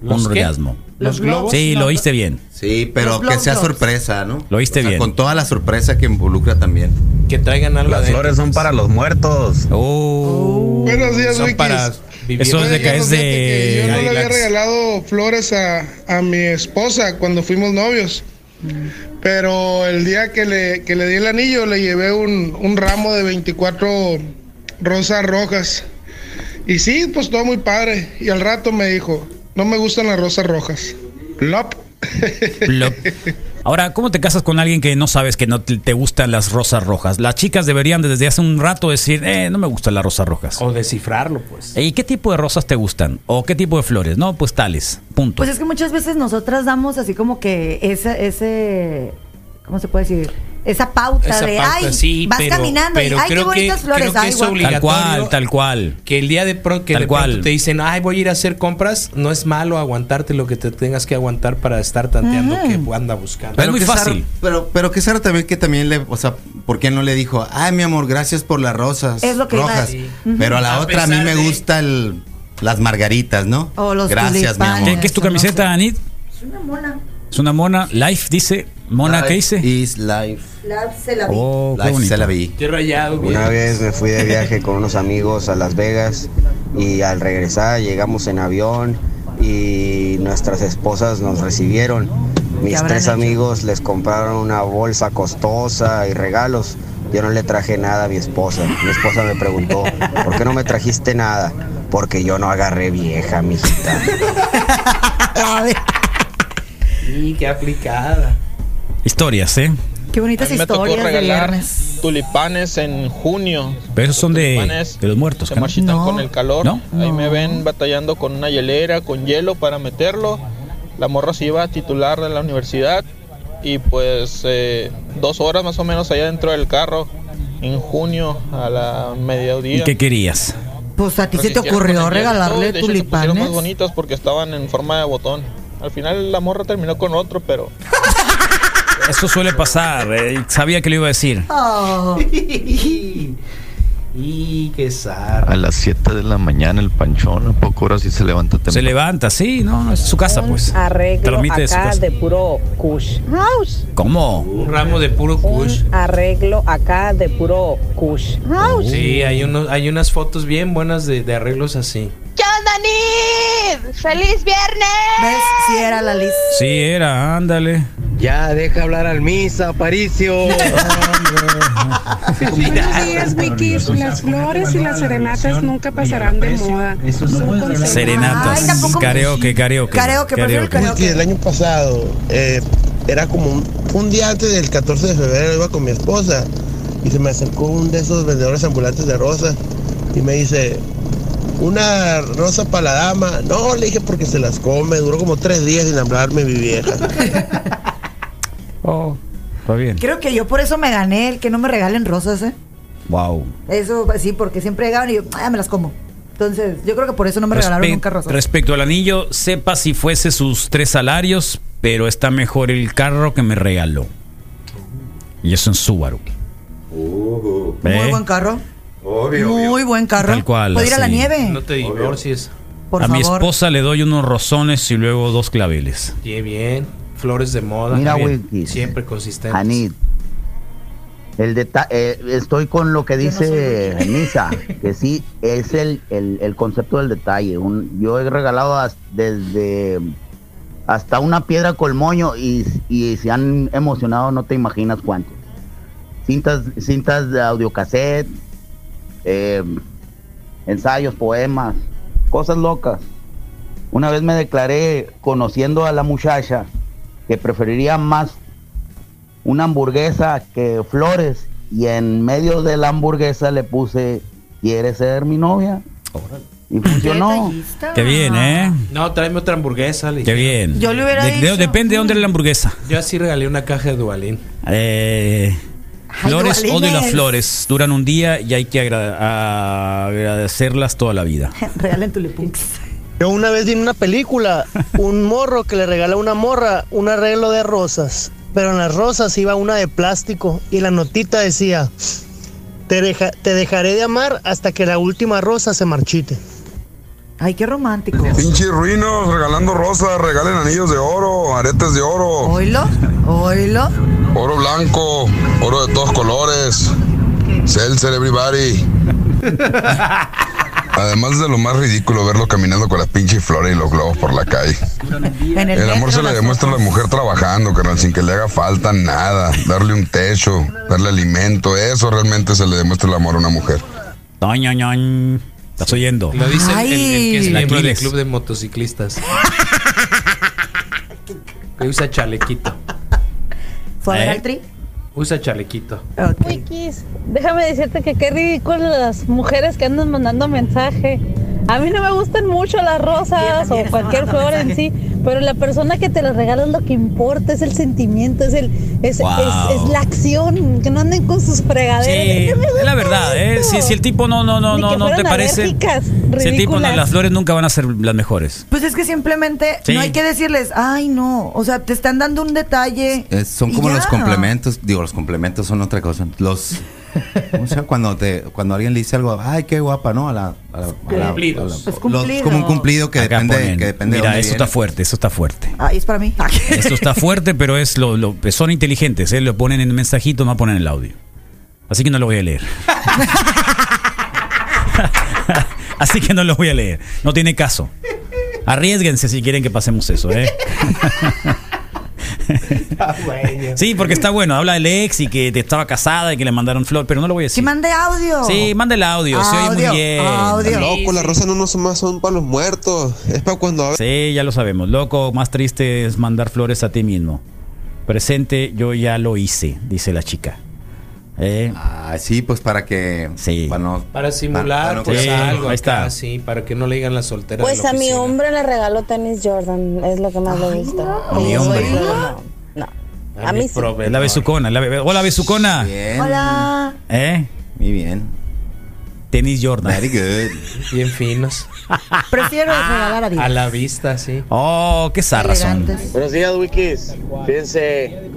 [SPEAKER 8] ¿Los
[SPEAKER 6] Un
[SPEAKER 8] qué?
[SPEAKER 6] orgasmo.
[SPEAKER 8] ¿Los globos?
[SPEAKER 6] Sí, lo oíste bien.
[SPEAKER 8] Sí, pero
[SPEAKER 6] Los
[SPEAKER 8] que sea
[SPEAKER 6] blowjobs.
[SPEAKER 8] sorpresa, ¿no?
[SPEAKER 6] Lo oíste bien.
[SPEAKER 8] Con toda la sorpresa que involucra también.
[SPEAKER 7] Que traigan algo
[SPEAKER 8] Las flores son para los muertos.
[SPEAKER 5] Buenos días,
[SPEAKER 8] Son
[SPEAKER 5] Wikis.
[SPEAKER 8] para
[SPEAKER 7] vivir.
[SPEAKER 6] Eso es de que es
[SPEAKER 5] Que
[SPEAKER 17] Eh,
[SPEAKER 6] de
[SPEAKER 5] yo no le había
[SPEAKER 6] Cadillacs.
[SPEAKER 5] regalado flores a, a mi esposa cuando fuimos novios. Pero el día que le, que le di el anillo, le llevé un, un ramo de 24 rosas rojas. Y sí, pues todo muy padre. Y al rato me dijo, no me gustan las rosas rojas. Plop.
[SPEAKER 6] Lo- Ahora, ¿cómo te casas con alguien que no sabes que no te, te gustan las rosas rojas? Las chicas deberían desde hace un rato decir, eh, no me gustan las rosas rojas.
[SPEAKER 7] O descifrarlo, pues.
[SPEAKER 6] ¿Y qué tipo de rosas te gustan? ¿O qué tipo de flores? No, pues tales. Punto.
[SPEAKER 9] Pues es que muchas veces nosotras damos así como que ese, ese ¿cómo se puede decir? Esa pauta
[SPEAKER 7] Esa
[SPEAKER 9] de,
[SPEAKER 7] pauta,
[SPEAKER 9] ay,
[SPEAKER 7] sí,
[SPEAKER 9] vas
[SPEAKER 7] pero-
[SPEAKER 9] caminando
[SPEAKER 7] pero
[SPEAKER 9] y, ay, qué
[SPEAKER 7] creo que-
[SPEAKER 9] bonitas flores,
[SPEAKER 7] creo que
[SPEAKER 9] ay,
[SPEAKER 7] es
[SPEAKER 9] guau".
[SPEAKER 6] tal cual,
[SPEAKER 7] obligatorio.
[SPEAKER 6] tal cual.
[SPEAKER 7] Que el día de, pro, que
[SPEAKER 6] Tal
[SPEAKER 7] de pronto
[SPEAKER 6] cual.
[SPEAKER 7] te dicen, ay, voy a ir a hacer compras, no es malo aguantarte lo que te tengas que aguantar para estar tanteando que anda buscando.
[SPEAKER 8] Pero qué zarra- pero, pero qué Sara también que también le, o sea, ¿por qué no le dijo, ay mi amor, gracias por las rosas
[SPEAKER 9] Es lo que iba a
[SPEAKER 8] rojas?
[SPEAKER 9] decir. Ujú.
[SPEAKER 8] Pero a la
[SPEAKER 9] A
[SPEAKER 8] otra a mí
[SPEAKER 9] pesar
[SPEAKER 8] me
[SPEAKER 9] de-
[SPEAKER 8] gusta el, las margaritas, ¿no?
[SPEAKER 9] O los
[SPEAKER 8] gracias, mi
[SPEAKER 9] tulipanes,
[SPEAKER 8] amor.
[SPEAKER 6] ¿Qué, qué es tu camiseta, Anit?
[SPEAKER 9] Es una mona.
[SPEAKER 6] Es una mona. Life dice. Mona, ¿qué dice?
[SPEAKER 8] Is life.
[SPEAKER 9] La- se la vi.
[SPEAKER 6] Oh, qué
[SPEAKER 8] Life,
[SPEAKER 6] bonito.
[SPEAKER 8] se la vi.
[SPEAKER 7] Qué rayado, güey.
[SPEAKER 10] Una vez me fui de viaje con unos amigos a Las Vegas y al regresar llegamos en avión y nuestras esposas nos recibieron. Mis
[SPEAKER 9] habrán
[SPEAKER 10] tres
[SPEAKER 9] hecho?
[SPEAKER 10] amigos les compraron una bolsa costosa y regalos. Yo no le traje nada a mi esposa. Mi esposa me preguntó, ¿por qué no me trajiste nada? Porque yo no agarré vieja, mijita.
[SPEAKER 7] Y qué aplicada.
[SPEAKER 6] Historias, ¿eh?
[SPEAKER 9] Qué bonitas
[SPEAKER 19] A mí me tocó
[SPEAKER 9] historias de
[SPEAKER 19] regalar
[SPEAKER 9] viernes.
[SPEAKER 19] Tulipanes en junio.
[SPEAKER 6] Pero esos son de,
[SPEAKER 19] Tulipanes
[SPEAKER 6] de los muertos.
[SPEAKER 19] se
[SPEAKER 6] ¿no?
[SPEAKER 19] marchitan
[SPEAKER 9] Oh.
[SPEAKER 19] con el calor.
[SPEAKER 6] No.
[SPEAKER 19] Ahí me ven batallando con una hielera, con hielo para meterlo. La morra se iba a titular de la universidad y pues eh, dos horas más o menos allá dentro del carro en junio a la
[SPEAKER 6] ¿Y
[SPEAKER 19] mediodía.
[SPEAKER 6] qué querías?
[SPEAKER 9] Pues a ti se te
[SPEAKER 19] Resistieron
[SPEAKER 9] ocurrió
[SPEAKER 19] con el hielo y todo, y
[SPEAKER 9] regalarle
[SPEAKER 19] de hecho se pusieron
[SPEAKER 9] tulipanes.
[SPEAKER 19] más bonitos porque estaban en forma de botón. Al final la morra terminó con otro, pero
[SPEAKER 6] Eso suele pasar. eh, sabía que lo iba a decir.
[SPEAKER 9] Oh.
[SPEAKER 7] y qué zarra.
[SPEAKER 20] A las 7 de la mañana el panchón, a poco horas sí se levanta temprano.
[SPEAKER 6] Se levanta, sí, no, es su casa, pues.
[SPEAKER 25] arreglo
[SPEAKER 6] Tramite de su
[SPEAKER 25] acá
[SPEAKER 6] casa.
[SPEAKER 25] de puro kush house.
[SPEAKER 6] ¿Cómo?
[SPEAKER 7] Un ramo de puro kush.
[SPEAKER 25] Arreglo acá de puro kush house.
[SPEAKER 7] Sí, hay, unos, hay unas fotos bien buenas de, de arreglos así.
[SPEAKER 25] ¿Qué onda, Nid? ¡Feliz viernes!
[SPEAKER 9] ¿Ves? Sí era la Liz.
[SPEAKER 6] Sí, era, ándale.
[SPEAKER 10] Ya deja hablar al misa, Aparicio.
[SPEAKER 26] Buenos días, Wikis. Las flores y las serenatas nunca pasarán de moda.
[SPEAKER 6] Serenatas. karaoke, karaoke.
[SPEAKER 26] Wiki, el año pasado eh, era como un, un día antes del 14 de febrero, iba con mi esposa y se me acercó un de esos vendedores ambulantes de rosas y me dice, una rosa para la dama. No, le dije porque se las come, duró como tres días sin hablarme mi vieja.
[SPEAKER 6] Oh, está bien.
[SPEAKER 9] Creo que yo por eso me gané el que no me regalen rosas, ¿eh?
[SPEAKER 6] Wow.
[SPEAKER 9] Eso sí, porque siempre llegaban y yo, ah, me las como. Entonces, yo creo que por eso no me regalaron
[SPEAKER 6] Respe-
[SPEAKER 9] nunca rosas.
[SPEAKER 6] Respecto al anillo, sepa si fuese sus tres salarios, pero está mejor el carro que me regaló. Y es un Subaru.
[SPEAKER 9] Muy buen carro.
[SPEAKER 8] Obvio.
[SPEAKER 9] Muy buen carro.
[SPEAKER 6] ¿Eh? Tal cual,
[SPEAKER 9] ¿Puede ir a la
[SPEAKER 6] así.
[SPEAKER 9] nieve?
[SPEAKER 7] No te divorcies.
[SPEAKER 9] Por
[SPEAKER 6] a mi
[SPEAKER 9] favor.
[SPEAKER 6] esposa le doy unos rozones y luego dos claveles.
[SPEAKER 7] Qué bien. Flores de moda.
[SPEAKER 2] Mira,
[SPEAKER 7] qué bien.
[SPEAKER 2] Wilkis.
[SPEAKER 7] Siempre consistente.
[SPEAKER 2] Anit. El deta- eh, estoy con lo que dice Misa, que sí, es el, el- el concepto del detalle. Un- yo he regalado as- desde hasta una piedra colmoño y, y se han emocionado, no te imaginas cuánto. Cintas, cintas de audiocassette, eh, ensayos, poemas, cosas locas. Una vez me declaré conociendo a la muchacha que preferiría más una hamburguesa que flores y en medio de la hamburguesa le puse, ¿quieres ser mi novia? Y funcionó.
[SPEAKER 6] Qué bien, ¿eh?
[SPEAKER 7] No, tráeme otra hamburguesa. le
[SPEAKER 6] Qué
[SPEAKER 7] dije.
[SPEAKER 6] bien.
[SPEAKER 7] Yo le hubiera
[SPEAKER 6] De- de-
[SPEAKER 7] dicho-
[SPEAKER 6] depende de dónde era la hamburguesa.
[SPEAKER 7] Yo así regalé una caja de Dualín.
[SPEAKER 6] Eh,
[SPEAKER 7] Ay,
[SPEAKER 6] flores,
[SPEAKER 7] dualines.
[SPEAKER 6] odio las flores. Duran un día y hay que agra- agradecerlas toda la vida.
[SPEAKER 9] Regalen tulipunks.
[SPEAKER 17] Yo una vez vi en una película un morro que le regaló a una morra un arreglo de rosas, pero en las rosas iba una de plástico y la notita decía, te, deja- te dejaré de amar hasta que la última rosa se marchite.
[SPEAKER 9] Ay, qué romántico.
[SPEAKER 27] Pinche ruinos, regalando rosas, regalen anillos de oro, aretes de oro.
[SPEAKER 9] Oilo, oilo.
[SPEAKER 27] Oro blanco, oro de todos colores. Seltzer, everybody. Además de lo más ridículo verlo caminando con la pinche flora y los globos por la calle.
[SPEAKER 9] En el,
[SPEAKER 27] El amor se
[SPEAKER 9] metro,
[SPEAKER 27] le
[SPEAKER 9] las
[SPEAKER 27] demuestra a la mujer trabajando, carnal, sin que le haga falta nada. Darle un techo, darle alimento, eso realmente se le demuestra el amor a una mujer.
[SPEAKER 6] Ñon, ñon. Estás oyendo.
[SPEAKER 7] Lo dice el, el- el que es
[SPEAKER 6] Ay.
[SPEAKER 7] miembro del
[SPEAKER 6] Aquiles.
[SPEAKER 7] club de motociclistas. que usa chalequito. ¿Eh?
[SPEAKER 9] ¿Fue a
[SPEAKER 6] ¿Eh?
[SPEAKER 9] ver al tri?
[SPEAKER 7] Usa chalequito.
[SPEAKER 28] Wikis, déjame decirte que qué ridículo las mujeres que andan mandando mensaje. A mí no me gustan mucho las rosas o cualquier
[SPEAKER 21] mandando
[SPEAKER 28] flor en sí, pero la persona que te las regala es lo que importa, es el sentimiento, es el es,
[SPEAKER 6] Wow.
[SPEAKER 28] es- es la acción, que no anden con sus fregaderas.
[SPEAKER 6] Sí,
[SPEAKER 28] Déjame
[SPEAKER 6] es la verdad, ¿eh? Si, si el tipo no, no, no,
[SPEAKER 28] Ni
[SPEAKER 6] no,
[SPEAKER 28] que
[SPEAKER 6] no te
[SPEAKER 28] fueran
[SPEAKER 6] parece.
[SPEAKER 28] alérgicas,
[SPEAKER 6] Si el tipo no,
[SPEAKER 28] ridículas.
[SPEAKER 6] las flores nunca van a ser las mejores.
[SPEAKER 9] Pues es que simplemente
[SPEAKER 6] Sí.
[SPEAKER 9] no hay que decirles, ay, no. O sea, te están dando un detalle.
[SPEAKER 8] Es- son
[SPEAKER 9] Y
[SPEAKER 8] como
[SPEAKER 9] ya.
[SPEAKER 8] los complementos. Digo, los complementos son otra cosa. Los. ¿Cómo se llama? Cuando, te, cuando alguien le dice algo, ay, qué guapa, ¿no? A la. a la- a la-
[SPEAKER 6] Cumplidos.
[SPEAKER 8] a
[SPEAKER 9] Es
[SPEAKER 8] los-
[SPEAKER 9] cumplido.
[SPEAKER 8] como un cumplido que
[SPEAKER 6] Acá
[SPEAKER 8] depende,
[SPEAKER 6] ponen,
[SPEAKER 8] que depende
[SPEAKER 6] Mira,
[SPEAKER 8] de dónde
[SPEAKER 6] esto
[SPEAKER 8] viene.
[SPEAKER 6] está fuerte, esto está fuerte.
[SPEAKER 9] Ay, es para mí. Ah, ¿qué?
[SPEAKER 6] Esto está fuerte, pero es lo, lo- son inteligentes, ¿eh? Lo ponen en el mensajito, más ponen el audio. Así que no lo voy a leer. Así que no lo voy a leer. No tiene caso. Arriesguense si quieren que pasemos eso, ¿eh? Sí, porque está bueno. Habla del ex y que te estaba casada y que le mandaron flor, pero no lo voy a decir.
[SPEAKER 9] Que mande audio.
[SPEAKER 6] Sí, manda el audio, se oye muy bien.
[SPEAKER 29] Loco, las rosas no, no son más, son para los muertos. Es para cuando
[SPEAKER 6] Sí, ya lo sabemos. Loco, más triste es mandar flores a ti mismo. Presente, yo ya lo hice, dice la chica. ¿Eh?
[SPEAKER 8] Ah, sí, pues para que.
[SPEAKER 6] Sí.
[SPEAKER 8] Para, no-
[SPEAKER 6] Ah,
[SPEAKER 7] Para
[SPEAKER 8] para
[SPEAKER 7] simular
[SPEAKER 8] no
[SPEAKER 7] pues,
[SPEAKER 8] pasar
[SPEAKER 7] algo.
[SPEAKER 8] algo
[SPEAKER 7] Ahí está.
[SPEAKER 8] acá,
[SPEAKER 7] Sí, para que no le digan la soltera. de
[SPEAKER 21] Pues
[SPEAKER 7] la
[SPEAKER 21] a mi
[SPEAKER 7] oficina.
[SPEAKER 21] hombre le regaló tenis Jordan, es lo que más le gusta.
[SPEAKER 6] A mi
[SPEAKER 21] Y yo
[SPEAKER 6] hombre.
[SPEAKER 21] soy- No, no. A mí sí.
[SPEAKER 6] Es la besucona. la be- Hola, besucona.
[SPEAKER 21] Hola.
[SPEAKER 6] ¿Eh?
[SPEAKER 8] Muy bien.
[SPEAKER 6] Tenis Jordan.
[SPEAKER 8] Very
[SPEAKER 7] Bien finos.
[SPEAKER 9] Prefiero regalar a Dios.
[SPEAKER 7] A la vista, sí.
[SPEAKER 6] Oh, qué zarra son.
[SPEAKER 30] Buenos días, Wikis. Fíjense,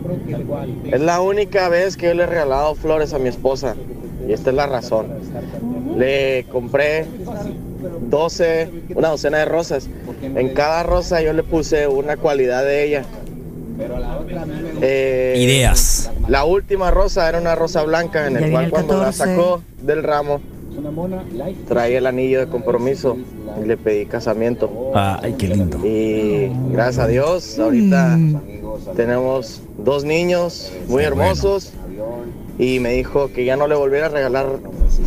[SPEAKER 30] es la única vez que yo le he regalado flores a mi esposa. Y esta es la razón. Le compré 12, una docena de rosas. En cada rosa yo le puse una cualidad de ella. Eh,
[SPEAKER 6] Ideas.
[SPEAKER 30] La última rosa era una rosa blanca, en
[SPEAKER 6] Ya
[SPEAKER 30] el
[SPEAKER 6] viene
[SPEAKER 30] cual
[SPEAKER 6] el
[SPEAKER 30] cuando la
[SPEAKER 6] 14.
[SPEAKER 30] sacó del ramo, traía el anillo de compromiso y le pedí casamiento.
[SPEAKER 6] Ay, qué lindo. Mm.
[SPEAKER 30] Y gracias a Dios, ahorita tenemos dos niños muy hermosos. Y me dijo que ya no le volviera a regalar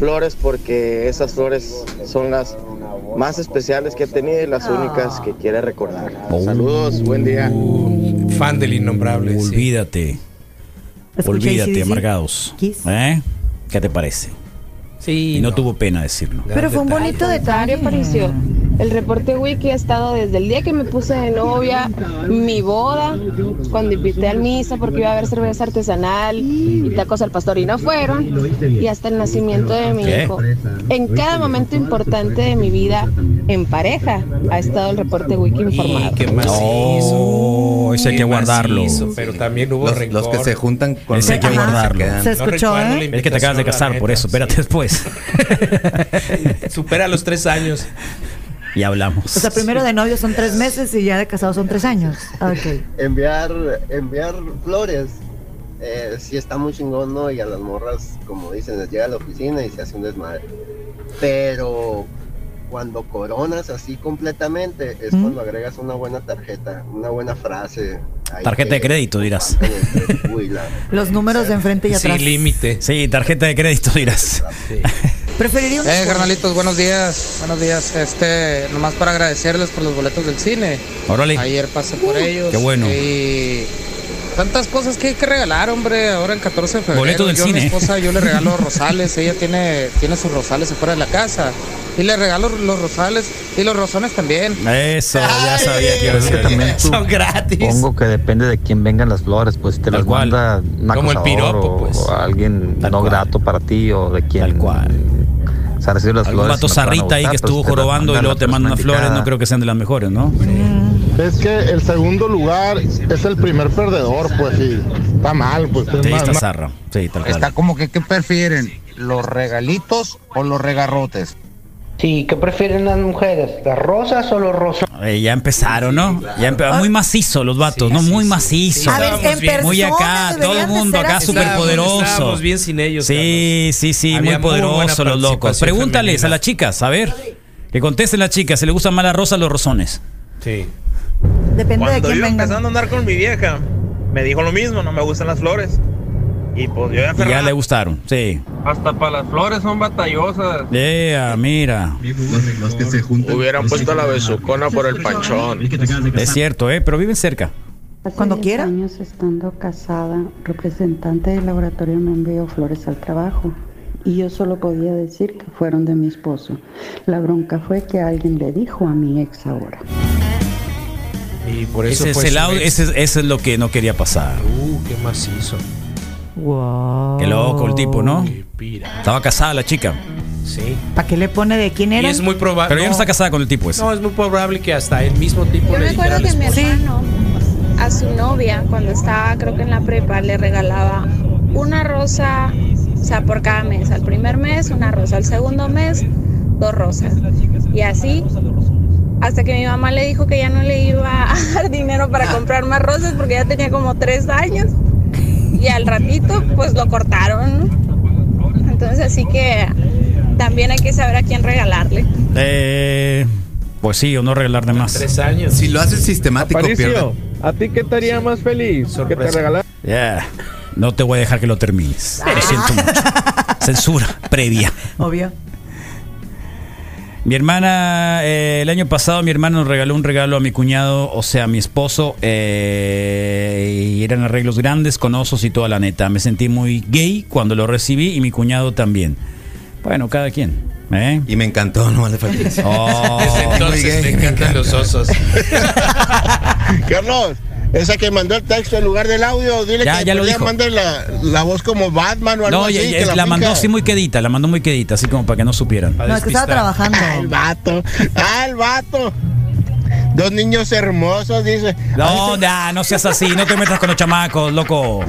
[SPEAKER 30] flores porque esas flores son las más especiales que he tenido y las
[SPEAKER 8] Ah.
[SPEAKER 30] únicas que quiere recordar.
[SPEAKER 6] Oh.
[SPEAKER 30] Saludos, buen día.
[SPEAKER 7] Fan del innombrable. sí.
[SPEAKER 6] Olvídate. Olvídate, amargados. ¿Eh? ¿Qué te parece?
[SPEAKER 7] Sí.
[SPEAKER 6] Y no, tuvo pena decirlo.
[SPEAKER 21] Pero fue un bonito detalle, pareció. El reporte wiki ha estado desde el día que me puse de novia, mi boda, cuando invité al misa porque iba a haber cerveza artesanal y tacos al pastor y no fueron, y hasta el nacimiento de mi
[SPEAKER 4] ¿Qué?
[SPEAKER 21] hijo. En cada momento importante de mi vida en pareja ha estado el reporte wiki informado.
[SPEAKER 6] No, Oh, ese hay que guardarlo.
[SPEAKER 7] pero también hubo
[SPEAKER 8] Los-
[SPEAKER 7] rencor.
[SPEAKER 8] los que se juntan con
[SPEAKER 6] Ese hay que
[SPEAKER 8] Ajá.
[SPEAKER 6] guardarlo.
[SPEAKER 8] Se
[SPEAKER 7] No escuchó, recuerdo ¿eh? la
[SPEAKER 6] Es que te acabas de
[SPEAKER 7] invitación, la
[SPEAKER 6] casar, por
[SPEAKER 7] neta,
[SPEAKER 6] eso. Espérate después.
[SPEAKER 7] Supera los tres años.
[SPEAKER 6] Y hablamos.
[SPEAKER 9] O sea, primero de novio son tres meses y ya de casado son tres años. Ah, Ok.
[SPEAKER 24] enviar enviar flores eh, sí está muy chingón no y a las morras como dicen les llega a la oficina y se hace un desmadre pero cuando coronas así completamente es
[SPEAKER 6] Mm.
[SPEAKER 24] cuando agregas una buena tarjeta una buena frase ahí
[SPEAKER 6] Tarjeta de
[SPEAKER 24] que-
[SPEAKER 6] crédito, dirás.
[SPEAKER 24] Uy, la-
[SPEAKER 9] Los números de enfrente y atrás.
[SPEAKER 6] límite. Sí, tarjeta de crédito, dirás.
[SPEAKER 9] Preferiría un
[SPEAKER 16] Eh, carnalitos, buenos días. Buenos días. Este, nomás para agradecerles por los boletos del cine.
[SPEAKER 6] Órale.
[SPEAKER 16] Ayer pasé por
[SPEAKER 9] Uh,
[SPEAKER 16] ellos.
[SPEAKER 6] qué bueno.
[SPEAKER 16] Y tantas cosas que hay que regalar, hombre. Ahora el 14 de febrero.
[SPEAKER 6] Boleto del
[SPEAKER 16] yo a mi
[SPEAKER 6] cine.
[SPEAKER 16] esposa yo le regalo rosales. Ella tiene, tiene sus rosales afuera de la casa. Y le regalo los rosales y los rosones también.
[SPEAKER 6] Eso, ya sabía que iba a
[SPEAKER 16] Creo que
[SPEAKER 6] ser.
[SPEAKER 16] también tú-
[SPEAKER 6] Son gratis.
[SPEAKER 30] Supongo que depende de quién vengan las flores, pues si te las manda un
[SPEAKER 6] Como el
[SPEAKER 30] acosador
[SPEAKER 6] piropo,
[SPEAKER 30] o,
[SPEAKER 6] pues.
[SPEAKER 30] o alguien no grato para ti o de quien. Tal cual. O sea, recibes las
[SPEAKER 6] Algún
[SPEAKER 30] flores.
[SPEAKER 6] vato
[SPEAKER 30] y no te van a
[SPEAKER 6] zarrita
[SPEAKER 30] gustar,
[SPEAKER 6] ahí que
[SPEAKER 30] pues, te
[SPEAKER 6] estuvo
[SPEAKER 30] las
[SPEAKER 6] jorobando y
[SPEAKER 30] manda
[SPEAKER 6] luego
[SPEAKER 30] la
[SPEAKER 6] te mandan unas
[SPEAKER 30] persona
[SPEAKER 6] flores, no
[SPEAKER 30] indicada.
[SPEAKER 6] creo que sean de las mejores, ¿no?
[SPEAKER 16] Es que el segundo lugar es el primer perdedor, pues sí. Está mal, pues. es
[SPEAKER 6] Sí,
[SPEAKER 16] mal,
[SPEAKER 6] está
[SPEAKER 16] mal.
[SPEAKER 6] zarra. Sí, tal cual.
[SPEAKER 16] Está como que, ¿qué prefieren? ¿Los regalitos o los regarrotes?
[SPEAKER 31] Sí, ¿qué prefieren las mujeres? ¿Las rosas o los rosas?
[SPEAKER 6] Eh, ya empezaron, ¿no? Ya empe- muy macizo los vatos, ¿no? Muy macizo.
[SPEAKER 16] A ver, en Estábamos bien.
[SPEAKER 6] muy
[SPEAKER 16] persona
[SPEAKER 6] acá, todo el
[SPEAKER 16] deberían de
[SPEAKER 6] mundo
[SPEAKER 16] ser
[SPEAKER 6] acá
[SPEAKER 16] así.
[SPEAKER 6] superpoderoso.
[SPEAKER 7] Estábamos bien sin ellos,
[SPEAKER 6] Sí, sí, sí,
[SPEAKER 7] Había
[SPEAKER 6] muy
[SPEAKER 7] muy buena
[SPEAKER 6] poderoso los locos.
[SPEAKER 7] participación
[SPEAKER 6] Pregúntales
[SPEAKER 7] femenina.
[SPEAKER 6] a las chicas, a ver. Que contesten las chicas, ¿se le gustan más las rosas o los rosones?
[SPEAKER 7] Sí.
[SPEAKER 9] Depende de
[SPEAKER 17] Cuando
[SPEAKER 9] quién
[SPEAKER 17] yo
[SPEAKER 9] venga.
[SPEAKER 17] empezando a andar con mi vieja, me dijo lo mismo, no me gustan las flores. Y pues yo ya
[SPEAKER 6] Y ya le gustaron, sí.
[SPEAKER 17] Hasta para las flores son batallosas.
[SPEAKER 6] Yeah, mira. Los que se juntan.
[SPEAKER 32] Hubieran puesto la besucona por el panchón.
[SPEAKER 6] Es cierto, ¿eh? Pero viven cerca.
[SPEAKER 33] Cuando quiera. años estando casada, un representante del laboratorio me envió flores al trabajo y yo solo podía decir que fueron de mi esposo. La bronca fue que alguien le dijo a mi ex ahora.
[SPEAKER 7] Y por eso
[SPEAKER 6] Ese es,
[SPEAKER 7] fue
[SPEAKER 6] el
[SPEAKER 7] su
[SPEAKER 6] audio,
[SPEAKER 7] ex.
[SPEAKER 6] ese, es- ese es lo que no quería pasar.
[SPEAKER 7] Uh, qué macizo.
[SPEAKER 9] Wow.
[SPEAKER 6] Qué loco el tipo, ¿no?
[SPEAKER 7] Qué pira.
[SPEAKER 6] Estaba casada la chica.
[SPEAKER 7] Sí.
[SPEAKER 9] ¿Para qué le pone de quién
[SPEAKER 7] Y
[SPEAKER 9] era?
[SPEAKER 7] es muy probable.
[SPEAKER 6] Pero ya no está casada con el tipo ese.
[SPEAKER 7] No, es muy probable que hasta el mismo tipo
[SPEAKER 18] Yo
[SPEAKER 7] le
[SPEAKER 18] me
[SPEAKER 7] dijera
[SPEAKER 18] acuerdo
[SPEAKER 7] al
[SPEAKER 18] que mi
[SPEAKER 7] esposo.
[SPEAKER 18] hermano a su novia, cuando estaba creo que en la prepa, le regalaba una rosa, o sea, por cada mes. Al primer mes una rosa, al segundo mes dos rosas. Y así hasta que mi mamá le dijo que ya no le iba a dar dinero para comprar más rosas porque ya tenía como tres años. Y al ratito pues lo cortaron. ¿no? Entonces así que también hay que saber a quién regalarle.
[SPEAKER 6] Eh, pues sí, o no regalar de más.
[SPEAKER 7] Tres años.
[SPEAKER 8] Si lo haces sistemático,
[SPEAKER 6] Aparicio,
[SPEAKER 8] pierde.
[SPEAKER 17] ¿A ti qué te haría más feliz? ¿Que te regalara?
[SPEAKER 6] Yeah. No te voy a dejar que lo termines. Lo siento mucho. Censura previa.
[SPEAKER 9] Obvio.
[SPEAKER 6] Mi hermana, eh, el año pasado mi hermana nos regaló un regalo a mi cuñado, o sea, a mi esposo, eh, y eran arreglos grandes con osos y toda la neta. Me sentí muy gay cuando lo recibí y mi cuñado también. Bueno, cada quien. ¿eh?
[SPEAKER 8] Y me encantó, no vale falta.
[SPEAKER 6] Oh.
[SPEAKER 7] Desde entonces me encantan los osos.
[SPEAKER 16] Carlos, esa que mandó el texto en lugar del audio, dile
[SPEAKER 6] Ya,
[SPEAKER 16] que
[SPEAKER 6] ya lo
[SPEAKER 16] podría
[SPEAKER 6] dijo.
[SPEAKER 16] mandar la, la voz como Batman o algo
[SPEAKER 6] No,
[SPEAKER 16] así.
[SPEAKER 6] ya-
[SPEAKER 16] que
[SPEAKER 6] ya- la, mandó
[SPEAKER 16] finca.
[SPEAKER 6] así muy quedita, la mandó muy quedita, así como para que no supieran.
[SPEAKER 9] No, es que estaba trabajando.
[SPEAKER 16] El vato, ah, el vato. Dos niños hermosos, dice.
[SPEAKER 6] No, nah, no seas así, no te metas con los chamacos, loco.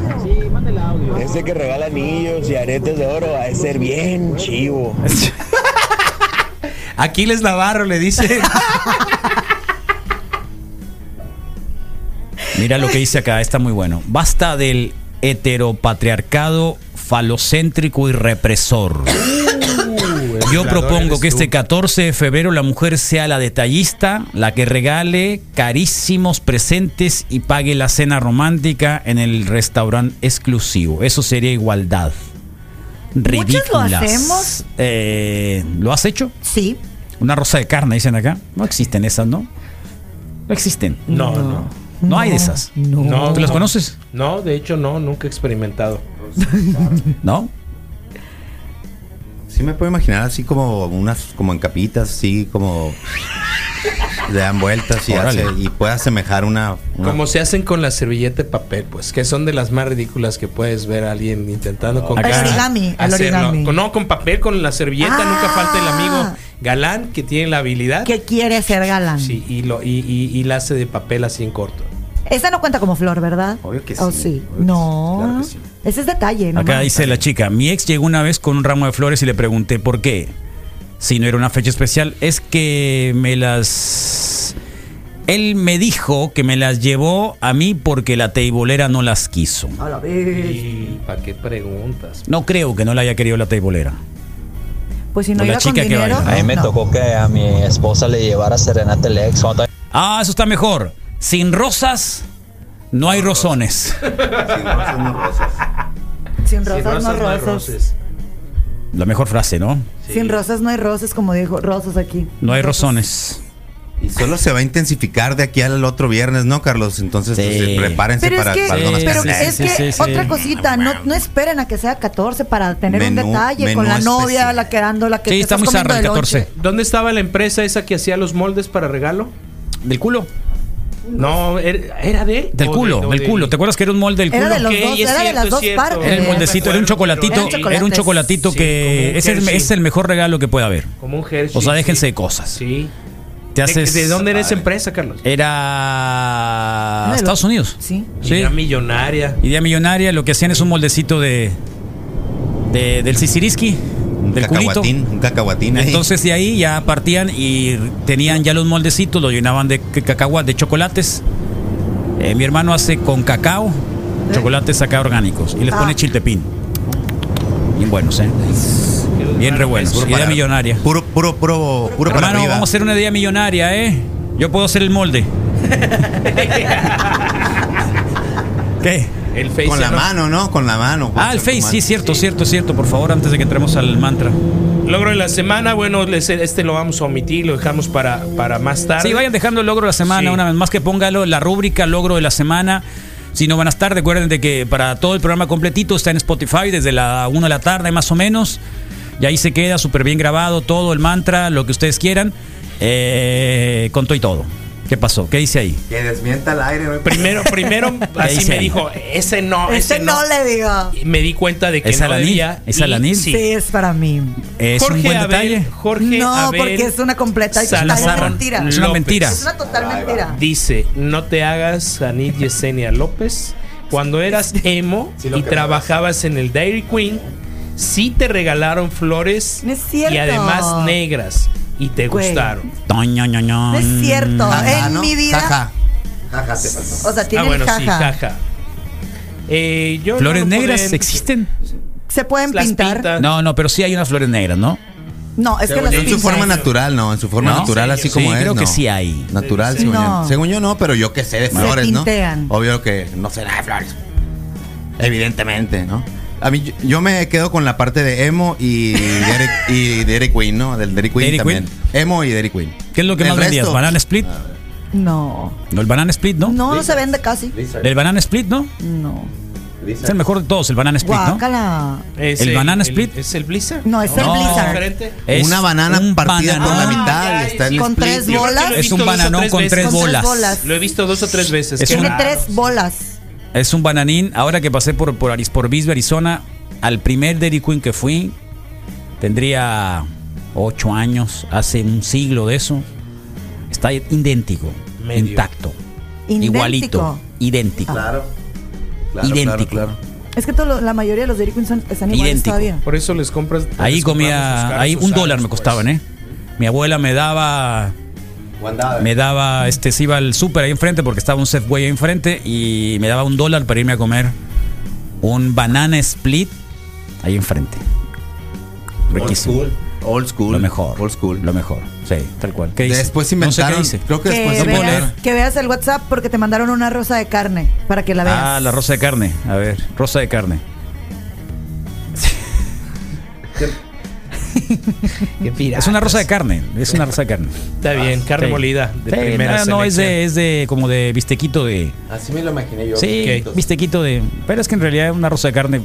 [SPEAKER 34] Ese que regala anillos y aretes de oro va a ser bien chivo.
[SPEAKER 7] Aquiles Navarro le dice.
[SPEAKER 6] Mira lo que dice acá, está muy bueno. Basta del heteropatriarcado falocéntrico y represor. Yo propongo que este 14 de febrero la mujer sea la detallista, la que regale carísimos presentes y pague la cena romántica en el restaurante exclusivo. Eso sería igualdad.
[SPEAKER 9] Muchos lo
[SPEAKER 6] Ridículas.
[SPEAKER 9] hacemos.
[SPEAKER 6] Eh, ¿Lo has hecho?
[SPEAKER 9] Sí.
[SPEAKER 6] Una rosa de carne, dicen acá. No existen esas, ¿no? No existen.
[SPEAKER 7] No, no.
[SPEAKER 6] No, hay de esas. ¿Tú las conoces?
[SPEAKER 7] No, de hecho no, nunca he experimentado.
[SPEAKER 6] ¿No?
[SPEAKER 8] Sí me puedo imaginar así como unas, como en capitas, así como le dan vueltas y,
[SPEAKER 7] Órale.
[SPEAKER 8] hace, y puede asemejar una, una-
[SPEAKER 7] Como se hacen con la servilleta de papel, pues, que son de las más ridículas que puedes ver a alguien intentando con
[SPEAKER 9] El origami, el
[SPEAKER 7] hacerlo.
[SPEAKER 9] origami.
[SPEAKER 7] Con- No, con papel, con la servilleta, nunca falta el amigo galán que tiene la habilidad.
[SPEAKER 9] ¿Qué quiere ser galán?
[SPEAKER 7] Sí, y, lo, y, y, y la hace de papel así en corto.
[SPEAKER 9] Esa no cuenta como flor, ¿verdad?
[SPEAKER 8] Obvio que
[SPEAKER 9] Oh,
[SPEAKER 8] sí,
[SPEAKER 9] sí. No. Ese es detalle, ¿no?
[SPEAKER 6] Acá dice la chica, mi ex llegó una vez con un ramo de flores y le pregunté por qué. Si no era una fecha especial, es que me las... Él me dijo que me las llevó a mí porque la teibolera no las quiso.
[SPEAKER 9] A la vez.
[SPEAKER 7] ¿Para qué preguntas?
[SPEAKER 6] No creo que no la haya querido la teibolera.
[SPEAKER 9] Pues si no
[SPEAKER 6] O la
[SPEAKER 9] iba con
[SPEAKER 6] chica que
[SPEAKER 9] dinero.
[SPEAKER 6] baila.
[SPEAKER 9] no.
[SPEAKER 6] A mí me
[SPEAKER 3] tocó que a mi esposa le llevara serenata el ex. cuando todavía-
[SPEAKER 6] Ah, eso está mejor. Sin rosas, no hay rosones.
[SPEAKER 9] Sin rosas, no rosas.
[SPEAKER 6] La mejor frase, ¿no?
[SPEAKER 9] Sin rosas no hay rosas, como dijo Rosas aquí.
[SPEAKER 6] No hay rosones.
[SPEAKER 8] Y solo se va a intensificar de aquí al otro viernes, ¿no, Carlos? Entonces, pues, prepárense
[SPEAKER 9] Pero es
[SPEAKER 8] para,
[SPEAKER 9] que,
[SPEAKER 8] para algunas
[SPEAKER 9] pero
[SPEAKER 8] canciones.
[SPEAKER 9] es que otra cosita, no, no esperen a que sea 14 para tener
[SPEAKER 8] Menú-
[SPEAKER 9] un detalle con
[SPEAKER 8] menú
[SPEAKER 9] la novia,
[SPEAKER 8] especial.
[SPEAKER 9] la quedando, la que te estás comiendo de lonche.
[SPEAKER 7] ¿Dónde estaba la empresa esa que hacía los moldes para regalo?
[SPEAKER 6] ¿Del culo?
[SPEAKER 7] No, era, era de él.
[SPEAKER 6] Del
[SPEAKER 7] ¿O
[SPEAKER 6] culo,
[SPEAKER 7] de- o
[SPEAKER 6] del
[SPEAKER 7] de-
[SPEAKER 6] culo. ¿Te acuerdas que era un molde del
[SPEAKER 9] Era
[SPEAKER 6] culo?
[SPEAKER 9] de los
[SPEAKER 7] Ok,
[SPEAKER 9] dos,
[SPEAKER 7] es
[SPEAKER 9] era de
[SPEAKER 7] cierto,
[SPEAKER 9] las
[SPEAKER 7] es
[SPEAKER 9] dos
[SPEAKER 7] cierto.
[SPEAKER 9] partes.
[SPEAKER 6] Era el moldecito, era un chocolatito.
[SPEAKER 9] Eran chocolates.
[SPEAKER 6] Era un chocolatito que
[SPEAKER 7] como
[SPEAKER 6] ese es,
[SPEAKER 7] Hershey.
[SPEAKER 6] es el mejor regalo que puede haber.
[SPEAKER 7] Como un Hershey.
[SPEAKER 6] O sea, déjense de cosas.
[SPEAKER 7] Sí. ¿De-
[SPEAKER 6] Te haces-
[SPEAKER 7] ¿De, dónde era esa
[SPEAKER 6] Ay.
[SPEAKER 7] empresa, Carlos?
[SPEAKER 6] Era
[SPEAKER 7] Era
[SPEAKER 6] Ah, Estados Unidos.
[SPEAKER 9] Sí.
[SPEAKER 7] Era millonaria.
[SPEAKER 6] Idea millonaria, lo que hacían es un moldecito de, de- del sisiriski, del culito.
[SPEAKER 8] cacahuatín, un cacahuatín ahí.
[SPEAKER 6] Entonces de ahí ya partían y tenían ya los moldecitos, lo llenaban de c- cacahuate, de chocolates. Eh, mi hermano hace con cacao, chocolates acá orgánicos y les
[SPEAKER 9] Ah.
[SPEAKER 6] pone chiltepín. Bien buenos, ¿eh? Bien revueltos.
[SPEAKER 8] Puro
[SPEAKER 6] Idea
[SPEAKER 8] para-
[SPEAKER 6] millonaria.
[SPEAKER 8] Puro, puro, puro, puro para
[SPEAKER 6] Hermano,
[SPEAKER 8] arriba.
[SPEAKER 6] vamos a hacer una idea millonaria, ¿eh? Yo puedo hacer el molde. ¿Qué?
[SPEAKER 7] El Face
[SPEAKER 8] Con la mano, ¿no? Con la mano.
[SPEAKER 6] Ah, el Face, sí, cierto, cierto, cierto. Por favor, antes de que entremos al mantra.
[SPEAKER 7] Logro de la semana, bueno, les- este lo vamos a omitir, lo dejamos para, para más tarde.
[SPEAKER 6] Sí, vayan dejando el logro de la semana,
[SPEAKER 7] Sí.
[SPEAKER 6] una vez más que póngalo, la rúbrica logro de la semana. Si no van a estar, recuerden de que para todo el programa completito está en Spotify desde la 1 de la tarde más o menos. Y ahí se queda súper bien grabado todo el mantra, lo que ustedes quieran. Eh, con todo y todo. ¿Qué pasó? ¿Qué dice ahí?
[SPEAKER 8] Que desmienta el aire.
[SPEAKER 7] Primero, primero, así
[SPEAKER 6] dice
[SPEAKER 7] me
[SPEAKER 6] ahí?
[SPEAKER 7] dijo, ese no,
[SPEAKER 9] Ese Este no le diga.
[SPEAKER 7] Y Me di cuenta de que
[SPEAKER 6] ¿Es
[SPEAKER 7] no
[SPEAKER 6] Alanil?
[SPEAKER 7] debía.
[SPEAKER 6] ¿Es
[SPEAKER 7] y-
[SPEAKER 6] Alanil?
[SPEAKER 9] Sí.
[SPEAKER 7] Sí.
[SPEAKER 9] es para mí.
[SPEAKER 6] Es un buen
[SPEAKER 7] Abel-
[SPEAKER 6] detalle.
[SPEAKER 7] Jorge
[SPEAKER 9] no,
[SPEAKER 7] Abel
[SPEAKER 9] porque es una completa y total
[SPEAKER 7] Salazar
[SPEAKER 9] mentira.
[SPEAKER 7] Es una López. mentira.
[SPEAKER 9] Es una total mentira.
[SPEAKER 7] Dice, no te hagas Anit Yesenia López. Cuando eras emo
[SPEAKER 9] lo
[SPEAKER 7] y
[SPEAKER 9] que
[SPEAKER 7] trabajabas en el Dairy Queen, sí te regalaron flores
[SPEAKER 9] No es cierto.
[SPEAKER 7] y además negras y te
[SPEAKER 9] Güey.
[SPEAKER 7] gustaron.
[SPEAKER 9] No es cierto.
[SPEAKER 6] Ah.
[SPEAKER 9] en mi vida.
[SPEAKER 8] Jaja, se pasó.
[SPEAKER 9] O sea, tiene
[SPEAKER 7] Ah, bueno,
[SPEAKER 9] el jaja.
[SPEAKER 7] sí, jaja. Eh, yo
[SPEAKER 6] ¿Flores
[SPEAKER 7] no lo
[SPEAKER 6] negras
[SPEAKER 7] podré-
[SPEAKER 6] existen?
[SPEAKER 9] Se pueden
[SPEAKER 7] Las
[SPEAKER 9] pintar.
[SPEAKER 7] pintas.
[SPEAKER 6] No, no, pero sí hay unas flores negras, ¿no?
[SPEAKER 9] No, es que las
[SPEAKER 8] en su
[SPEAKER 9] pintas.
[SPEAKER 8] forma natural, no, en su forma
[SPEAKER 6] ¿No?
[SPEAKER 8] natural, así
[SPEAKER 6] Sí,
[SPEAKER 8] como es.
[SPEAKER 6] creo que
[SPEAKER 8] no.
[SPEAKER 6] sí hay.
[SPEAKER 8] Natural,
[SPEAKER 9] Sí.
[SPEAKER 8] según,
[SPEAKER 9] No.
[SPEAKER 8] yo. según yo no, pero yo que sé de
[SPEAKER 9] Se
[SPEAKER 8] flores, ¿no?
[SPEAKER 9] tintean.
[SPEAKER 8] Obvio que no será de flores. Evidentemente, ¿no? A mí, yo- yo me quedo con la parte de emo y Derek, y Derek Queen, ¿no? Del Derek Queen
[SPEAKER 6] ¿Dairy
[SPEAKER 8] también. Emo y Derek Queen.
[SPEAKER 6] ¿Qué es lo que más vendías? ¿Banana split?
[SPEAKER 9] No.
[SPEAKER 6] No, el banana split, ¿no?
[SPEAKER 9] No, no se vende casi.
[SPEAKER 6] El banana split, ¿no?
[SPEAKER 9] No.
[SPEAKER 6] Es el mejor de todos, el banana split, ¿no?
[SPEAKER 9] Guácala.
[SPEAKER 7] Es
[SPEAKER 6] ¿El banana split?
[SPEAKER 7] ¿Es el Blizzard?
[SPEAKER 9] No, es el
[SPEAKER 6] No.
[SPEAKER 9] Blizzard. Ah,
[SPEAKER 7] Diferente.
[SPEAKER 6] Es
[SPEAKER 8] Una banana
[SPEAKER 6] un
[SPEAKER 8] partida por la
[SPEAKER 6] bananón.
[SPEAKER 8] mitad.
[SPEAKER 7] Ay,
[SPEAKER 8] está en
[SPEAKER 7] sí,
[SPEAKER 9] Con
[SPEAKER 8] split.
[SPEAKER 9] tres
[SPEAKER 7] Yo creo que
[SPEAKER 9] bolas.
[SPEAKER 7] lo he
[SPEAKER 6] Es
[SPEAKER 7] visto
[SPEAKER 6] un
[SPEAKER 7] dos o
[SPEAKER 6] bananón
[SPEAKER 7] tres
[SPEAKER 6] con
[SPEAKER 7] veces.
[SPEAKER 6] tres
[SPEAKER 9] Con tres
[SPEAKER 6] bolas.
[SPEAKER 9] bolas.
[SPEAKER 7] Lo he visto dos o tres veces.
[SPEAKER 6] Es
[SPEAKER 7] qué
[SPEAKER 9] Tiene
[SPEAKER 7] raro.
[SPEAKER 9] tres bolas.
[SPEAKER 6] Es un bananín. Ahora que pasé por, por, Aris- por Bisbee, Arizona, al primer Dairy Queen que fui, tendría ocho años, hace un siglo de eso. Está idéntico,
[SPEAKER 7] Medio.
[SPEAKER 6] intacto,
[SPEAKER 9] Idéntico.
[SPEAKER 6] igualito, idéntico.
[SPEAKER 8] Claro.
[SPEAKER 6] Idéntico.
[SPEAKER 9] Es que todo lo- la mayoría de los Dairy Queens son- están iguales
[SPEAKER 6] Idéntico.
[SPEAKER 9] todavía.
[SPEAKER 7] Por eso les compras.
[SPEAKER 6] Ahí
[SPEAKER 7] les compramos sus
[SPEAKER 6] comía,
[SPEAKER 7] caras,
[SPEAKER 6] ahí
[SPEAKER 7] sus
[SPEAKER 6] un
[SPEAKER 7] aros,
[SPEAKER 6] dólar me
[SPEAKER 7] pues.
[SPEAKER 6] costaban, ¿eh? Mi abuela me daba Me daba, este, se iba al súper ahí enfrente porque estaba un Safeway ahí enfrente y me daba un dólar para irme a comer un banana split ahí enfrente. Riquísimo.
[SPEAKER 8] Old school. Old school.
[SPEAKER 6] Lo mejor.
[SPEAKER 8] Old school.
[SPEAKER 6] Lo mejor. Sí, tal cual. ¿Qué dice?
[SPEAKER 8] Después
[SPEAKER 6] No sé qué
[SPEAKER 8] inventaron.
[SPEAKER 6] dice.
[SPEAKER 8] Creo que
[SPEAKER 9] Que
[SPEAKER 8] después
[SPEAKER 9] veas, que veas el WhatsApp porque te mandaron una rosa de carne para que la veas.
[SPEAKER 6] Ah, la rosa de carne. A ver, rosa de carne. Es una rosa de carne. Es una rosa de carne.
[SPEAKER 7] Está bien, carne
[SPEAKER 6] Ah, Sí.
[SPEAKER 7] molida. De
[SPEAKER 6] Sí,
[SPEAKER 7] primera
[SPEAKER 6] no, no, es
[SPEAKER 7] selección.
[SPEAKER 6] de, es de como de bistequito de.
[SPEAKER 8] Así me lo imaginé yo.
[SPEAKER 6] Sí,
[SPEAKER 7] ok.
[SPEAKER 6] bistequito de. Pero es que en realidad una rosa de carne.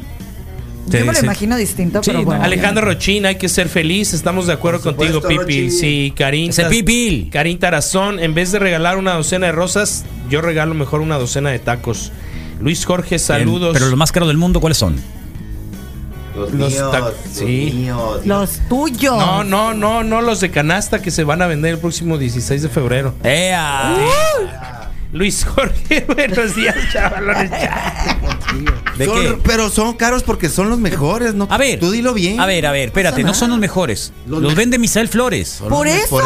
[SPEAKER 6] te
[SPEAKER 9] Yo me lo
[SPEAKER 6] dice-
[SPEAKER 9] imagino distinto,
[SPEAKER 6] Sí,
[SPEAKER 9] pero
[SPEAKER 6] no,
[SPEAKER 9] bueno.
[SPEAKER 7] Alejandro Rochín, hay que ser feliz. Estamos de acuerdo contigo, Pipi. Sí, Karin.
[SPEAKER 6] Ese Pipil.
[SPEAKER 7] Karin Tarazón, en vez de regalar una docena de rosas, yo regalo mejor una docena de tacos. Luis Jorge, saludos.
[SPEAKER 6] Pero lo más caro del mundo, ¿cuáles son?
[SPEAKER 8] Los,
[SPEAKER 7] Los tac- sí.
[SPEAKER 9] Los tuyos.
[SPEAKER 7] No, no, no, no los de canasta que se van a vender el próximo 16 de febrero.
[SPEAKER 6] ¡Ea!
[SPEAKER 7] Uh. Luis Jorge, buenos días, chavalones.
[SPEAKER 6] ¿De
[SPEAKER 8] Son-
[SPEAKER 6] qué?
[SPEAKER 8] Pero son caros porque son los mejores, ¿no?
[SPEAKER 6] A ver.
[SPEAKER 8] Tú dilo bien.
[SPEAKER 6] A ver, a ver, espérate, no son los mejores. Los, vende Misael Flores.
[SPEAKER 9] Por eso.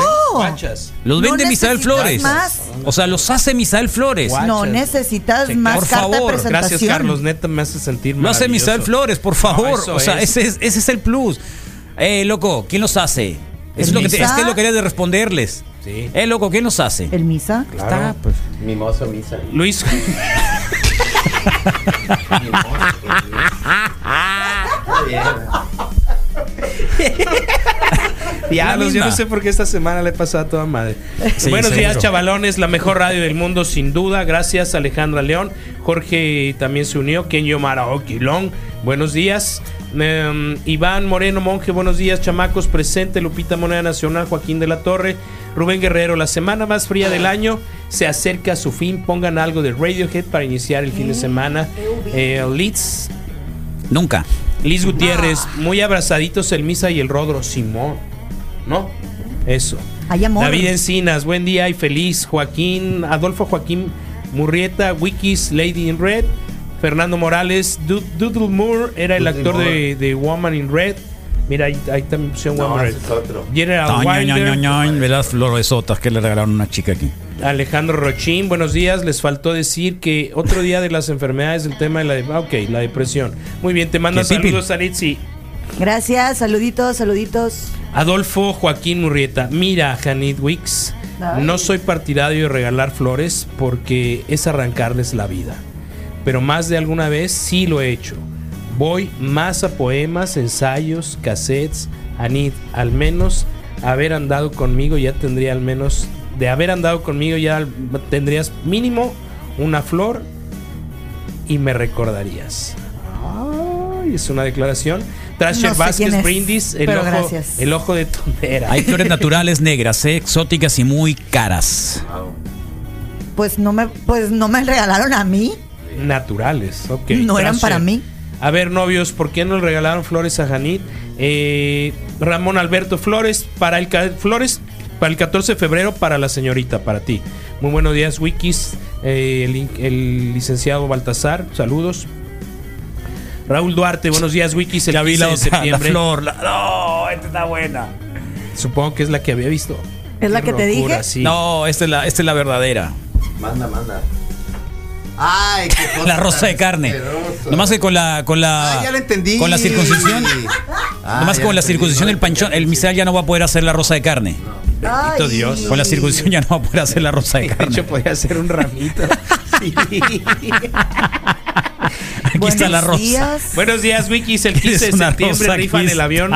[SPEAKER 9] No
[SPEAKER 6] Los vende Misael
[SPEAKER 9] necesitas
[SPEAKER 6] Flores.
[SPEAKER 9] más.
[SPEAKER 6] O sea, los hace Misael Flores.
[SPEAKER 9] No necesitas más
[SPEAKER 6] por
[SPEAKER 9] carta
[SPEAKER 6] favor.
[SPEAKER 9] de presentación.
[SPEAKER 7] Gracias, Carlos. Neta me hace sentir mal.
[SPEAKER 6] Lo hace Misael Flores, por favor.
[SPEAKER 7] eso
[SPEAKER 6] o sea,
[SPEAKER 7] es.
[SPEAKER 6] ese, es, ese es el plus. Eh, loco, ¿quién los hace? Eso Es lo que te,
[SPEAKER 9] Misa?
[SPEAKER 6] es que es lo que quería de responderles. Eh, loco, ¿quién los hace?
[SPEAKER 9] ¿El misa?
[SPEAKER 6] Está, pues.
[SPEAKER 8] Mimoso misa.
[SPEAKER 6] Luis.
[SPEAKER 7] Diablos, yo
[SPEAKER 6] misma.
[SPEAKER 7] no sé por qué esta semana le he pasado a toda madre.
[SPEAKER 6] Sí,
[SPEAKER 7] Buenos días,
[SPEAKER 6] seguro.
[SPEAKER 7] chavalones. La mejor radio del mundo, sin duda. Gracias, Alejandra León. Jorge también se unió. Kenyo Maraoquilón. Buenos días. Em, Iván Moreno Monje, buenos días, chamacos. Presente Lupita Moneda Nacional, Joaquín de la Torre, Rubén Guerrero. La semana más fría del año se acerca a su fin. Pongan algo de Radiohead para iniciar el fin de semana. Eh, Leeds,
[SPEAKER 6] Nunca.
[SPEAKER 7] Liz Gutiérrez, muy abrazaditos el Misa y el Rodro Simón. ¿No? Eso.
[SPEAKER 9] Hay amor.
[SPEAKER 7] David Encinas, buen día y feliz. Joaquín, Adolfo Joaquín Murrieta, Wikis, Lady in Red. Fernando Morales, Du- Doodle Moore era el
[SPEAKER 8] Doodle
[SPEAKER 7] actor de,
[SPEAKER 8] Moore.
[SPEAKER 7] de Woman in Red. Mira, ahí, ahí también pusieron Woman in Red. General Wilder.
[SPEAKER 6] las floresotas que le regalaron a una chica aquí.
[SPEAKER 7] Alejandro Rochín, buenos días. Les faltó decir que otro día de las enfermedades, el tema de la, de- ah, ok, la depresión. Muy bien, te mando
[SPEAKER 6] Que tipi.
[SPEAKER 7] saludos, Aritzi.
[SPEAKER 9] Gracias, saluditos, saluditos.
[SPEAKER 7] Adolfo Joaquín Murrieta, mira, Janit Wicks,
[SPEAKER 9] Ay.
[SPEAKER 7] no soy partidario de regalar flores porque es arrancarles la vida. Pero más de alguna vez sí lo he hecho. Voy más a poemas, ensayos, cassettes. Anit, al menos haber andado conmigo ya tendría al menos, de haber andado conmigo ya al- tendrías mínimo una flor y me recordarías. Ay, es una declaración.
[SPEAKER 9] No
[SPEAKER 7] Trasher
[SPEAKER 9] sé quién
[SPEAKER 7] Vázquez
[SPEAKER 9] es,
[SPEAKER 7] Brindis, el
[SPEAKER 9] pero
[SPEAKER 7] ojo,
[SPEAKER 9] gracias.
[SPEAKER 7] el ojo de tondera.
[SPEAKER 6] Hay flores naturales negras, eh, exóticas y muy caras.
[SPEAKER 9] Pues no me, pues no me regalaron a mí.
[SPEAKER 7] naturales, ok.
[SPEAKER 9] no eran
[SPEAKER 7] Trasher.
[SPEAKER 9] para mí.
[SPEAKER 7] A ver, novios, ¿por qué no le regalaron flores a Janit? Eh, Ramón Alberto Flores, para el, ca- Flores, para el 14 de febrero, para la señorita, para ti. Muy buenos días, Wikis. Eh, el, in- el licenciado Baltasar, saludos. Raúl Duarte, buenos días, Wikis. El
[SPEAKER 6] Ya vi la
[SPEAKER 7] 15 de
[SPEAKER 6] otra, la
[SPEAKER 7] septiembre.
[SPEAKER 6] flor, la- ¡No! Esta está buena.
[SPEAKER 7] Supongo que es la que había visto.
[SPEAKER 9] ¿Es la que
[SPEAKER 7] Qué
[SPEAKER 9] te
[SPEAKER 7] locura,
[SPEAKER 9] dije?
[SPEAKER 7] sí.
[SPEAKER 6] No, esta es la, esta es la verdadera.
[SPEAKER 8] Manda, manda. Ay, qué cosa
[SPEAKER 6] La rosa de
[SPEAKER 8] tan
[SPEAKER 6] carne.
[SPEAKER 8] asquerosa.
[SPEAKER 6] Nomás que con la. Con la
[SPEAKER 8] Ah, ya la entendí.
[SPEAKER 6] Con la circuncisión.
[SPEAKER 8] Ah,
[SPEAKER 6] nomás
[SPEAKER 8] ya
[SPEAKER 6] con la
[SPEAKER 8] entendí,
[SPEAKER 6] circuncisión
[SPEAKER 8] no
[SPEAKER 6] el panchón. El misal ya no va a poder hacer la rosa de carne.
[SPEAKER 9] Ay.
[SPEAKER 6] Con la circuncisión ya no va a poder hacer la rosa de carne.
[SPEAKER 7] De hecho, podía ser un ramito. Sí.
[SPEAKER 6] Aquí está la rosa.
[SPEAKER 7] Buenos días, Wikis. El 15 de
[SPEAKER 6] Eres una
[SPEAKER 7] septiembre
[SPEAKER 6] rosa,
[SPEAKER 7] rifan
[SPEAKER 6] Kiss. Ah,
[SPEAKER 7] el avión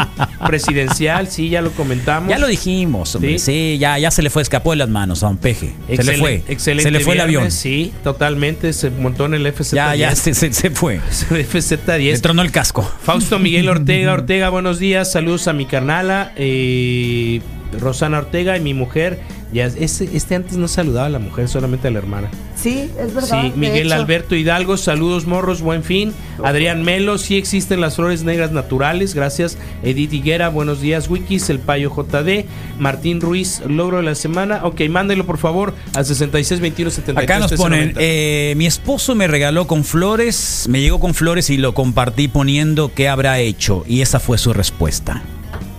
[SPEAKER 7] presidencial. Sí, ya lo comentamos.
[SPEAKER 6] Ya lo dijimos, hombre. Sí, ya, ya se le fue, escapó de las manos a un peje. se le
[SPEAKER 7] Excelen-
[SPEAKER 6] fue.
[SPEAKER 7] Excelente
[SPEAKER 6] se le fue el
[SPEAKER 7] viernes,
[SPEAKER 6] avión.
[SPEAKER 7] Sí, totalmente. Se montó en el FZ.
[SPEAKER 6] Ya, ya, se, se- se fue.
[SPEAKER 7] FZ10.
[SPEAKER 6] Le tronó el casco.
[SPEAKER 7] Fausto Miguel Ortega, Ortega, buenos días, saludos a mi carnala, eh, Rosana Ortega y mi mujer. Ya, este, este antes no saludaba a la mujer, solamente a la hermana.
[SPEAKER 9] Sí, es verdad.
[SPEAKER 7] Sí,
[SPEAKER 9] de
[SPEAKER 7] Miguel
[SPEAKER 9] hecho.
[SPEAKER 7] Alberto Hidalgo, saludos morros, buen fin. Adrián Melo, sí existen las flores negras naturales, gracias. Edith Higuera, buenos días, Wikis, el payo JD, Martín Ruiz, logro de la semana. Ok, mándelo por favor al 662173.
[SPEAKER 6] Acá nos ponen, eh, mi esposo me regaló con flores, me llegó con flores y lo compartí poniendo qué habrá hecho. Y esa fue su respuesta.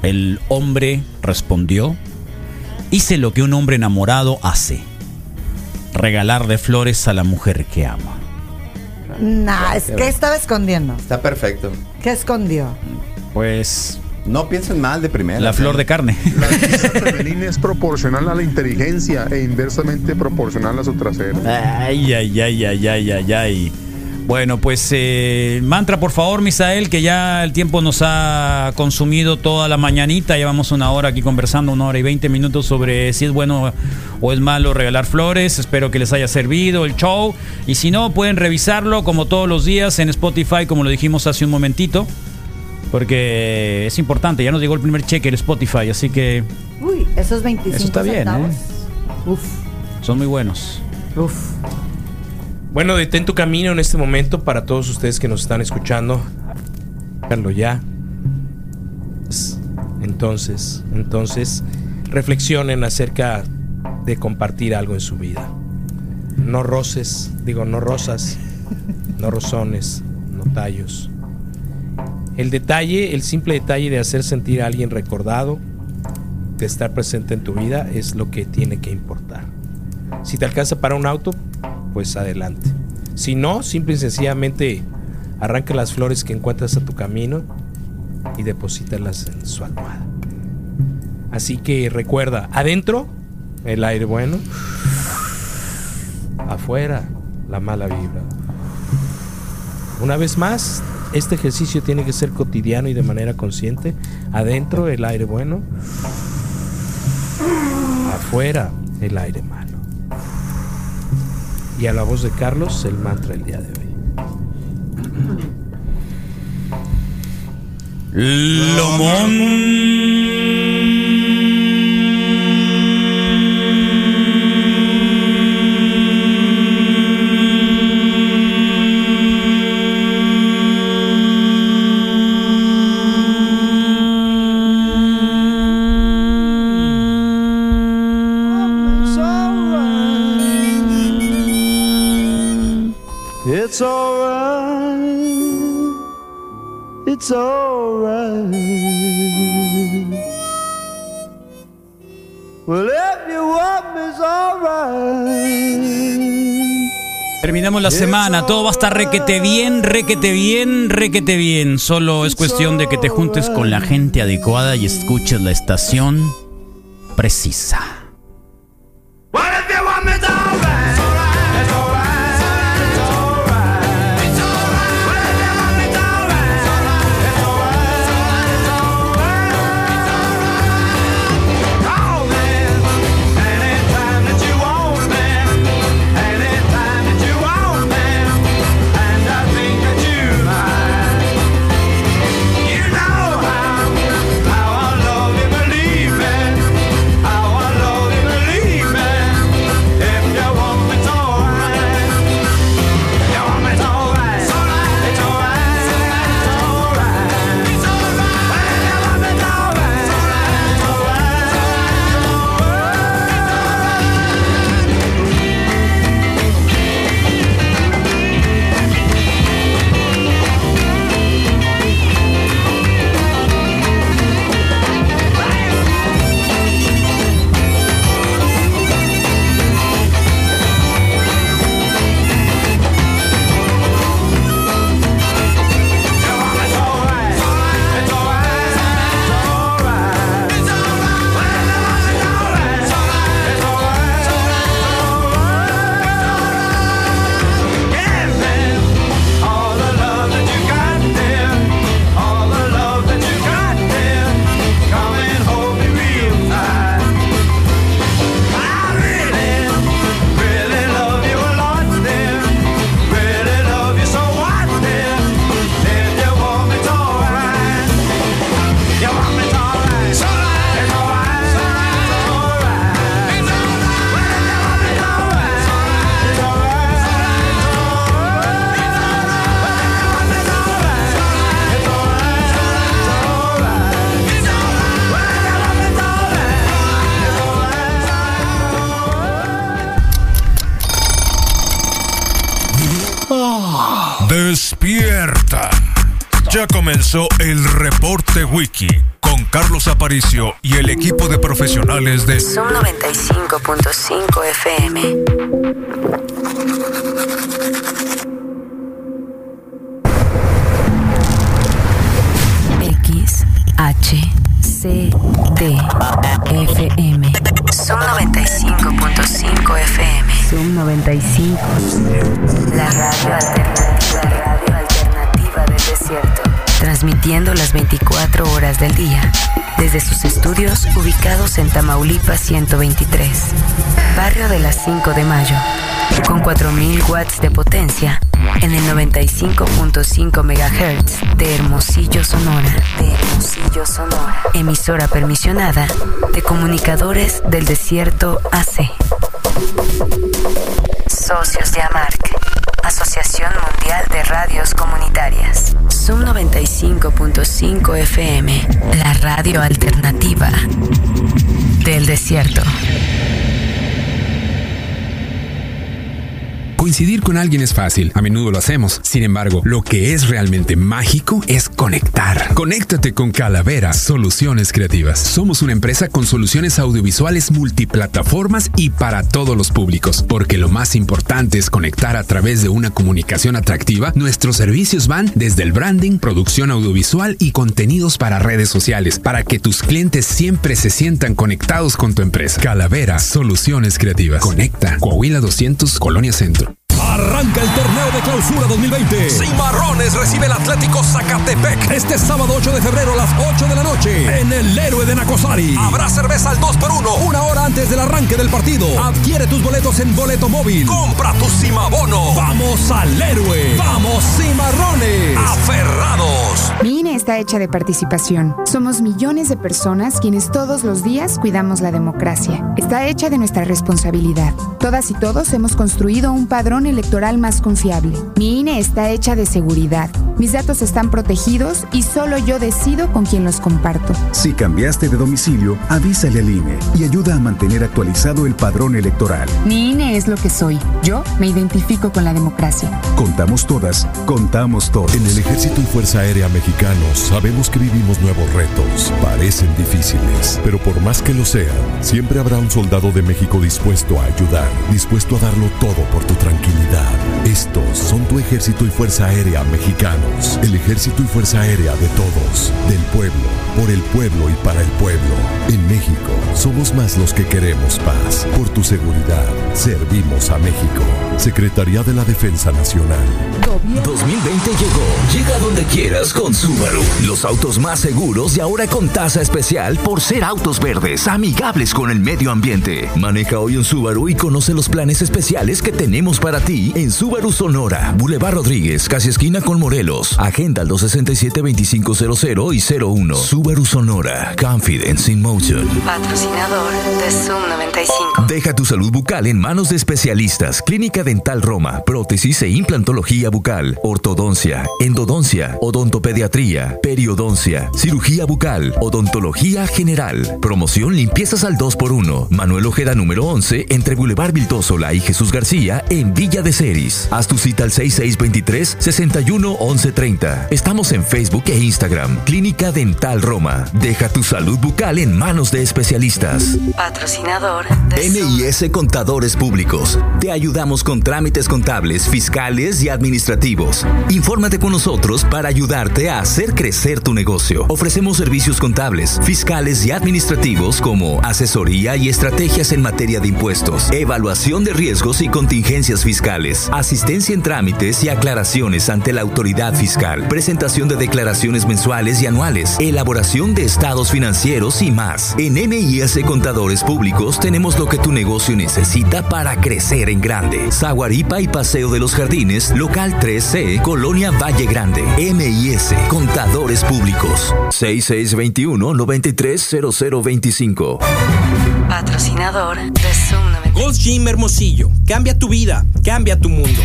[SPEAKER 6] El hombre respondió, hice lo que un hombre enamorado hace, regalarle flores a la mujer que ama.
[SPEAKER 9] Nah, es que estaba escondiendo.
[SPEAKER 8] Está perfecto.
[SPEAKER 9] ¿Qué escondió?
[SPEAKER 6] Pues
[SPEAKER 8] no piensen mal de primera. ¿eh?
[SPEAKER 6] La flor de carne.
[SPEAKER 5] femenina es proporcional a la inteligencia e inversamente proporcional a su trasero.
[SPEAKER 6] Ay, ay, ay, ay, ay, ay, ay. Bueno, pues eh, mantra, por favor, Misael, que ya el tiempo nos ha consumido toda la mañanita. Llevamos una hora aquí conversando, una hora y veinte minutos sobre si es bueno o es malo regalar flores. Espero que les haya servido el show. Y si no, pueden revisarlo como todos los días en Spotify, como lo dijimos hace un momentito. Porque es importante, ya nos llegó el primer cheque el Spotify, así que
[SPEAKER 9] Uy, esos 25
[SPEAKER 6] eso está bien, ¿eh?
[SPEAKER 9] centavos. Uf,
[SPEAKER 6] son muy buenos.
[SPEAKER 9] uf.
[SPEAKER 7] Bueno, detén tu camino en este momento para todos ustedes que nos están escuchando. Háganlo ya. Entonces, entonces, reflexionen acerca de compartir algo en su vida. No roces, digo, no rosas, no rozones, no tallos. El detalle, el simple detalle de hacer sentir a alguien recordado, de estar presente en tu vida, es lo que tiene que importar. Si te alcanza para un auto, pues adelante. Si no, simple y sencillamente arranca las flores que encuentras a tu camino y deposítalas en su almohada. Así que recuerda, adentro el aire bueno, afuera la mala vibra. Una vez más, este ejercicio tiene que ser cotidiano y de manera consciente. Adentro el aire bueno, afuera el aire malo. Y a la voz de Carlos, el mantra el día de hoy.
[SPEAKER 4] It's alright. It's alright. Well, if you want me's alright.
[SPEAKER 6] Terminamos la semana, todo va a estar requete bien, requete bien, requete bien. Solo es cuestión de que te juntes con la gente adecuada y escuches la estación precisa.
[SPEAKER 1] Despierta. Ya comenzó el reporte wiki con Carlos Aparicio y el equipo de profesionales de
[SPEAKER 11] Zoom 95.5 FM. X, H, C, D, F, M. Zoom 95.5 FM. Zoom 95. La radio alternativa, la radio alternativa del desierto. Transmitiendo las 24 horas del día. Desde sus estudios ubicados en Tamaulipas 123, barrio de las 5 de mayo. Con 4.000 watts de potencia en el 95.5 MHz de Hermosillo, Sonora. De Hermosillo, Sonora. Emisora permisionada de comunicadores del desierto AC. Socios de AMARC, Asociación Mundial de Radios Comunitarias. Zoom 95.5 FM, la radio alternativa del desierto.
[SPEAKER 12] Coincidir con alguien es fácil, a menudo lo hacemos. Sin embargo, lo que es realmente mágico es conectar. Conéctate con Calavera Soluciones Creativas. Somos una empresa con soluciones audiovisuales multiplataformas y para todos los públicos, porque lo más importante es conectar a través de una comunicación atractiva. Nuestros servicios van desde el branding, producción audiovisual y contenidos para redes sociales, para que tus clientes siempre se sientan conectados con tu empresa. Calavera Soluciones Creativas. Conecta Coahuila 200 Colonia Centro.
[SPEAKER 13] Arranca el torneo de clausura 2020. Cimarrones recibe el Atlético Zacatepec este sábado 8 de febrero a las 8 de la noche en el héroe de Nacosari. Habrá cerveza al 2x1 una hora antes del arranque del partido. Adquiere tus boletos en boleto móvil. Compra tu Cimabono. Vamos al héroe. Vamos Cimarrones. Aferrados.
[SPEAKER 14] Mi INE está hecha de participación. Somos millones de personas quienes todos los días cuidamos la democracia. Está hecha de nuestra responsabilidad. Todas y todos hemos construido un padrón electoral más confiable. Mi INE está hecha de seguridad. Mis datos están protegidos y solo yo decido con quién los comparto.
[SPEAKER 17] Si cambiaste de domicilio, avísale al INE y ayuda a mantener actualizado el padrón electoral.
[SPEAKER 14] Mi INE es lo que soy. Yo me identifico con la democracia.
[SPEAKER 17] Contamos todas, contamos todos.
[SPEAKER 23] En el Ejército y Fuerza Aérea Mexicanos sabemos que vivimos nuevos retos. Parecen difíciles, pero por más que lo sean, siempre habrá un soldado de México dispuesto a ayudar, dispuesto a darlo todo por tu tranquilidad. Estos son tu Ejército y Fuerza Aérea Mexicanos. El Ejército y Fuerza Aérea de todos, del pueblo, por el pueblo y para el pueblo. En México, somos más los que queremos paz. Por tu seguridad, servimos a México. Secretaría de la Defensa Nacional.
[SPEAKER 13] 2020 llegó. Llega donde quieras con Subaru. Los autos más seguros y ahora con tasa especial por ser autos verdes, amigables con el medio ambiente. Maneja hoy un Subaru y conoce los planes especiales que tenemos para ti en Subaru Sonora, Boulevard Rodríguez, casi esquina con Morelos. Agenda al 267-2500 y 01. Subaru Sonora, Confidence in Motion.
[SPEAKER 11] Patrocinador de Zoom 95.
[SPEAKER 13] Deja tu salud bucal en manos de especialistas. Clínica Dental Roma, prótesis e implantología bucal, ortodoncia, endodoncia, odontopediatría, periodoncia, cirugía bucal, odontología general. Promoción limpiezas al 2x1. Manuel Ojeda número 11 entre Boulevard Vildosola y Jesús García en Villa de Ceris. Haz tu cita al 6623 611130. Estamos en Facebook e Instagram. Clínica Dental Roma. Deja tu salud bucal en manos de especialistas.
[SPEAKER 11] Patrocinador
[SPEAKER 13] NIS Contadores Públicos. Te ayudamos con trámites contables, fiscales y administrativos. Infórmate con nosotros para ayudarte a hacer crecer tu negocio. Ofrecemos servicios contables, fiscales y administrativos como asesoría y estrategias en materia de impuestos, evaluación de riesgos y contingencias fiscales, asistencia en trámites y aclaraciones ante la autoridad fiscal, presentación de declaraciones mensuales y anuales, elaboración de estados financieros y más. En NIS Contadores Públicos tenemos lo que tu negocio necesita para crecer en grande. Zaguaripa y Paseo de los Jardines, local 3C, Colonia Valle Grande. MIS, Contadores Públicos. 6621-930025.
[SPEAKER 11] Patrocinador de Zoom 95.
[SPEAKER 25] Gold's Gym Hermosillo. Cambia tu vida, cambia tu mundo.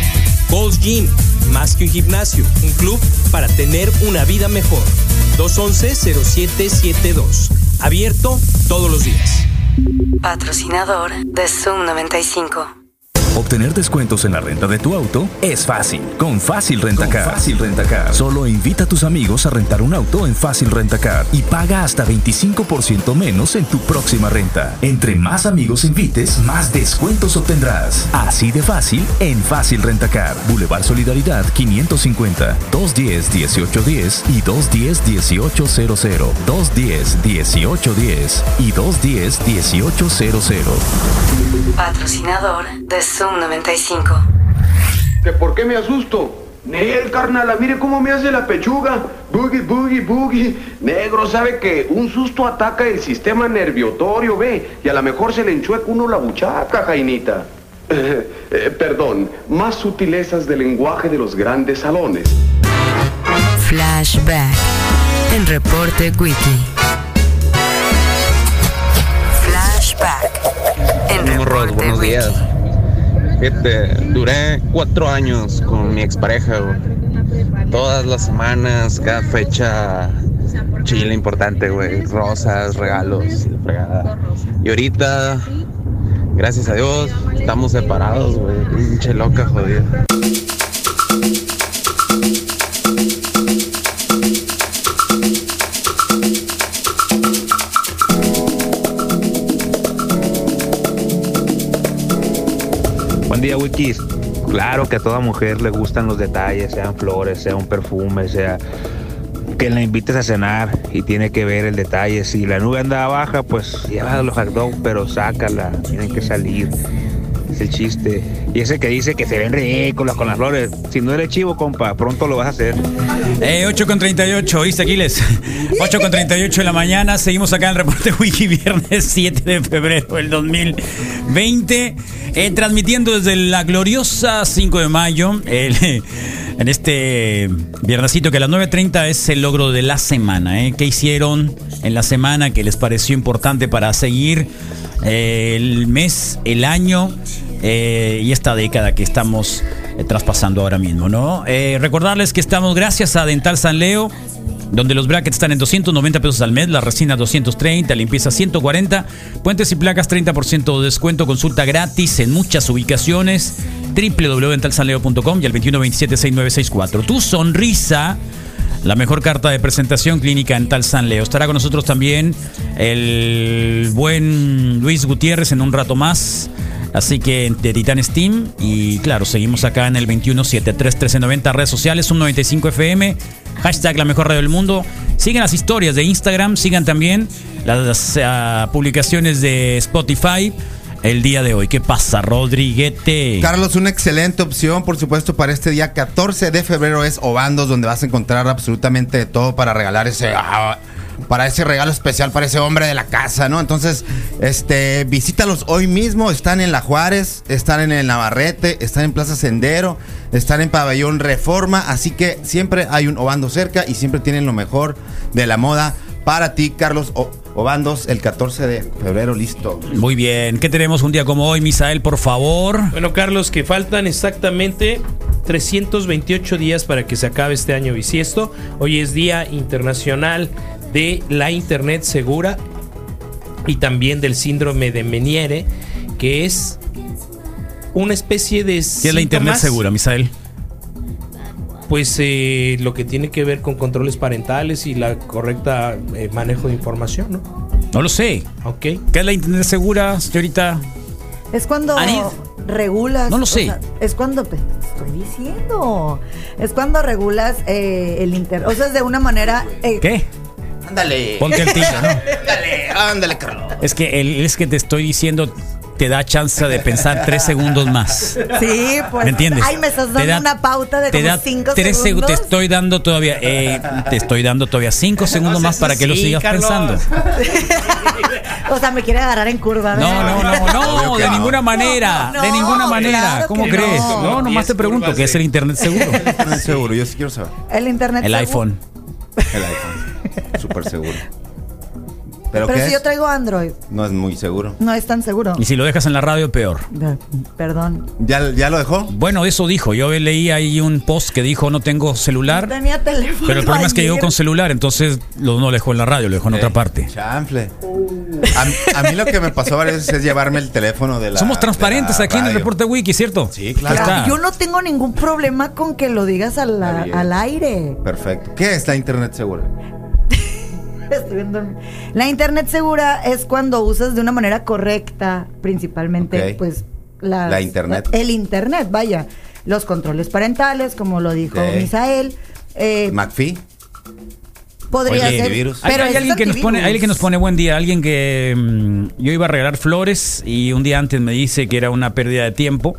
[SPEAKER 25] Gold's Gym, más que un gimnasio, un club para tener una vida mejor. 211-0772. Abierto todos los días.
[SPEAKER 11] Patrocinador de Zoom 95.
[SPEAKER 13] Obtener descuentos en la renta de tu auto es fácil con Fácil Rentacar. Fácil Rentacar. Solo invita a tus amigos a rentar un auto en Fácil Rentacar y paga hasta 25% menos en tu próxima renta. Entre más amigos invites, más descuentos obtendrás. Así de fácil en Fácil Rentacar. Boulevard Solidaridad 550 210 1810 y 210 1800. 210 1810 y 210 1800.
[SPEAKER 11] Patrocinador de Zoom 95.
[SPEAKER 26] ¿Que por qué me asusto? Nel, carnala, mire cómo me hace la pechuga. Boogie, boogie, boogie. Negro, sabe que un susto ataca el sistema nerviotorio, ve. Y a lo mejor se le enchueca uno la buchaca, Jainita. Eh, eh, perdón, más sutilezas del lenguaje de los grandes salones.
[SPEAKER 11] Flashback. En Reporte Wiki. Flashback. En
[SPEAKER 35] Buenos Rod,
[SPEAKER 11] Reporte
[SPEAKER 35] buenos
[SPEAKER 11] Wiki.
[SPEAKER 35] días. Fíjate, duré cuatro años con mi expareja, güey. Todas las semanas, cada fecha, chile importante, güey. Rosas, regalos, la fregada. Y ahorita Gracias a Dios, estamos separados, güey. Pinche loca, jodida.
[SPEAKER 24] Buen día, Wikis. Claro que a toda mujer le gustan los detalles, sean flores, sea un perfume, sea que la invites a cenar y tiene que ver el detalle. Si la nube anda baja, pues lleva los hot dogs, pero sácala, tienen que salir. Es el chiste. Y ese que dice que se ven ridículos con las flores, si no eres chivo, compa, pronto lo vas a hacer.
[SPEAKER 6] Eh, 8 con 38, ¿oíste, Aquiles? 8 con 38 de la mañana, seguimos acá en el Reporte Wiki, viernes 7 de febrero del 2020, eh, transmitiendo desde la gloriosa 5 de mayo, el, eh, en este viernesito que a las 9.30 es el logro de la semana, ¿eh? ¿Qué hicieron en la semana que les pareció importante para seguir eh, el mes, el año? eh, y esta década que estamos eh, traspasando ahora mismo, ¿no? Eh, recordarles que estamos gracias a Dental San Leo. Donde los brackets están en 290 pesos al mes, la resina 230, limpieza 140, puentes y placas 30% de descuento, consulta gratis en muchas ubicaciones, www.dentalsanleo.com y al 2127-6964. Tu sonrisa la mejor carta de presentación clínica dental San Leo. Estará con nosotros también el buen Luis Gutiérrez en un rato más. Así que de Titan Steam. Y claro, seguimos acá en el 2173-1390, redes sociales, un 95 FM, hashtag la mejor radio del mundo. Sigan las historias de Instagram, sigan también las ah, publicaciones de Spotify. El día de hoy, ¿qué pasa, Rodriguete?
[SPEAKER 8] Carlos, una excelente opción, por supuesto, para este día 14 de febrero es Obandos, donde vas a encontrar absolutamente de todo para regalar ese. ah, para ese regalo especial para ese hombre de la casa, ¿no? Entonces, este, visítalos hoy mismo. Están en La Juárez, están en el Navarrete, están en Plaza Sendero, están en Pabellón Reforma. Así que siempre hay un Obando cerca y siempre tienen lo mejor de la moda para ti, Carlos O- Obandos, el 14 de febrero, listo.
[SPEAKER 6] Muy bien, ¿qué tenemos un día como hoy, Misael, por favor?
[SPEAKER 25] Bueno, Carlos, que faltan exactamente 328 días para que se acabe este año bisiesto. Hoy es Día Internacional de la Internet Segura y también del síndrome de Meniere, que es una especie de...
[SPEAKER 6] ¿Qué es la internet
[SPEAKER 25] síntomas,
[SPEAKER 6] segura, Misael?
[SPEAKER 25] Pues eh, lo que tiene que ver con controles parentales y la correcta eh, manejo de información, ¿no?
[SPEAKER 6] No lo sé.
[SPEAKER 25] Ok.
[SPEAKER 6] ¿Qué es la internet segura, señorita?
[SPEAKER 9] Es cuando regulas.
[SPEAKER 6] No lo
[SPEAKER 9] o
[SPEAKER 6] sé.
[SPEAKER 9] sea, es cuando pues, te estoy diciendo. Es cuando regulas eh, el internet. O sea, es de una manera. eh,
[SPEAKER 6] ¿Qué?
[SPEAKER 8] Ándale.
[SPEAKER 6] Ponte el tiro, ¿no?
[SPEAKER 8] Ándale, ándale, Carlos.
[SPEAKER 6] Es que el- es que te estoy diciendo, te da chance de pensar tres segundos más.
[SPEAKER 9] Sí, pues.
[SPEAKER 6] ¿Me entiendes?
[SPEAKER 9] Ay, me estás
[SPEAKER 6] Te
[SPEAKER 9] dando
[SPEAKER 6] da-
[SPEAKER 9] una pauta de
[SPEAKER 6] Te
[SPEAKER 9] como
[SPEAKER 6] da
[SPEAKER 9] cinco
[SPEAKER 6] tres seg-
[SPEAKER 9] segundos.
[SPEAKER 6] te estoy dando todavía, eh, te estoy dando todavía cinco segundos más para que lo
[SPEAKER 9] sí,
[SPEAKER 6] sigas
[SPEAKER 9] Carlos.
[SPEAKER 6] pensando.
[SPEAKER 9] o sea, me quiere agarrar en curva.
[SPEAKER 6] No, no, no, no, de ninguna manera,
[SPEAKER 9] no,
[SPEAKER 6] de ninguna
[SPEAKER 9] no,
[SPEAKER 6] manera.
[SPEAKER 9] claro
[SPEAKER 6] ¿Cómo
[SPEAKER 9] que
[SPEAKER 6] crees?
[SPEAKER 9] no.
[SPEAKER 6] No, nomás te pregunto qué es el internet seguro.
[SPEAKER 8] seguro, yo sí quiero saber.
[SPEAKER 9] El internet.
[SPEAKER 6] El
[SPEAKER 9] seguro.
[SPEAKER 6] iPhone.
[SPEAKER 8] El iPhone. Súper seguro. ¿Pero,
[SPEAKER 9] Pero,
[SPEAKER 8] qué
[SPEAKER 9] si
[SPEAKER 8] es?
[SPEAKER 9] yo traigo Android,
[SPEAKER 8] No es muy seguro.
[SPEAKER 9] no es tan seguro.
[SPEAKER 6] Y si lo dejas en la radio, peor. Mm.
[SPEAKER 9] Perdón.
[SPEAKER 8] ¿Ya, ¿Ya lo dejó?
[SPEAKER 6] Bueno, eso dijo. Yo leí ahí un post que dijo no tengo celular.
[SPEAKER 9] Tenía teléfono.
[SPEAKER 6] Pero el problema es que
[SPEAKER 9] ayer.
[SPEAKER 6] llegó con celular, entonces lo, no lo dejó en la radio, lo dejó en otra parte.
[SPEAKER 8] Eh, Chanfle. A, a mí lo que me pasó varias veces es llevarme el teléfono de la.
[SPEAKER 6] Somos transparentes
[SPEAKER 8] de la
[SPEAKER 6] aquí en el
[SPEAKER 8] radio.
[SPEAKER 6] Reporte Wiki, ¿cierto?
[SPEAKER 8] Sí,
[SPEAKER 9] Claro,
[SPEAKER 8] claro.
[SPEAKER 9] Yo no tengo ningún problema con que lo digas a la-
[SPEAKER 8] Está bien.
[SPEAKER 9] al aire.
[SPEAKER 8] Perfecto. ¿Qué es la internet segura?
[SPEAKER 9] Estoy bien dormida. La internet segura es cuando usas de una manera correcta, principalmente,
[SPEAKER 8] Ok.
[SPEAKER 9] pues, las-
[SPEAKER 8] La internet.
[SPEAKER 9] El internet, vaya. Los controles parentales, como lo dijo
[SPEAKER 8] Ok.
[SPEAKER 9] Misael. eh,
[SPEAKER 8] McPhee.
[SPEAKER 9] podría
[SPEAKER 6] Oye,
[SPEAKER 9] ser.
[SPEAKER 6] antivirus.
[SPEAKER 9] pero
[SPEAKER 6] hay, hay
[SPEAKER 9] es
[SPEAKER 6] alguien que nos pone, hay alguien que nos pone buen día, alguien que mm, yo iba a regalar flores y un día antes me dice que era una pérdida de tiempo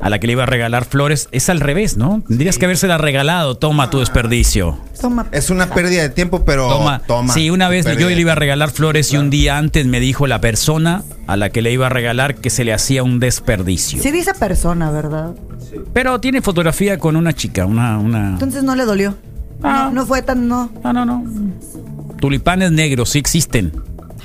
[SPEAKER 6] a la que le iba a regalar flores. Es al revés, ¿no? Tendrías que habérsela regalado. Toma
[SPEAKER 8] Ah.
[SPEAKER 6] tu desperdicio.
[SPEAKER 9] Toma.
[SPEAKER 8] Es una pérdida de tiempo, pero.
[SPEAKER 6] Toma.
[SPEAKER 8] Oh, Toma.
[SPEAKER 6] Sí, una vez
[SPEAKER 8] Pérdida
[SPEAKER 6] yo
[SPEAKER 8] de
[SPEAKER 6] le iba a regalar flores y un día antes me dijo la persona a la que le iba a regalar que se le hacía un desperdicio.
[SPEAKER 9] Sí dice persona, ¿verdad?
[SPEAKER 6] Ah. Pero tiene fotografía con una chica, una, una
[SPEAKER 9] Entonces no le dolió. No, no fue tan, no.
[SPEAKER 6] Ah. No, no, no. tulipanes negros, sí existen.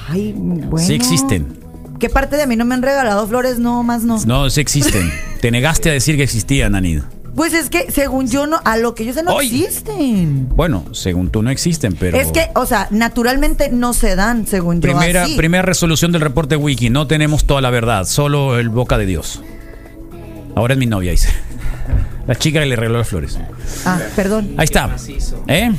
[SPEAKER 9] Ay, bueno.
[SPEAKER 6] Sí existen.
[SPEAKER 9] ¿Qué parte de mí no me han regalado flores? No, más no.
[SPEAKER 6] No, sí existen. Te negaste a decir que existían, Anid.
[SPEAKER 9] Pues es que, según yo, no, a lo que yo sé, no
[SPEAKER 6] Ay.
[SPEAKER 9] existen.
[SPEAKER 6] Bueno, según tú no existen, pero.
[SPEAKER 9] Mm. Es que, o sea, naturalmente no se dan, según yo.
[SPEAKER 6] Primera,
[SPEAKER 9] así.
[SPEAKER 6] primera resolución del reporte wiki, no tenemos toda la verdad, solo el boca de Dios. Ahora es mi novia, dice. La chica que le regaló las flores.
[SPEAKER 9] Ah, perdón.
[SPEAKER 6] Ahí está. ¿Eh?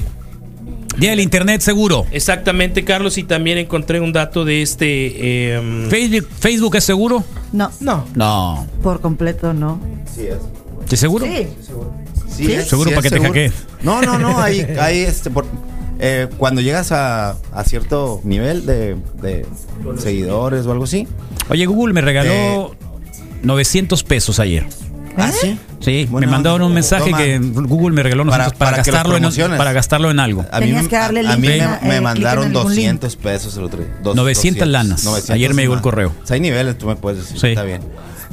[SPEAKER 6] Día del Internet seguro.
[SPEAKER 7] Exactamente, Carlos, y también encontré un dato de este...
[SPEAKER 6] ¿Facebook, ¿Facebook es seguro?
[SPEAKER 9] No.
[SPEAKER 7] No.
[SPEAKER 6] No.
[SPEAKER 9] Por completo, no.
[SPEAKER 8] Sí, es.
[SPEAKER 6] ¿Te seguro?
[SPEAKER 9] Sí.
[SPEAKER 8] Sí, es-
[SPEAKER 6] Seguro
[SPEAKER 8] sí
[SPEAKER 6] para
[SPEAKER 8] es
[SPEAKER 6] que te
[SPEAKER 8] seguro.
[SPEAKER 6] hackeen.
[SPEAKER 8] No, no, no, hay, hay este, por- eh, cuando llegas a, a cierto nivel de, de seguidores o algo así.
[SPEAKER 6] Oye, Google me regaló 900 pesos ayer.
[SPEAKER 8] Eh,
[SPEAKER 9] ¿Eh?
[SPEAKER 8] ¿Ah, sí?
[SPEAKER 6] Sí, me mandaron un mensaje
[SPEAKER 8] Toma.
[SPEAKER 6] que Google me regaló 900 para,
[SPEAKER 8] Para- para que lo
[SPEAKER 6] gastarlo en,
[SPEAKER 8] promociones.
[SPEAKER 6] para gastarlo en algo.
[SPEAKER 8] A mí,
[SPEAKER 9] Tenías
[SPEAKER 8] me-
[SPEAKER 9] que darle
[SPEAKER 8] a, a mí
[SPEAKER 9] link,
[SPEAKER 8] me,
[SPEAKER 9] eh,
[SPEAKER 8] me
[SPEAKER 9] clic en
[SPEAKER 8] mandaron
[SPEAKER 9] algún link.
[SPEAKER 8] 200 pesos el otro día. Dos-
[SPEAKER 6] 900 lanas. Ayer me llegó el
[SPEAKER 8] más.
[SPEAKER 6] correo.
[SPEAKER 8] O sea, hay niveles, tú me puedes decir. Está bien.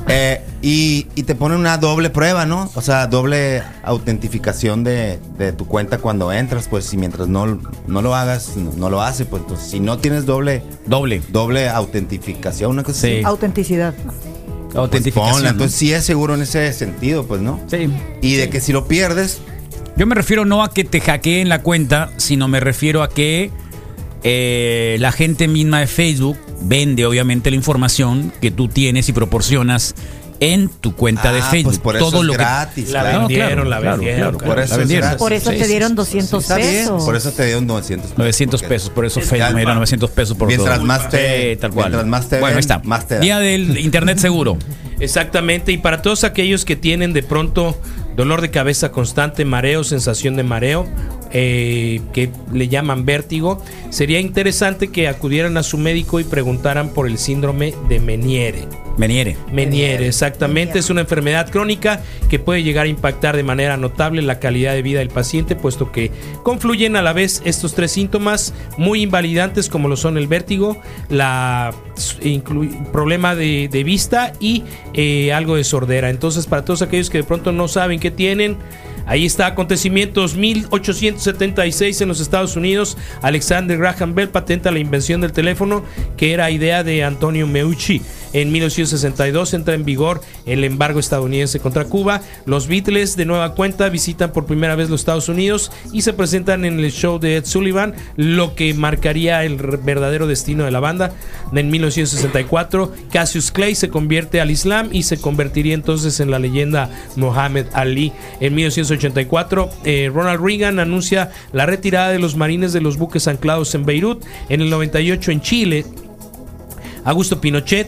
[SPEAKER 8] Eh, y, y te ponen una doble prueba, ¿no? O sea, doble autentificación de, de tu cuenta cuando entras, pues, y mientras no, no lo hagas, no, no lo hace, pues, entonces, si no tienes doble...
[SPEAKER 6] Doble.
[SPEAKER 8] Doble autentificación, una cosa así. pues,
[SPEAKER 9] Autenticidad.
[SPEAKER 6] Autentificación,
[SPEAKER 8] Ponla,
[SPEAKER 6] ¿no?
[SPEAKER 8] entonces sí es seguro en ese sentido, pues, ¿no?
[SPEAKER 6] Sí.
[SPEAKER 8] Y de que si lo pierdes,
[SPEAKER 6] Yo me refiero no a que te hackeen la cuenta, sino me refiero a que eh, la gente misma de Facebook vende obviamente la información que tú tienes y proporcionas en tu cuenta de
[SPEAKER 8] Ah,
[SPEAKER 6] Facebook.
[SPEAKER 8] pues por eso es
[SPEAKER 6] que-
[SPEAKER 8] gratis, La claro. vendieron, la vendieron, claro.
[SPEAKER 6] la
[SPEAKER 8] Por eso es
[SPEAKER 6] vendieron.
[SPEAKER 8] gratis.
[SPEAKER 9] Por eso
[SPEAKER 8] Sí,
[SPEAKER 9] te
[SPEAKER 8] sí,
[SPEAKER 9] dieron 200
[SPEAKER 8] está bien.
[SPEAKER 9] pesos.
[SPEAKER 8] Por eso te dieron 900 pesos.
[SPEAKER 6] 900 pesos, por eso Facebook me dieron 900 pesos por
[SPEAKER 8] Mientras
[SPEAKER 6] todo.
[SPEAKER 8] más te-
[SPEAKER 6] Sí, tal cual.
[SPEAKER 8] mientras más te
[SPEAKER 6] bueno,
[SPEAKER 8] ven,
[SPEAKER 6] ahí está.
[SPEAKER 8] más te dan.
[SPEAKER 6] Día del Internet seguro.
[SPEAKER 7] Exactamente, y para todos aquellos que tienen de pronto dolor de cabeza constante, mareo, sensación de mareo, eh, que le llaman vértigo, sería interesante que acudieran a su médico y preguntaran por el síndrome de Meniere.
[SPEAKER 6] Meniere.
[SPEAKER 7] Meniere, exactamente, es una enfermedad crónica que puede llegar a impactar de manera notable la calidad de vida del paciente, puesto que confluyen a la vez estos tres síntomas muy invalidantes como lo son el vértigo, la inclu- problema de, de vista y eh, algo de sordera. Entonces, para todos aquellos que de pronto no saben qué tienen, Ahí está, acontecimientos 1876 en los Estados Unidos. Alexander Graham Bell patenta la invención del teléfono, que era idea de Antonio Meucci. En 1962 entra en vigor el embargo estadounidense contra Cuba. Los Beatles, de nueva cuenta, visitan por primera vez los Estados Unidos y se presentan en el show de Ed Sullivan, lo que marcaría el re- verdadero destino de la banda. En 1964, Cassius Clay se convierte al Islam y se convertiría entonces en la leyenda Mohammed Ali. En 1984, eh, Ronald Reagan anuncia la retirada de los marines de los buques anclados en Beirut. En el 98, en Chile, Augusto Pinochet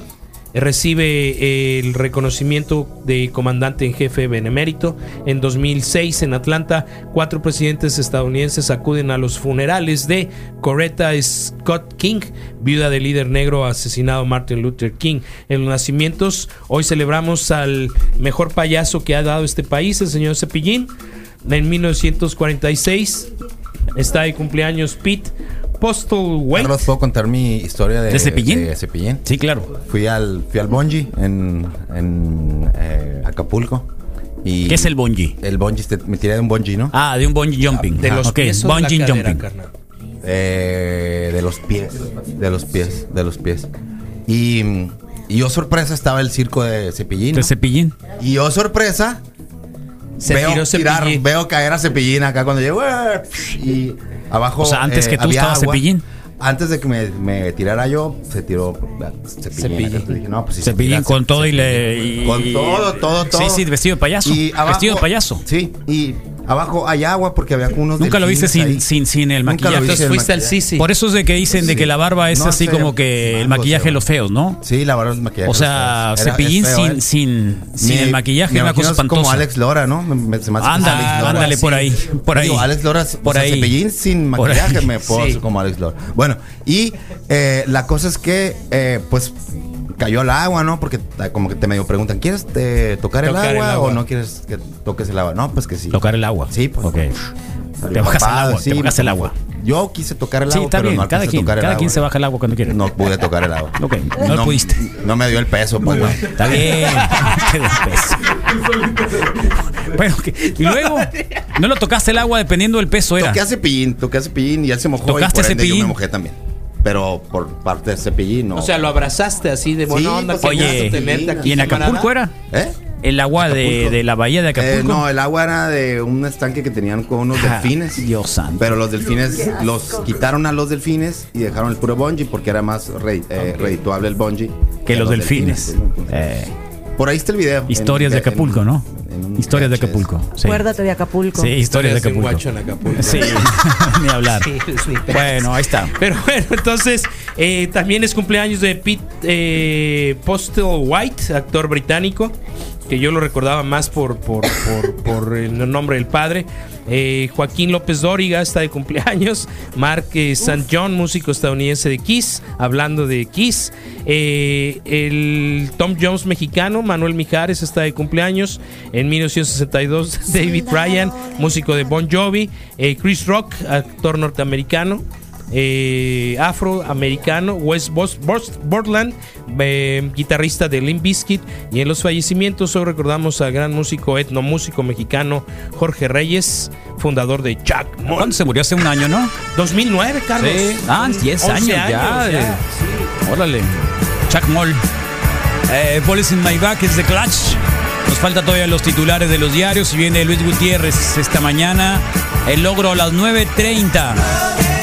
[SPEAKER 7] recibe eh, el reconocimiento de comandante en jefe benemérito. En 2006, en Atlanta, cuatro presidentes estadounidenses acuden a los funerales de Coretta Scott King, viuda del líder negro asesinado Martin Luther King. En los nacimientos, hoy celebramos al mejor payaso que ha dado este país, el señor Cepillín. En 1946 está de cumpleaños Pete Postlewaite.
[SPEAKER 8] Carlos, ¿puedo contar mi historia de,
[SPEAKER 6] ¿De Cepillín?
[SPEAKER 8] de Cepillín?
[SPEAKER 6] Sí, claro.
[SPEAKER 8] Fui al, fui al bungee en, en, eh, Acapulco. Y
[SPEAKER 6] ¿Qué es el bungee?
[SPEAKER 8] El bungee, te- me tiré de un bungee, ¿no?
[SPEAKER 6] Ah, de un bungee jumping. Ah,
[SPEAKER 8] De los
[SPEAKER 6] Ok,
[SPEAKER 8] pies o de la
[SPEAKER 6] bungee
[SPEAKER 8] cadera,
[SPEAKER 6] jumping.
[SPEAKER 8] Eh, de los pies, de los pies, de los pies. Y, mm, y yo sorpresa estaba el circo de Cepillín. ¿De
[SPEAKER 6] Cepillín?
[SPEAKER 8] Y yo sorpresa
[SPEAKER 6] Se
[SPEAKER 8] veo
[SPEAKER 6] tiró
[SPEAKER 8] tirar, veo caer a Cepillín acá cuando llego ¡eh! y abajo. eh,
[SPEAKER 6] O sea, antes que tú
[SPEAKER 8] había
[SPEAKER 6] estaba Cepillín.
[SPEAKER 8] Antes de que me, me tirara yo, se tiró Cepillín.
[SPEAKER 6] Cepillín.
[SPEAKER 8] Entonces dije, no, pues si
[SPEAKER 6] Cepillín
[SPEAKER 8] se tira,
[SPEAKER 6] con todo y le. y-
[SPEAKER 8] con todo, todo, todo.
[SPEAKER 6] Sí, sí, vestido de payaso.
[SPEAKER 8] Y abajo-
[SPEAKER 6] vestido de payaso.
[SPEAKER 8] Sí, y abajo hay agua porque había unos.
[SPEAKER 6] Nunca lo viste
[SPEAKER 8] delfines ahí.
[SPEAKER 6] sin, sin, sin el
[SPEAKER 8] Nunca
[SPEAKER 6] maquillaje.
[SPEAKER 8] lo vi sin el maquillaje.
[SPEAKER 6] Por eso es de que dicen de que la barba es
[SPEAKER 8] No
[SPEAKER 6] así
[SPEAKER 8] sé,
[SPEAKER 6] como que el maquillaje de los feos, ¿no?
[SPEAKER 8] Sí, la barba es maquillaje.
[SPEAKER 6] O
[SPEAKER 8] Era-
[SPEAKER 6] sea,
[SPEAKER 8] es
[SPEAKER 6] Cepillín
[SPEAKER 8] feo,
[SPEAKER 6] sin,
[SPEAKER 8] ¿eh?
[SPEAKER 6] sin, sin
[SPEAKER 8] Me-
[SPEAKER 6] el maquillaje
[SPEAKER 8] me
[SPEAKER 6] es una cosa
[SPEAKER 8] imagino es
[SPEAKER 6] espantosa.
[SPEAKER 8] Como Alex Lora, ¿no? Me- me- se me hace que es
[SPEAKER 6] Ándale,
[SPEAKER 8] Alex Lora.
[SPEAKER 6] ándale, por ahí, por ahí.
[SPEAKER 8] Digo, Alex Lora,
[SPEAKER 6] Por
[SPEAKER 8] por ahí.
[SPEAKER 6] ahí.
[SPEAKER 8] Cepillín sin
[SPEAKER 6] Por ahí,
[SPEAKER 8] maquillaje me puedo
[SPEAKER 6] sí.
[SPEAKER 8] hacer como Alex Lora. Bueno, y eh, la cosa es que, eh, pues, cayó al agua, ¿no? Porque ta- como que te medio preguntan, ¿quieres eh, tocar, el,
[SPEAKER 6] Tocar
[SPEAKER 8] agua
[SPEAKER 6] el
[SPEAKER 8] o
[SPEAKER 6] agua.
[SPEAKER 8] no quieres que toques el agua? No, pues que sí.
[SPEAKER 6] Tocar el agua.
[SPEAKER 8] Sí, pues.
[SPEAKER 6] Ok.
[SPEAKER 8] Salió
[SPEAKER 6] Te bajas el
[SPEAKER 8] empapado,
[SPEAKER 6] agua, te
[SPEAKER 8] sí,
[SPEAKER 6] bajas el agua.
[SPEAKER 8] Yo quise tocar el
[SPEAKER 6] Sí,
[SPEAKER 8] agua,
[SPEAKER 6] está
[SPEAKER 8] pero
[SPEAKER 6] bien,
[SPEAKER 8] no alcancé
[SPEAKER 6] cada
[SPEAKER 8] a
[SPEAKER 6] quien,
[SPEAKER 8] tocar el
[SPEAKER 6] cada
[SPEAKER 8] agua.
[SPEAKER 6] quien se baja el agua cuando quiere.
[SPEAKER 8] No pude tocar el agua.
[SPEAKER 6] Ok, no pudiste.
[SPEAKER 8] No me dio el peso, pues. no.
[SPEAKER 6] Está bien. Te despeso. Bueno, que- y luego, no lo tocaste el agua dependiendo del peso, era.
[SPEAKER 8] Toqué a Cepillín, toqué a Cepillín y él se mojó.
[SPEAKER 6] ¿Tocaste
[SPEAKER 8] y por ende
[SPEAKER 6] Cepillín?
[SPEAKER 8] Yo me mojé también. Pero por parte de Cepillín no. pues,
[SPEAKER 7] O sea, lo abrazaste así de buena onda. que gusto
[SPEAKER 6] Oye,
[SPEAKER 7] tenerte aquí,
[SPEAKER 6] pues, ¿y en
[SPEAKER 7] camarada.
[SPEAKER 6] Acapulco era?
[SPEAKER 8] ¿Eh?
[SPEAKER 6] El agua de, de la bahía de Acapulco.
[SPEAKER 8] Eh, no, el agua era de un estanque que tenían con unos
[SPEAKER 6] Ja,
[SPEAKER 8] delfines.
[SPEAKER 6] Dios santo.
[SPEAKER 8] Pero los delfines los quitaron a los delfines y dejaron el puro bungee porque era más re- eh, redituable el bungee
[SPEAKER 6] Que los delfines. Eh.
[SPEAKER 8] Por ahí está el video.
[SPEAKER 6] Historias de
[SPEAKER 8] En- en-
[SPEAKER 6] Acapulco, ¿no? Historias de Acapulco. Sí.
[SPEAKER 9] Acuérdate de Acapulco.
[SPEAKER 6] Sí, historias de
[SPEAKER 7] Historias de un
[SPEAKER 6] Acapulco.
[SPEAKER 7] guacho en Acapulco. pues,
[SPEAKER 6] Sí, ni hablar. Bueno, ahí está.
[SPEAKER 7] Pero bueno, entonces eh, también es cumpleaños de Pete eh, Postel White, actor británico, que yo lo recordaba más por, por, por- por el nombre del padre. Eh, Joaquín López Dóriga está de cumpleaños. Mark eh, St. John, músico estadounidense de Kiss, hablando de Kiss. Eh, el Tom Jones mexicano, Manuel Mijares está de cumpleaños. En 1962, David Bryan, músico de Bon Jovi. Eh, Chris Rock, actor norteamericano eh, afroamericano Wes Bos- Bos- Borland, eh, guitarrista de Limp Bizkit. Y en los fallecimientos hoy recordamos al gran músico, etnomúsico mexicano Jorge Reyes, fundador de Jack
[SPEAKER 6] ¿Cuándo se murió? Hace un año, ¿no?
[SPEAKER 7] 2009, Carlos.
[SPEAKER 6] Sí. Ah, 10
[SPEAKER 7] 11
[SPEAKER 6] años, ya.
[SPEAKER 7] años,
[SPEAKER 6] de-
[SPEAKER 7] ya.
[SPEAKER 6] Órale. Chuck Moll. Eh, Police in My Back es The Clutch. Nos falta todavía los titulares de los diarios y viene Luis Gutiérrez esta mañana. El logro a las 9.30.